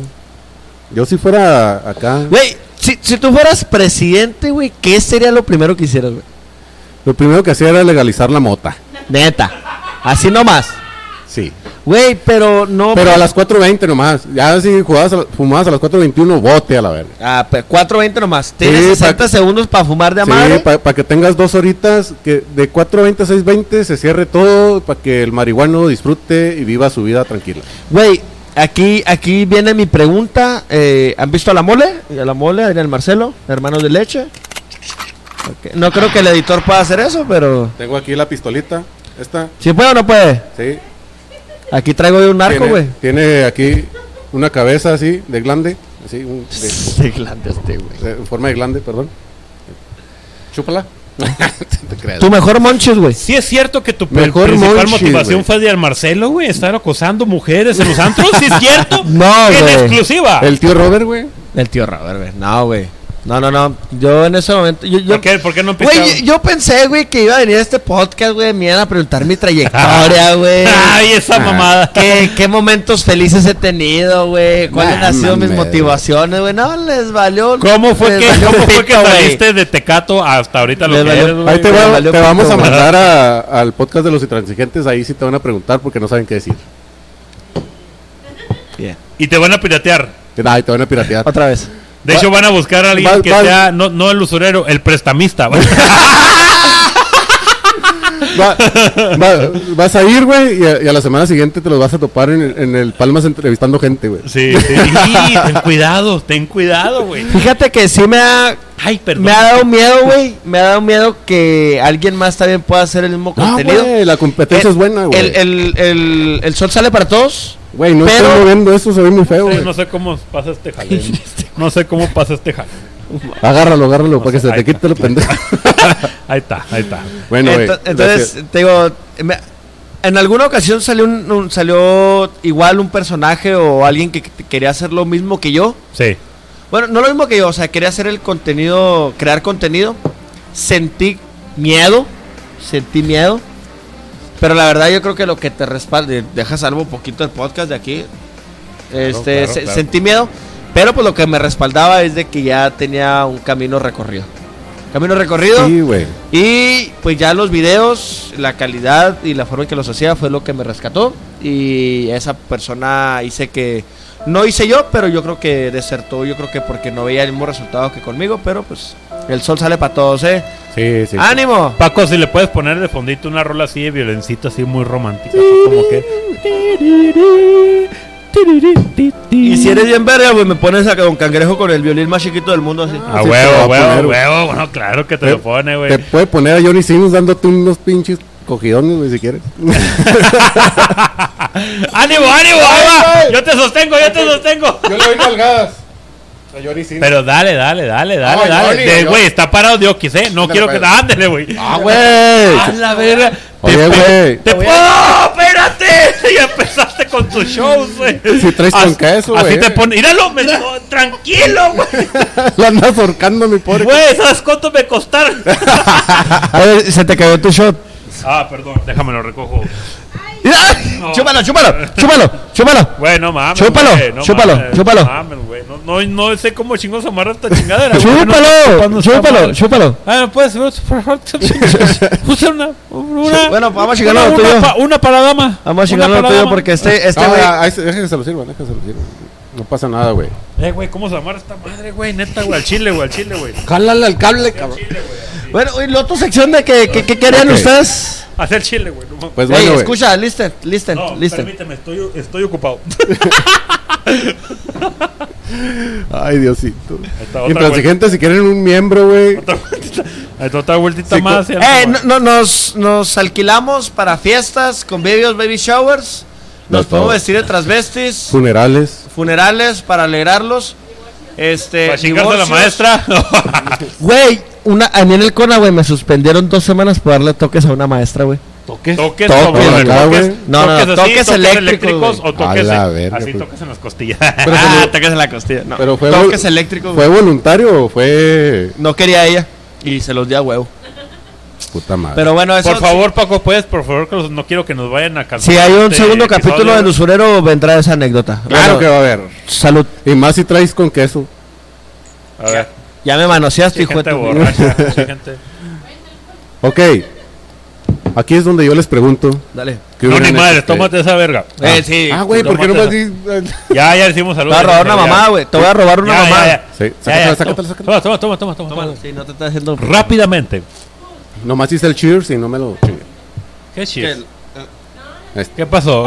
C: Yo si fuera acá,
F: Güey, si, si tú fueras presidente, güey, ¿qué sería lo primero que hicieras, güey?
C: lo primero que hacía era legalizar la mota.
F: Neta. Así nomás.
C: Sí.
F: Güey, pero no...
C: Pero a las 4.20 nomás. Ya si jugabas a la- fumabas a las 4.21, bote a la verga.
F: Ah, pues 4.20 nomás. Tienes
C: Sí,
F: 60
C: pa-
F: segundos para fumar de a
C: Sí,
F: madre.
C: para que tengas dos horitas, que de 4.20 a 6.20 se cierre todo, para que el marihuano disfrute y viva su vida tranquila.
F: Güey, aquí, aquí viene mi pregunta. eh, ¿Han visto a la mole? A la mole, a Adrián Marcelo, hermanos de leche. Ok, No creo que el editor pueda hacer eso, pero.
C: Tengo aquí la pistolita. Esta,
F: ¿Sí puede o no puede?
C: sí.
F: Aquí traigo de un arco,
C: tiene,
F: güey.
C: tiene aquí una cabeza así, de glande. Así, *laughs* un- de-
F: Sí, grande este, güey.
C: de- en forma de glande, perdón. *laughs* Chúpala. Te creas.
F: Tu mejor monches, güey.
B: Si es cierto que tu
C: Mejor
B: principal
C: Monchis,
B: motivación
C: güey.
B: fue de Marcelo, güey, estar acosando mujeres en los antros, si es cierto.
C: *laughs*
F: No,
B: en
F: güey.
B: exclusiva.
C: El tío Robert, güey.
F: El tío Robert, güey. No, güey. No, no, no. Yo en ese momento. Yo, yo-
B: ¿Por qué, por qué no empezaron?
F: Güey, yo, yo pensé, güey, que iba a venir a este podcast, güey. Me iban a preguntar mi trayectoria, güey.
B: Ay, esa
C: Ah,
B: mamada.
F: eh, ¿Qué, qué momentos felices he tenido, güey? ¿Cuáles
C: Nah,
F: han sido mis
C: mames.
F: motivaciones, güey? No, les valió.
B: ¿Cómo fue
F: les
B: que,
F: valió
B: cómo fue que
F: pito, güey.
B: saliste de Tecato hasta ahorita lo
F: Les
B: que
F: valió-
B: eres, güey?
C: Ahí te,
F: me
C: va-
F: valió
C: te
F: pito,
C: vamos a
F: güey.
C: mandar a- al podcast de los intransigentes. Ahí sí te van a preguntar porque no saben qué decir.
B: Y te van a piratear.
C: Ay, te van a piratear.
F: Otra vez.
B: De hecho, van a buscar a alguien
C: va-
B: que
C: va-
B: sea, no, no el usurero, el prestamista.
F: *laughs*
B: güey.
C: *laughs* Va- va- vas a ir, güey, y, a- y a la semana siguiente te los vas a topar en, el- en el Palmas entrevistando gente, güey.
B: sí, sí. Sí, ten cuidado, ten cuidado, güey.
F: Fíjate que sí me ha,
B: Ay, perdón.
F: me ha dado miedo, güey. Me ha dado miedo que alguien más también pueda hacer el mismo
C: No,
F: contenido.
C: güey, la competencia
F: El-
C: es buena, güey.
F: El, el, el, el sol sale para todos.
C: Güey, no
F: pero-
C: estoy moviendo eso, se ve muy feo,
B: Sí,
C: güey.
B: No sé cómo pasa este jalón. No sé cómo pasa este jalón.
F: *laughs*
C: Agárralo, agárralo, para que
B: sé,
C: se
B: ahí
C: te quite lo pendejo.
B: Ahí está, ahí está.
C: *laughs* bueno, güey.
F: Ento- entonces,
C: gracias.
F: te digo, me- en alguna ocasión salió, un, un- salió igual un personaje o alguien que que quería hacer lo mismo que yo.
B: Sí.
F: Bueno, no lo mismo que yo, o sea, quería hacer el contenido, crear contenido. Sentí miedo, sentí miedo. Pero la verdad yo creo que lo que te respalda, deja salvo un poquito el podcast de aquí. este,
B: claro,
F: se-
B: claro.
F: sentí miedo, pero pues lo que me respaldaba es de que ya tenía un camino recorrido. Camino recorrido
C: Sí, güey.
F: y pues ya los videos, la calidad y la forma en que los hacía fue lo que me rescató y esa persona hice que no hice yo, pero yo creo que desertó, yo creo que porque no veía el mismo resultado que conmigo, pero pues el sol sale para todos, ¿eh?
C: Sí, sí.
F: ¡Ánimo!
B: Paco, si le puedes poner de fondito una rola así de violencita, así muy romántica. así como que.
F: Y si eres bien verga, pues me pones a Don Cangrejo con el violín más chiquito del mundo así.
B: A
C: Ah, sí te
B: huevo,
C: va a
B: a huevo,
C: poner,
B: a
C: güey.
B: huevo. Bueno, claro que te lo pone,
C: Te
B: güey.
C: puede poner a Johnny Sims dándote unos pinches cogidones, güey, si quieres.
B: *laughs* ¡Ánimo, ánimo! ahí va! ¡Yo te sostengo, yo te sostengo!
C: Yo le doy nalgadas a Johnny Sims.
B: Pero dale, dale, dale, dale,
C: Ay,
B: dale.
C: Oli,
B: De-
C: yo-
B: Güey, está parado Diokis, ¿eh? No
C: Ándale,
B: quiero que.
C: pues.
B: Ándale, güey.
C: *laughs* ¡Ah, güey!
B: la verga!
C: Oye, güey.
B: ¡Te ¡Oh, espérate! *laughs* Ya empezaste con tus shows, güey.
C: Si traes
B: As-
C: con queso,
B: Así
C: güey.
B: te pone. ¡Míralo! Me... ¡Tranquilo,
C: *laughs*
B: güey!
C: Lo andas ahorcando, mi pobre.
B: Güey, ¿sabes cuánto me costaron?
C: *laughs*
F: se te cayó tu shot. ¡Ah!
B: ah, perdón, déjame lo recojo.
F: ¡Chúpalo, chúpalo, chúpalo, chúpalo!
B: Güey, no mames.
F: Chúpalo,
B: güey, no
F: chúpalo,
B: mames,
F: chúpalo.
B: No mames, güey. No, no, no sé cómo chingos amarra esta chingadera. güey.
F: ¡Chúpalo, chúpalo, chúpalo!
E: Ah, no puedes usa una, una,
F: Bueno, vamos a
E: una,
F: llegar a lo tuyo.
E: pa- una para dama.
F: Vamos a llegar a
E: Una
F: lo
E: para
F: tuyo
E: dama.
F: porque este, este
C: Ah,
F: güey...
C: ah, ahí se- deja que se lo sirvan, deja que se lo sirvan. No pasa nada, güey.
B: Eh, güey, ¿cómo se amarra esta madre, güey? Neta, güey, al chile, güey, al chile, güey.
F: Jálale al cable, cabrón. Bueno, y la otra sección de que, que, que querían
C: Ok.
F: ustedes.
B: Hacia el chile, güey. No, mames.
C: Pues
F: Ey,
C: bueno, güey.
F: escucha, listen, listen,
B: no
F: listen.
B: permíteme, estoy, estoy ocupado. *laughs*
C: Ay, Diosito.
B: está, otra
C: Intransigente, si quieren un miembro, güey.
B: Otra vueltita, Ahí está otra vueltita
C: Sí, co-
B: más. y algo
D: Eh, no,
B: más.
D: no, nos, nos alquilamos para fiestas, convivios, baby showers. Nos podemos
C: No, todo.
D: vestir de transvestis,
C: Funerales.
D: funerales para alegrarlos.
F: eh,
D: Este,
B: Para chingarse a la
D: divorcios.
B: maestra.
F: Güey, una, a mí en el CONA, güey, me suspendieron dos semanas por darle toques a una maestra, güey.
C: Toques.
B: toques,
C: Toques,
B: cabrón,
C: acá,
B: toques,
C: güey.
F: No, no, no, toques eléctricos,
B: o
C: güey.
B: toques
C: A la verga,
B: así
C: pues.
B: toques en las costillas. *laughs*
C: Pero se
D: Ah,
C: lo-
D: toques en la costilla. No,
C: Pero fue-
D: toques eléctricos.
C: ¿Fue voluntario o fue.?
F: No quería ella. Y se los di a huevo.
C: Puta madre.
F: Pero bueno, eso.
B: por favor, Paco, puedes, por favor, que los- no quiero que nos vayan a cansar.
F: Si hay un
B: este
F: segundo
B: episodio.
F: capítulo del usurero, vendrá esa anécdota.
C: claro
F: Bueno,
C: que va a haber.
F: Salud.
C: Y más si traes con queso.
B: A ver,
F: Ya me manoseaste,
B: sí,
F: hijo
B: gente
F: de tu-
B: borracha,
F: *laughs*
B: sí, gente.
C: Ok. Aquí es donde yo les pregunto.
F: Dale.
C: ¿qué
B: No,
C: hubieran
B: ni
C: hecho
B: madre,
C: ustedes?
F: este-
B: tómate esa verga.
F: Eh, sí.
C: Ah, güey, ¿por qué no me has
B: Tómate
C: dicho?
B: Ya, ya decimos
F: Te
B: saludos.
F: voy a robar una
B: Ya,
F: mamada, güey. Te voy a robar una
B: ya,
F: mamada.
B: ya, ya.
C: Sí,
B: Ya, ya,
C: sácatela, sácatela, sácatela.
B: Toma, toma, toma, toma, toma,
F: Tómalo,
B: toma.
F: sí, no te estás haciendo.
B: Rápidamente.
C: Nomás hice el cheers y *laughs* no me lo chingué. Este,
B: ¿Qué chis?
C: el-
B: ¿Qué pasó?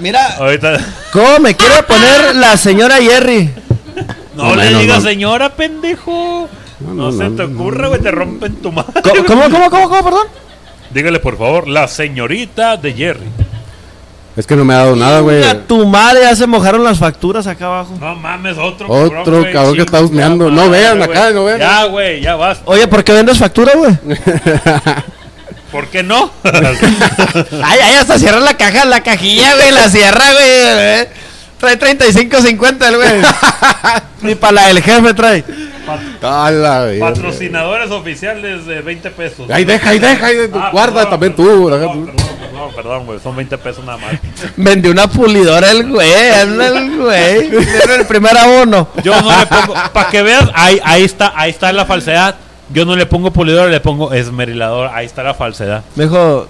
F: Mira.
B: Ahorita.
F: ¿Cómo me quiere poner la señora Jerry?
B: No,
C: No,
B: le
C: no,
B: digas
C: no.
B: señora, pendejo. No,
C: No, no,
B: se
C: no,
B: te
C: no,
B: ocurra, güey, te rompen tu madre.
F: ¿Cómo, cómo, cómo, cómo, cómo, perdón?
B: Dígale, por favor, la señorita de Jerry.
C: Es que no me ha dado nada, güey.
F: Chinga tu madre, ya se mojaron las facturas acá abajo.
B: No mames, otro
C: Otro
B: güey,
C: cabrón
B: chinga
C: que está husmeando. No
B: madre,
C: vean
B: güey.
C: acá, no vean.
B: Ya, güey, ya basta.
F: Oye, ¿por qué vendes factura, güey?
B: ¿Por qué
C: *laughs*
B: no?
F: Ay, ay, hasta cierra la caja, la cajilla, güey, la cierra, güey. eh. Trae 35.50 el güey. Ni para la del jefe trae.
C: A la verga.
B: Patrocinadores oficiales de 20 pesos.
C: Ahí deja, ahí deja, ahí
B: Ah,
C: guarda
B: perdón,
C: también
B: perdón,
C: tú.
B: Perdón, perdón, perdón, perdón, güey, son 20 pesos nada más.
F: Vendió una pulidora el güey, anda el
B: *laughs*
F: güey. Le dieron el primer abono.
B: Yo no le
C: *laughs*
B: pongo, para que veas, ahí, ahí está, ahí está la falsedad. Yo no le pongo pulidor, le pongo esmerilador, ahí está la falsedad.
F: Me dijo,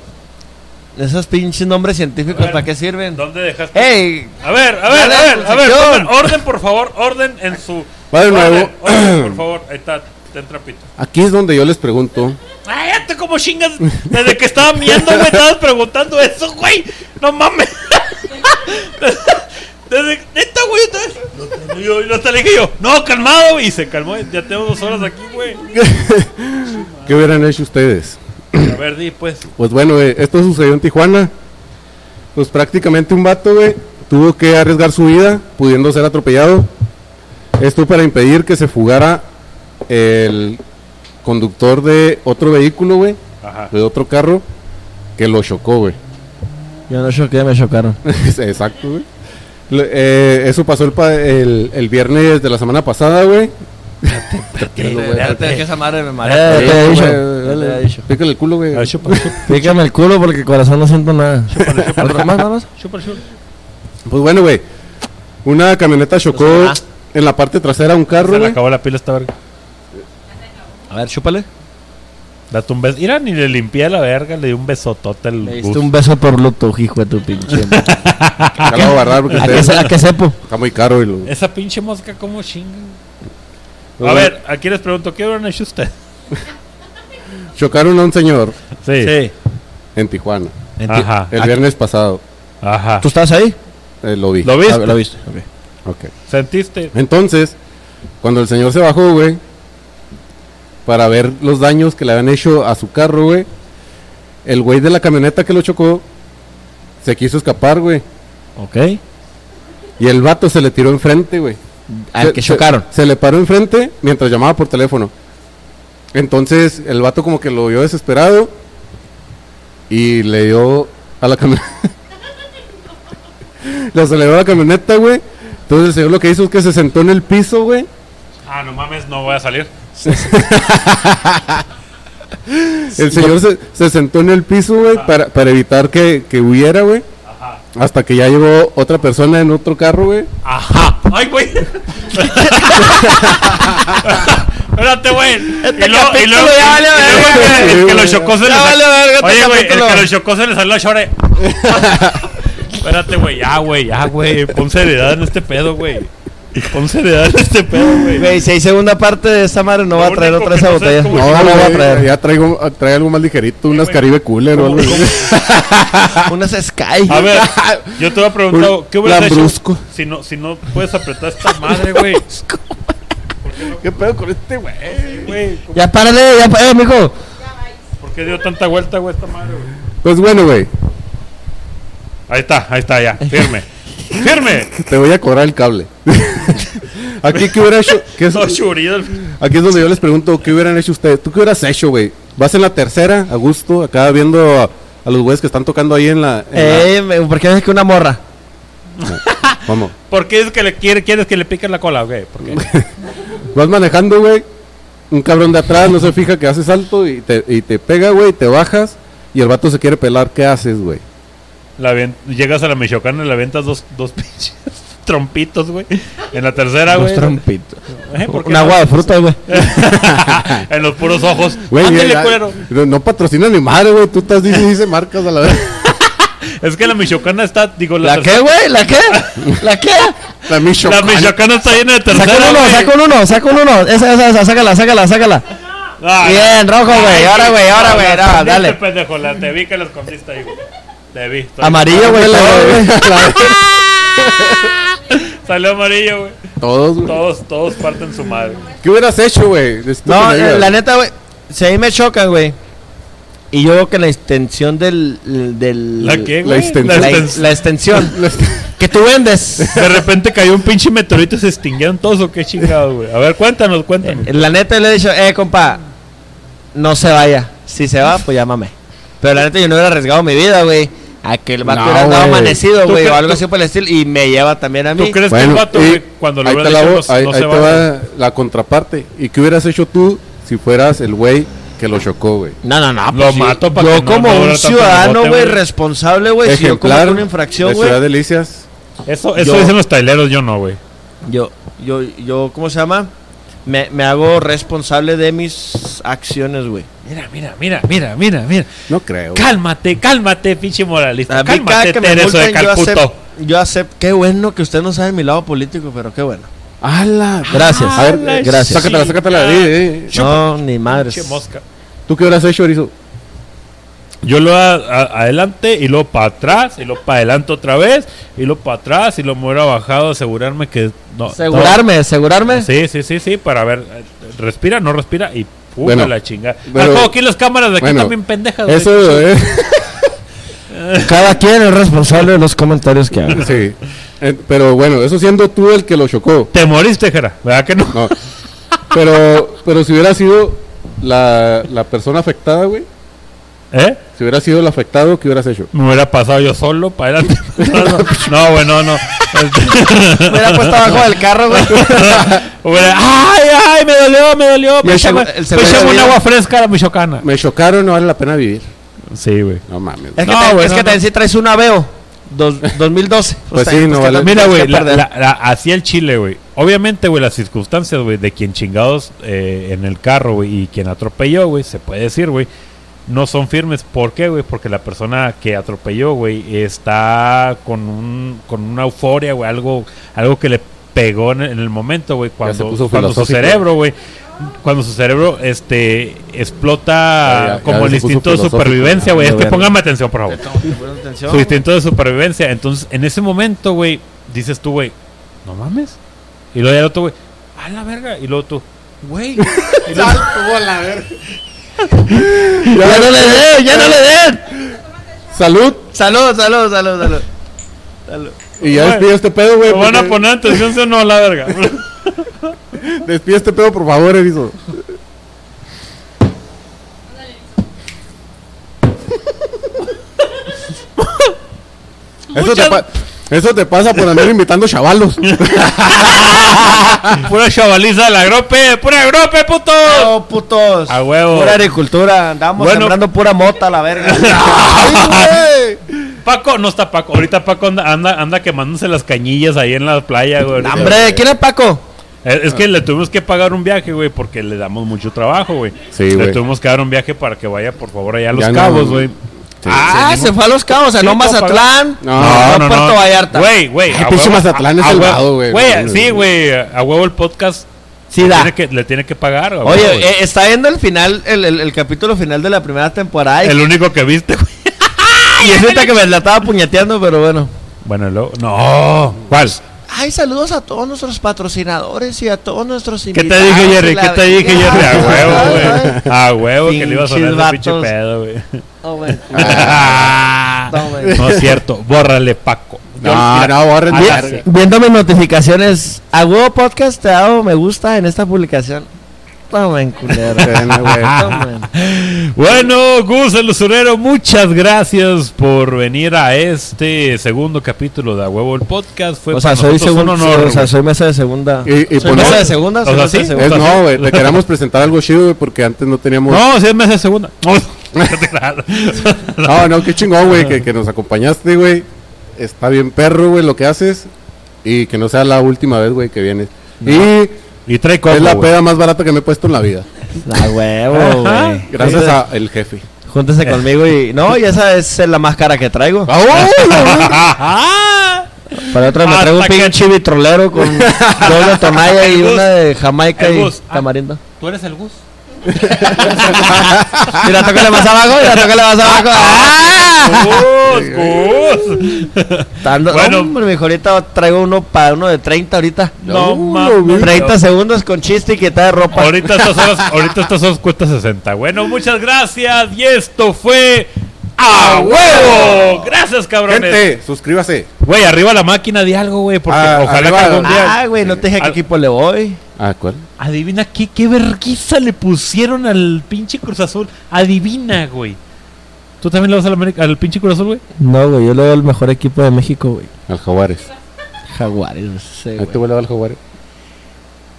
F: esos pinches nombres científicos,
B: Bueno.
F: ¿para qué sirven?
B: ¿Dónde dejaste?
F: ¡Ey!
B: Eh, A ver, a ver,
F: Dale,
B: a ver, a ver, pongan
F: sección.
B: orden, por favor, orden en su.
C: Va de nuevo.
B: Orden, orden, por favor, ahí está, ten trapito.
C: Aquí es donde yo les pregunto.
B: Ay, ya te como chingas. Desde que estaba viendo, güey, estabas preguntando eso, güey. No mames. *laughs* Desde neta, güey, otra vez. Yo, yo hasta le dije yo, no, calmado, güey. Y se calmó, ya tengo dos horas aquí, güey.
C: ¿Qué hubieran hecho ustedes?
B: A ver, di, pues.
C: Pues bueno, eh, esto sucedió en Tijuana. Pues prácticamente un vato, güey, tuvo que arriesgar su vida pudiendo ser atropellado. Esto para impedir que se fugara el conductor de otro vehículo, güey,
B: Ajá.
C: de otro carro, que lo chocó, güey. *laughs*
F: Yo no choqué, me chocaron.
C: Exacto, güey. Lo- eh, eso pasó el, pa- el, el viernes de la semana pasada, güey.
D: Espérate, que esa madre me marea.
F: Eh,
C: Sí,
F: te he dicho,
C: güey,
F: yo te he dicho.
C: Pícale el culo,
B: Ah,
C: güey.
F: Pícame el culo porque el corazón no siento nada. ¿Otro más, más?
C: Pues bueno, güey. Una camioneta chocó
F: Pues, ah.
C: en la parte trasera un carro,
B: Se le
C: güey.
B: acabó la pila a esta verga.
F: A ver, chúpale.
B: Date un beso. Mira, ni le limpié la verga, le di un besotote al
F: Le
B: bus.
F: diste un beso por luto, hijo de tu pinche. madre.
C: Ya la voy a guardar
B: Ah,
C: porque
F: ¿A qué,
C: ustedes-
F: se- a qué sepo?
C: está muy caro. Y lo-
B: Esa pinche mosca, como chinga.
C: lo-
B: A ver, aquí les pregunto, ¿qué hubieran hecho ustedes?
C: Chocaron a un señor
B: Sí.
C: en Tijuana
B: Ajá.
C: el viernes pasado.
B: Ajá.
F: Eh, ¿Tú estabas ahí?
C: Eh, lo vi.
B: ¿Lo viste?
F: Ah, Lo viste. ok.
C: Ok.
B: ¿Sentiste?
C: Entonces, cuando el señor se bajó, güey, para ver los daños que le habían hecho a su carro, güey, el güey de la camioneta que lo chocó se quiso escapar, güey.
F: Ok.
C: Y el vato se le tiró enfrente, güey.
F: Al
C: Se-
F: Ah, que
C: se-
F: chocaron.
C: Se, le paró enfrente mientras llamaba por teléfono. Entonces el vato como que lo vio desesperado y le dio a la camioneta. *laughs* le aceleró la camioneta, güey. Entonces el señor lo que hizo es que se sentó en el piso, güey.
B: Ah, no mames, no voy a salir.
C: El señor se, se sentó en el piso, güey, para, para evitar que, que hubiera, güey.
B: Ajá.
C: Hasta que ya llegó otra persona en otro carro, güey.
B: Ajá. Ay, güey. *laughs* Espérate, güey. Y luego, y luego,
F: capítulo ya vale
B: y luego el
C: verga.
B: que- el que lo chocó se le
F: Ya
B: sal-
F: vale verga este
B: Oye, güey, el
F: capítulo.
B: que lo chocó se le salió a chore. Espérate, güey, ya, güey, ya, güey. Pon seriedad en este pedo, güey. Pon seriedad en este pedo, güey.
F: Güey, si hay segunda parte de esta madre, no
B: Lo
F: va a traer
B: único
F: otra
B: que
F: esa
B: no sé
F: botella.
B: es cómo-
C: No,
F: no
C: no,
F: Pues, la voy a traer.
C: Ya traigo, trae algo más ligerito, unas
B: güey.
C: Caribe Cooler o algo.
F: Unas Sky.
B: A ver, yo te voy a preguntar,
C: Un
B: ¿qué hubieras
C: lambrusco.
B: hecho si no, si no puedes apretar esta madre, güey?
C: ¿Qué pedo con este güey?
B: Güey,
F: Ya párale, Eh, ya párale, mijo.
B: ¿Por qué dio tanta vuelta, güey, esta madre, güey?
C: Pues bueno, güey,
B: Ahí está, ahí está, ya. Firme. *laughs* ¡Firme!
C: te voy a cobrar el
B: *laughs*
C: cable. Aquí, ¿qué hubiera hecho? ¿Qué es-
B: No, churido. el-
C: Aquí es donde yo les pregunto, ¿qué hubieran hecho ustedes? ¿Tú qué hubieras hecho, güey? Vas en la tercera, a gusto, acá viendo a, a los güeyes que están tocando ahí en la... en la-
F: Eh, me- ¿por qué no es que una morra?
C: Vamos.
B: ¿Por qué es que le quiere, quieres que le pique la cola, güey? ¿Por qué?
C: Vas manejando, güey. Un cabrón de atrás no se fija que haces salto y te, y te pega, güey, te bajas y el vato se quiere pelar. ¿Qué haces, güey?
B: La avien- llegas a la Michoacana y le aventas dos, dos *laughs* pinches trompitos, güey. En la tercera, güey.
F: trompitos.
B: Eh, ¿por qué
F: Una
B: no?
F: agua de fruta, güey.
B: Ah, en los puros ojos.
C: Güey,
B: Ándale,
C: ya- ya-
B: culero.
C: no, no patrocina ni madre, güey. Tú estás dice, dice marcas a la vez.
B: Es que la Michoacana está, digo, la,
F: ¿La
B: tercera-
F: qué, güey? ¿La qué?
B: *laughs*
F: ¿La qué?
C: La
B: La
C: Michoacán.
B: Michoacana está llena de
F: Saca
B: tercera,
F: un uno,
B: güey.
F: saca un uno, saca un uno. Esa, esa, esa, sácala, sácala, sácala.
B: Ah,
F: Bien, rojo, güey. Ahora, güey, ahora,
B: no,
F: güey.
B: la
F: ahora,
B: escondiste,
F: Dale.
B: pendejo, la- te vi que la escondiste ahí, güey. Te vi. estoy-
F: Amarillo,
B: ah,
F: güey. todo, güey.
B: Salió amarillo, güey.
C: *laughs* Todos, güey.
B: Todos, todos parten su madre.
C: ¿Qué hubieras hecho, güey? Estúpido,
B: ah,
F: No, eh,
C: güey.
F: la neta, güey. Si ahí me chocan, güey. Y yo veo que la extensión del. del
B: ¿La qué,
C: la
B: güey?
C: extensión.
F: La,
B: extens-
F: la extensión
C: *laughs*
F: que tú vendes.
B: De repente cayó un pinche meteorito y se extinguieron todos o qué chingado, güey. A ver, cuéntanos, cuéntanos.
F: La neta, le he dicho, eh, compa, no se vaya. Si se va, pues llámame. Pero la neta, yo no hubiera arriesgado mi vida, güey. A que el vato
C: No,
F: hubiera andado
C: güey.
F: amanecido,
B: ¿Tú
F: güey,
B: crees-
F: o algo
B: tú-
F: así por el estilo. Y me lleva también a
B: ¿Tú
F: mí.
B: crees que el
C: Bueno,
B: vato,
C: y
B: güey, cuando lo
C: ahí
B: hubieran
C: te, la,
B: dicho,
C: vo-
B: no,
C: ahí,
B: no
C: ahí
B: se
C: te
B: va?
C: va la contraparte. ¿Y qué hubieras hecho tú si fueras el güey que lo chocó, güey?
F: No, no, no.
D: pues
B: Lo mato para
F: yo
B: que no-
F: como
B: no hubiera
F: un
B: tanto
F: ciudadano,
B: rebote,
F: güey,
B: güey.
F: responsable, güey. Pues Si yo cometo
C: Ejemplar
F: una infracción,
C: de Ciudad
F: güey.
C: Delicias.
B: Eso, eso
F: Yo-
B: dicen los taileros, yo no, güey.
F: Yo, yo, yo, ¿cómo se llama? Me, me hago responsable de mis acciones, güey.
E: Mira, mira, mira, mira, mira, mira.
C: No creo. güey.
E: Cálmate,
B: Cálmate, pinche moralista.
F: A mí cada
B: Cálmate,
F: que me
B: Tereso de
F: multen, yo
B: Calcuto.
F: acepto, yo acepto. Qué bueno que usted no sabe mi lado político, pero qué bueno.
C: ¡Hala!
F: Gracias.
C: A ver,
B: ¡Hala,
C: eh,
F: gracias.
C: Sácatela, sácatela. eh, eh.
F: No, ni madres.
B: Pinche mosca.
C: ¿Tú qué hubieras hecho, Erizo?
B: Yo lo a- a- adelante y lo para atrás y lo para adelante otra vez y lo para atrás y lo me hubiera bajado, asegurarme que no.
F: Asegurarme,
B: no-
F: asegurarme.
B: Sí, sí, sí, sí, para ver, eh, respira, no respira y puta
C: Bueno,
B: la chingada.
C: pero-
B: ah, como aquí las cámaras de aquí
C: bueno,
B: también
F: Ah,
B: pendejas. güey.
C: Eso, eh, *laughs*
F: Cada quien es responsable de los comentarios que haga.
C: sí. Eh, pero bueno, eso siendo tú el que lo chocó.
B: Te moriste, Jera, ¿verdad que no?
C: No. Pero, pero si hubiera sido la, la persona afectada, güey.
B: ¿Eh?
C: Si hubiera sido el afectado, ¿qué hubieras hecho?
B: Me hubiera pasado yo solo para adelante. No, güey, no, *laughs* no.
F: Me hubiera puesto abajo del
B: *laughs*
F: carro, güey.
B: Hubiera- ¡Ay, ay! Me dolió, me dolió.
F: Y el
B: Me echaba
F: segu- el
B: me
F: segundo
B: echaba un
F: día-
B: agua fresca a la michoacana.
C: Me chocaron, no vale la pena vivir.
B: Sí, güey.
C: No mames.
F: Es que,
B: No,
F: te-
B: güey,
F: es
B: no,
F: que
B: no.
F: también si traes un Aveo dos- 2012.
C: Pues sí, no
F: que
C: vale.
F: también
B: Mira,
F: tienes
B: güey,
F: que
B: la-
F: perder.
B: la- la- así el chile, güey. Obviamente, güey, las circunstancias, güey, de quien chingados eh, en el carro, güey, y quien atropelló, güey, se puede decir, güey, no son firmes. ¿Por qué, güey? Porque la persona que atropelló, güey, está con, un, con una euforia, güey, algo, algo que le pegó en el, en el momento, güey,
C: se
B: cuando,
C: puso
B: cuando su
C: filosófico.
B: cerebro, güey, cuando su cerebro, este, explota
C: Ah, Ya, ya, ya
B: como
C: se
B: el
C: puso
B: instinto de
C: filosófico.
B: supervivencia, güey.
F: Ah,
B: Es que
F: verga.
B: póngame atención, por favor su instinto de supervivencia. Entonces, en ese momento, güey, dices tú, güey, no mames. Y luego ya el otro, güey, a la verga. Y luego tú, güey. Y luego-
F: Ya no le den, ya no le den.
C: Salud.
F: Salud, salud, salud, salud.
B: Ah,
C: Y ya
B: Güey,
C: despide este pedo, güey.
B: ¿Lo van a
C: porque-
B: poner atención sí o no a la
C: *laughs*
B: verga?
C: Despide este pedo, por favor, Erizo. Eso te, pa- eso te pasa por andar invitando chavalos.
B: Pura chavaliza de la grope, pura grope, puto.
F: No, Oh, putos.
B: A huevo.
F: Pura agricultura. Andamos
B: Bueno.
F: sembrando pura mota,
B: *laughs*
F: la verga.
B: Paco, no está Paco. Ahorita Paco anda, anda, anda quemándose las cañillas ahí en la playa, güey.
F: No, Hombre, ¿quién es Paco?
B: Es, Eh, es
C: Ah.
B: que le tuvimos que pagar un viaje, güey, porque le damos mucho trabajo, güey.
C: Sí,
B: le
C: güey.
B: tuvimos que dar un viaje para que vaya, por favor, allá a Los
C: Ya no-
B: Cabos, güey.
D: Ah, se fue a los cabos, o sea, no
B: Sí, puedo
D: Mazatlán,
C: No,
D: no,
C: no,
D: Puerto Vallarta.
B: Güey, güey.
C: Ay,
B: a
C: pinche
B: huevo-
C: Mazatlán es
B: a- a
C: salvado,
B: huevo-
C: güey.
B: Güey, sí, güey. A huevo el podcast
D: Sí, da.
B: tiene que- le tiene que pagar. a
D: Oye,
B: huevo.
D: eh, está viendo el final, el, el- el capítulo final de la primera temporada. Y,
B: el único que viste, güey.
D: y es ahorita que me la estaba puñeteando, pero bueno.
B: Bueno, luego. No. ¿Cuál?
D: Ay, saludos a todos nuestros patrocinadores y a todos nuestros
B: ¿Qué te dije, Jerry? ¿Qué te dije,
D: *laughs*
B: Jerry? A huevo, güey. A huevo que le iba a sonar ese
D: Pinches
B: pinche
D: vatos.
B: pedo, güey. *laughs*
D: No, güey.
B: no es cierto. Bórrale, Paco. Yo-
C: No,
B: mira,
C: no, borren
B: a
C: de
B: la-
C: verga.
D: Viendo mis notificaciones, a huevo podcast te hago me gusta en esta publicación. Tomen, culero.
B: *laughs*
C: Pena, güey.
D: Tomen.
B: Bueno, Gus el Usurero, muchas gracias por venir a este segundo capítulo de A Huevo el Podcast. Fue
D: O sea,
B: para
D: soy
B: nosotros un
D: segundo.
B: honor.
D: o sea,
B: güey.
D: soy mesa de segunda.
B: *laughs*
D: *laughs*
C: Y, y
D: ¿Soy
C: pues, no,
D: mesa de segunda?
B: o
D: soy
B: sea,
D: mesa de
B: sí.
D: segunda.
C: es no,
D: *laughs*
C: güey, te queremos presentar algo chido, güey, porque antes no teníamos...
B: No, si es mesa de segunda. No, no te creas.
C: No, no, qué chingón, güey, que, que nos acompañaste, güey. Está bien perro, güey, lo que haces. Y que no sea la última vez, güey, que vienes. Y
B: *laughs* y trae coco,
C: es la
B: güey.
C: peda más barata que me he puesto en la vida.
D: La Ah, huevo,
B: Ajá.
D: güey.
C: Gracias a el jefe.
D: Júntense conmigo y. No, y esa es la máscara que traigo.
B: Ah.
C: ¡Ah,
B: Ajá.
D: Para otra me
B: Hasta
D: traigo un
B: que-
D: pinche
B: *laughs*
D: vitrolero con dos de Tonaya y
B: El
D: una
B: Gus.
D: de Jamaica
B: El
D: y
B: Gus. Ah.
D: tamarindo.
H: Tú eres el Gus.
D: Mira, tócale más abajo, mira, tócale más abajo. *laughs* ¡Ah!
B: *laughs* Gus, Gus.
D: Tando-
B: Bueno.
D: Hombre, mijo, ahorita traigo uno para uno de 30 ahorita.
B: No,
C: Uh,
B: mames.
D: 30 segundos con chiste y quitada de ropa.
B: Ahorita estas horas, ahorita estas horas cuesta 60. Bueno, muchas gracias. Y esto fue A Huevo. Gracias, *laughs* cabrones.
C: Gente, suscríbase.
B: Güey, arriba la máquina de algo, güey, porque
C: Ah,
B: ojalá
C: arriba.
B: que algún día...
D: Ah, güey, no te dije a qué
B: Al-
D: equipo le voy.
C: Ah, ¿cuál?
B: Adivina qué, qué vergüenza le pusieron al pinche Cruz Azul. Adivina, güey. ¿Tú también le vas al, América- al pinche Cruz Azul, güey?
D: No, güey, yo le doy al mejor equipo de México, güey.
C: Al Jaguares.
D: Jaguares, no sé,
C: Ahí
D: güey.
C: te vuelvo al Jaguares.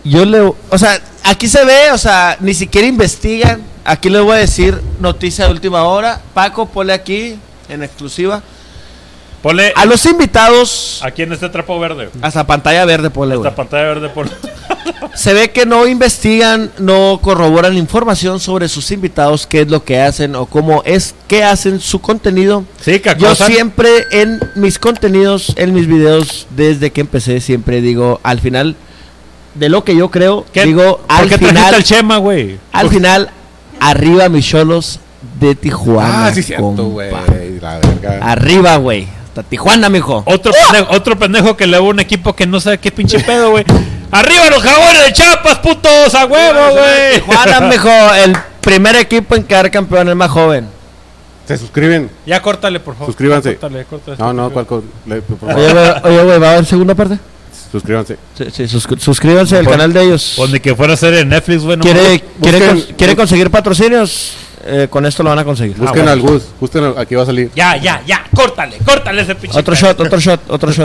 D: Yo le. O sea, aquí se ve, o sea, ni siquiera investigan. Aquí les voy a decir noticia de última hora. Paco, ponle aquí, en exclusiva.
B: Ponle
D: A los invitados.
B: aquí en este trapo verde.
D: Hasta pantalla verde, ponle, güey.
B: Esta pantalla verde por...
D: Se ve que no investigan, no corroboran información sobre sus invitados, qué es lo que hacen o cómo es que hacen su contenido.
B: Sí,
D: Yo
B: cacosan.
D: siempre en mis contenidos, en mis videos, desde que empecé, siempre digo al final de lo que yo creo,
B: ¿Qué?
D: digo
B: ¿Por
D: al
B: qué
D: final,
B: trajiste al Pues- Chema, güey?
D: al final, arriba mis cholos de Tijuana.
C: Ah, sí, cierto,
D: compa.
C: güey. La
D: Ah.
C: verga.
D: Arriba, güey. Hasta Tijuana, mijo.
B: Otro, pendejo, otro pendejo que le va a un equipo que no sabe qué pinche pedo, güey. ¡Arriba los jaguares de Chiapas, putos! ¡A huevo, güey! *laughs*
D: Tijuana, mijo, el primer equipo en quedar campeón, el más joven.
C: Se suscriben.
B: Ya córtale, por favor.
C: Suscríbanse.
B: Ya córtale, córtale.
C: No, no, ¿cuál? cuál? Le- por favor,
D: Oye, güey, oye, güey, ¿va a haber segunda parte?
C: Suscríbanse.
B: Ah,
D: Sí, sí, suscri- suscríbanse al canal de ellos.
B: Pues ni que fuera a ser en Netflix, güey. no
D: ¿Quiere, quiere,
C: Busquen-
D: cons- quiere conseguir patrocinios? Eh, con esto lo van a conseguir.
C: Busquen al Gus. Justo en el- aquí va a salir.
B: Ya, ya, ya, córtale, córtale ese pinche.
D: Otro shot, otro shot, otro shot.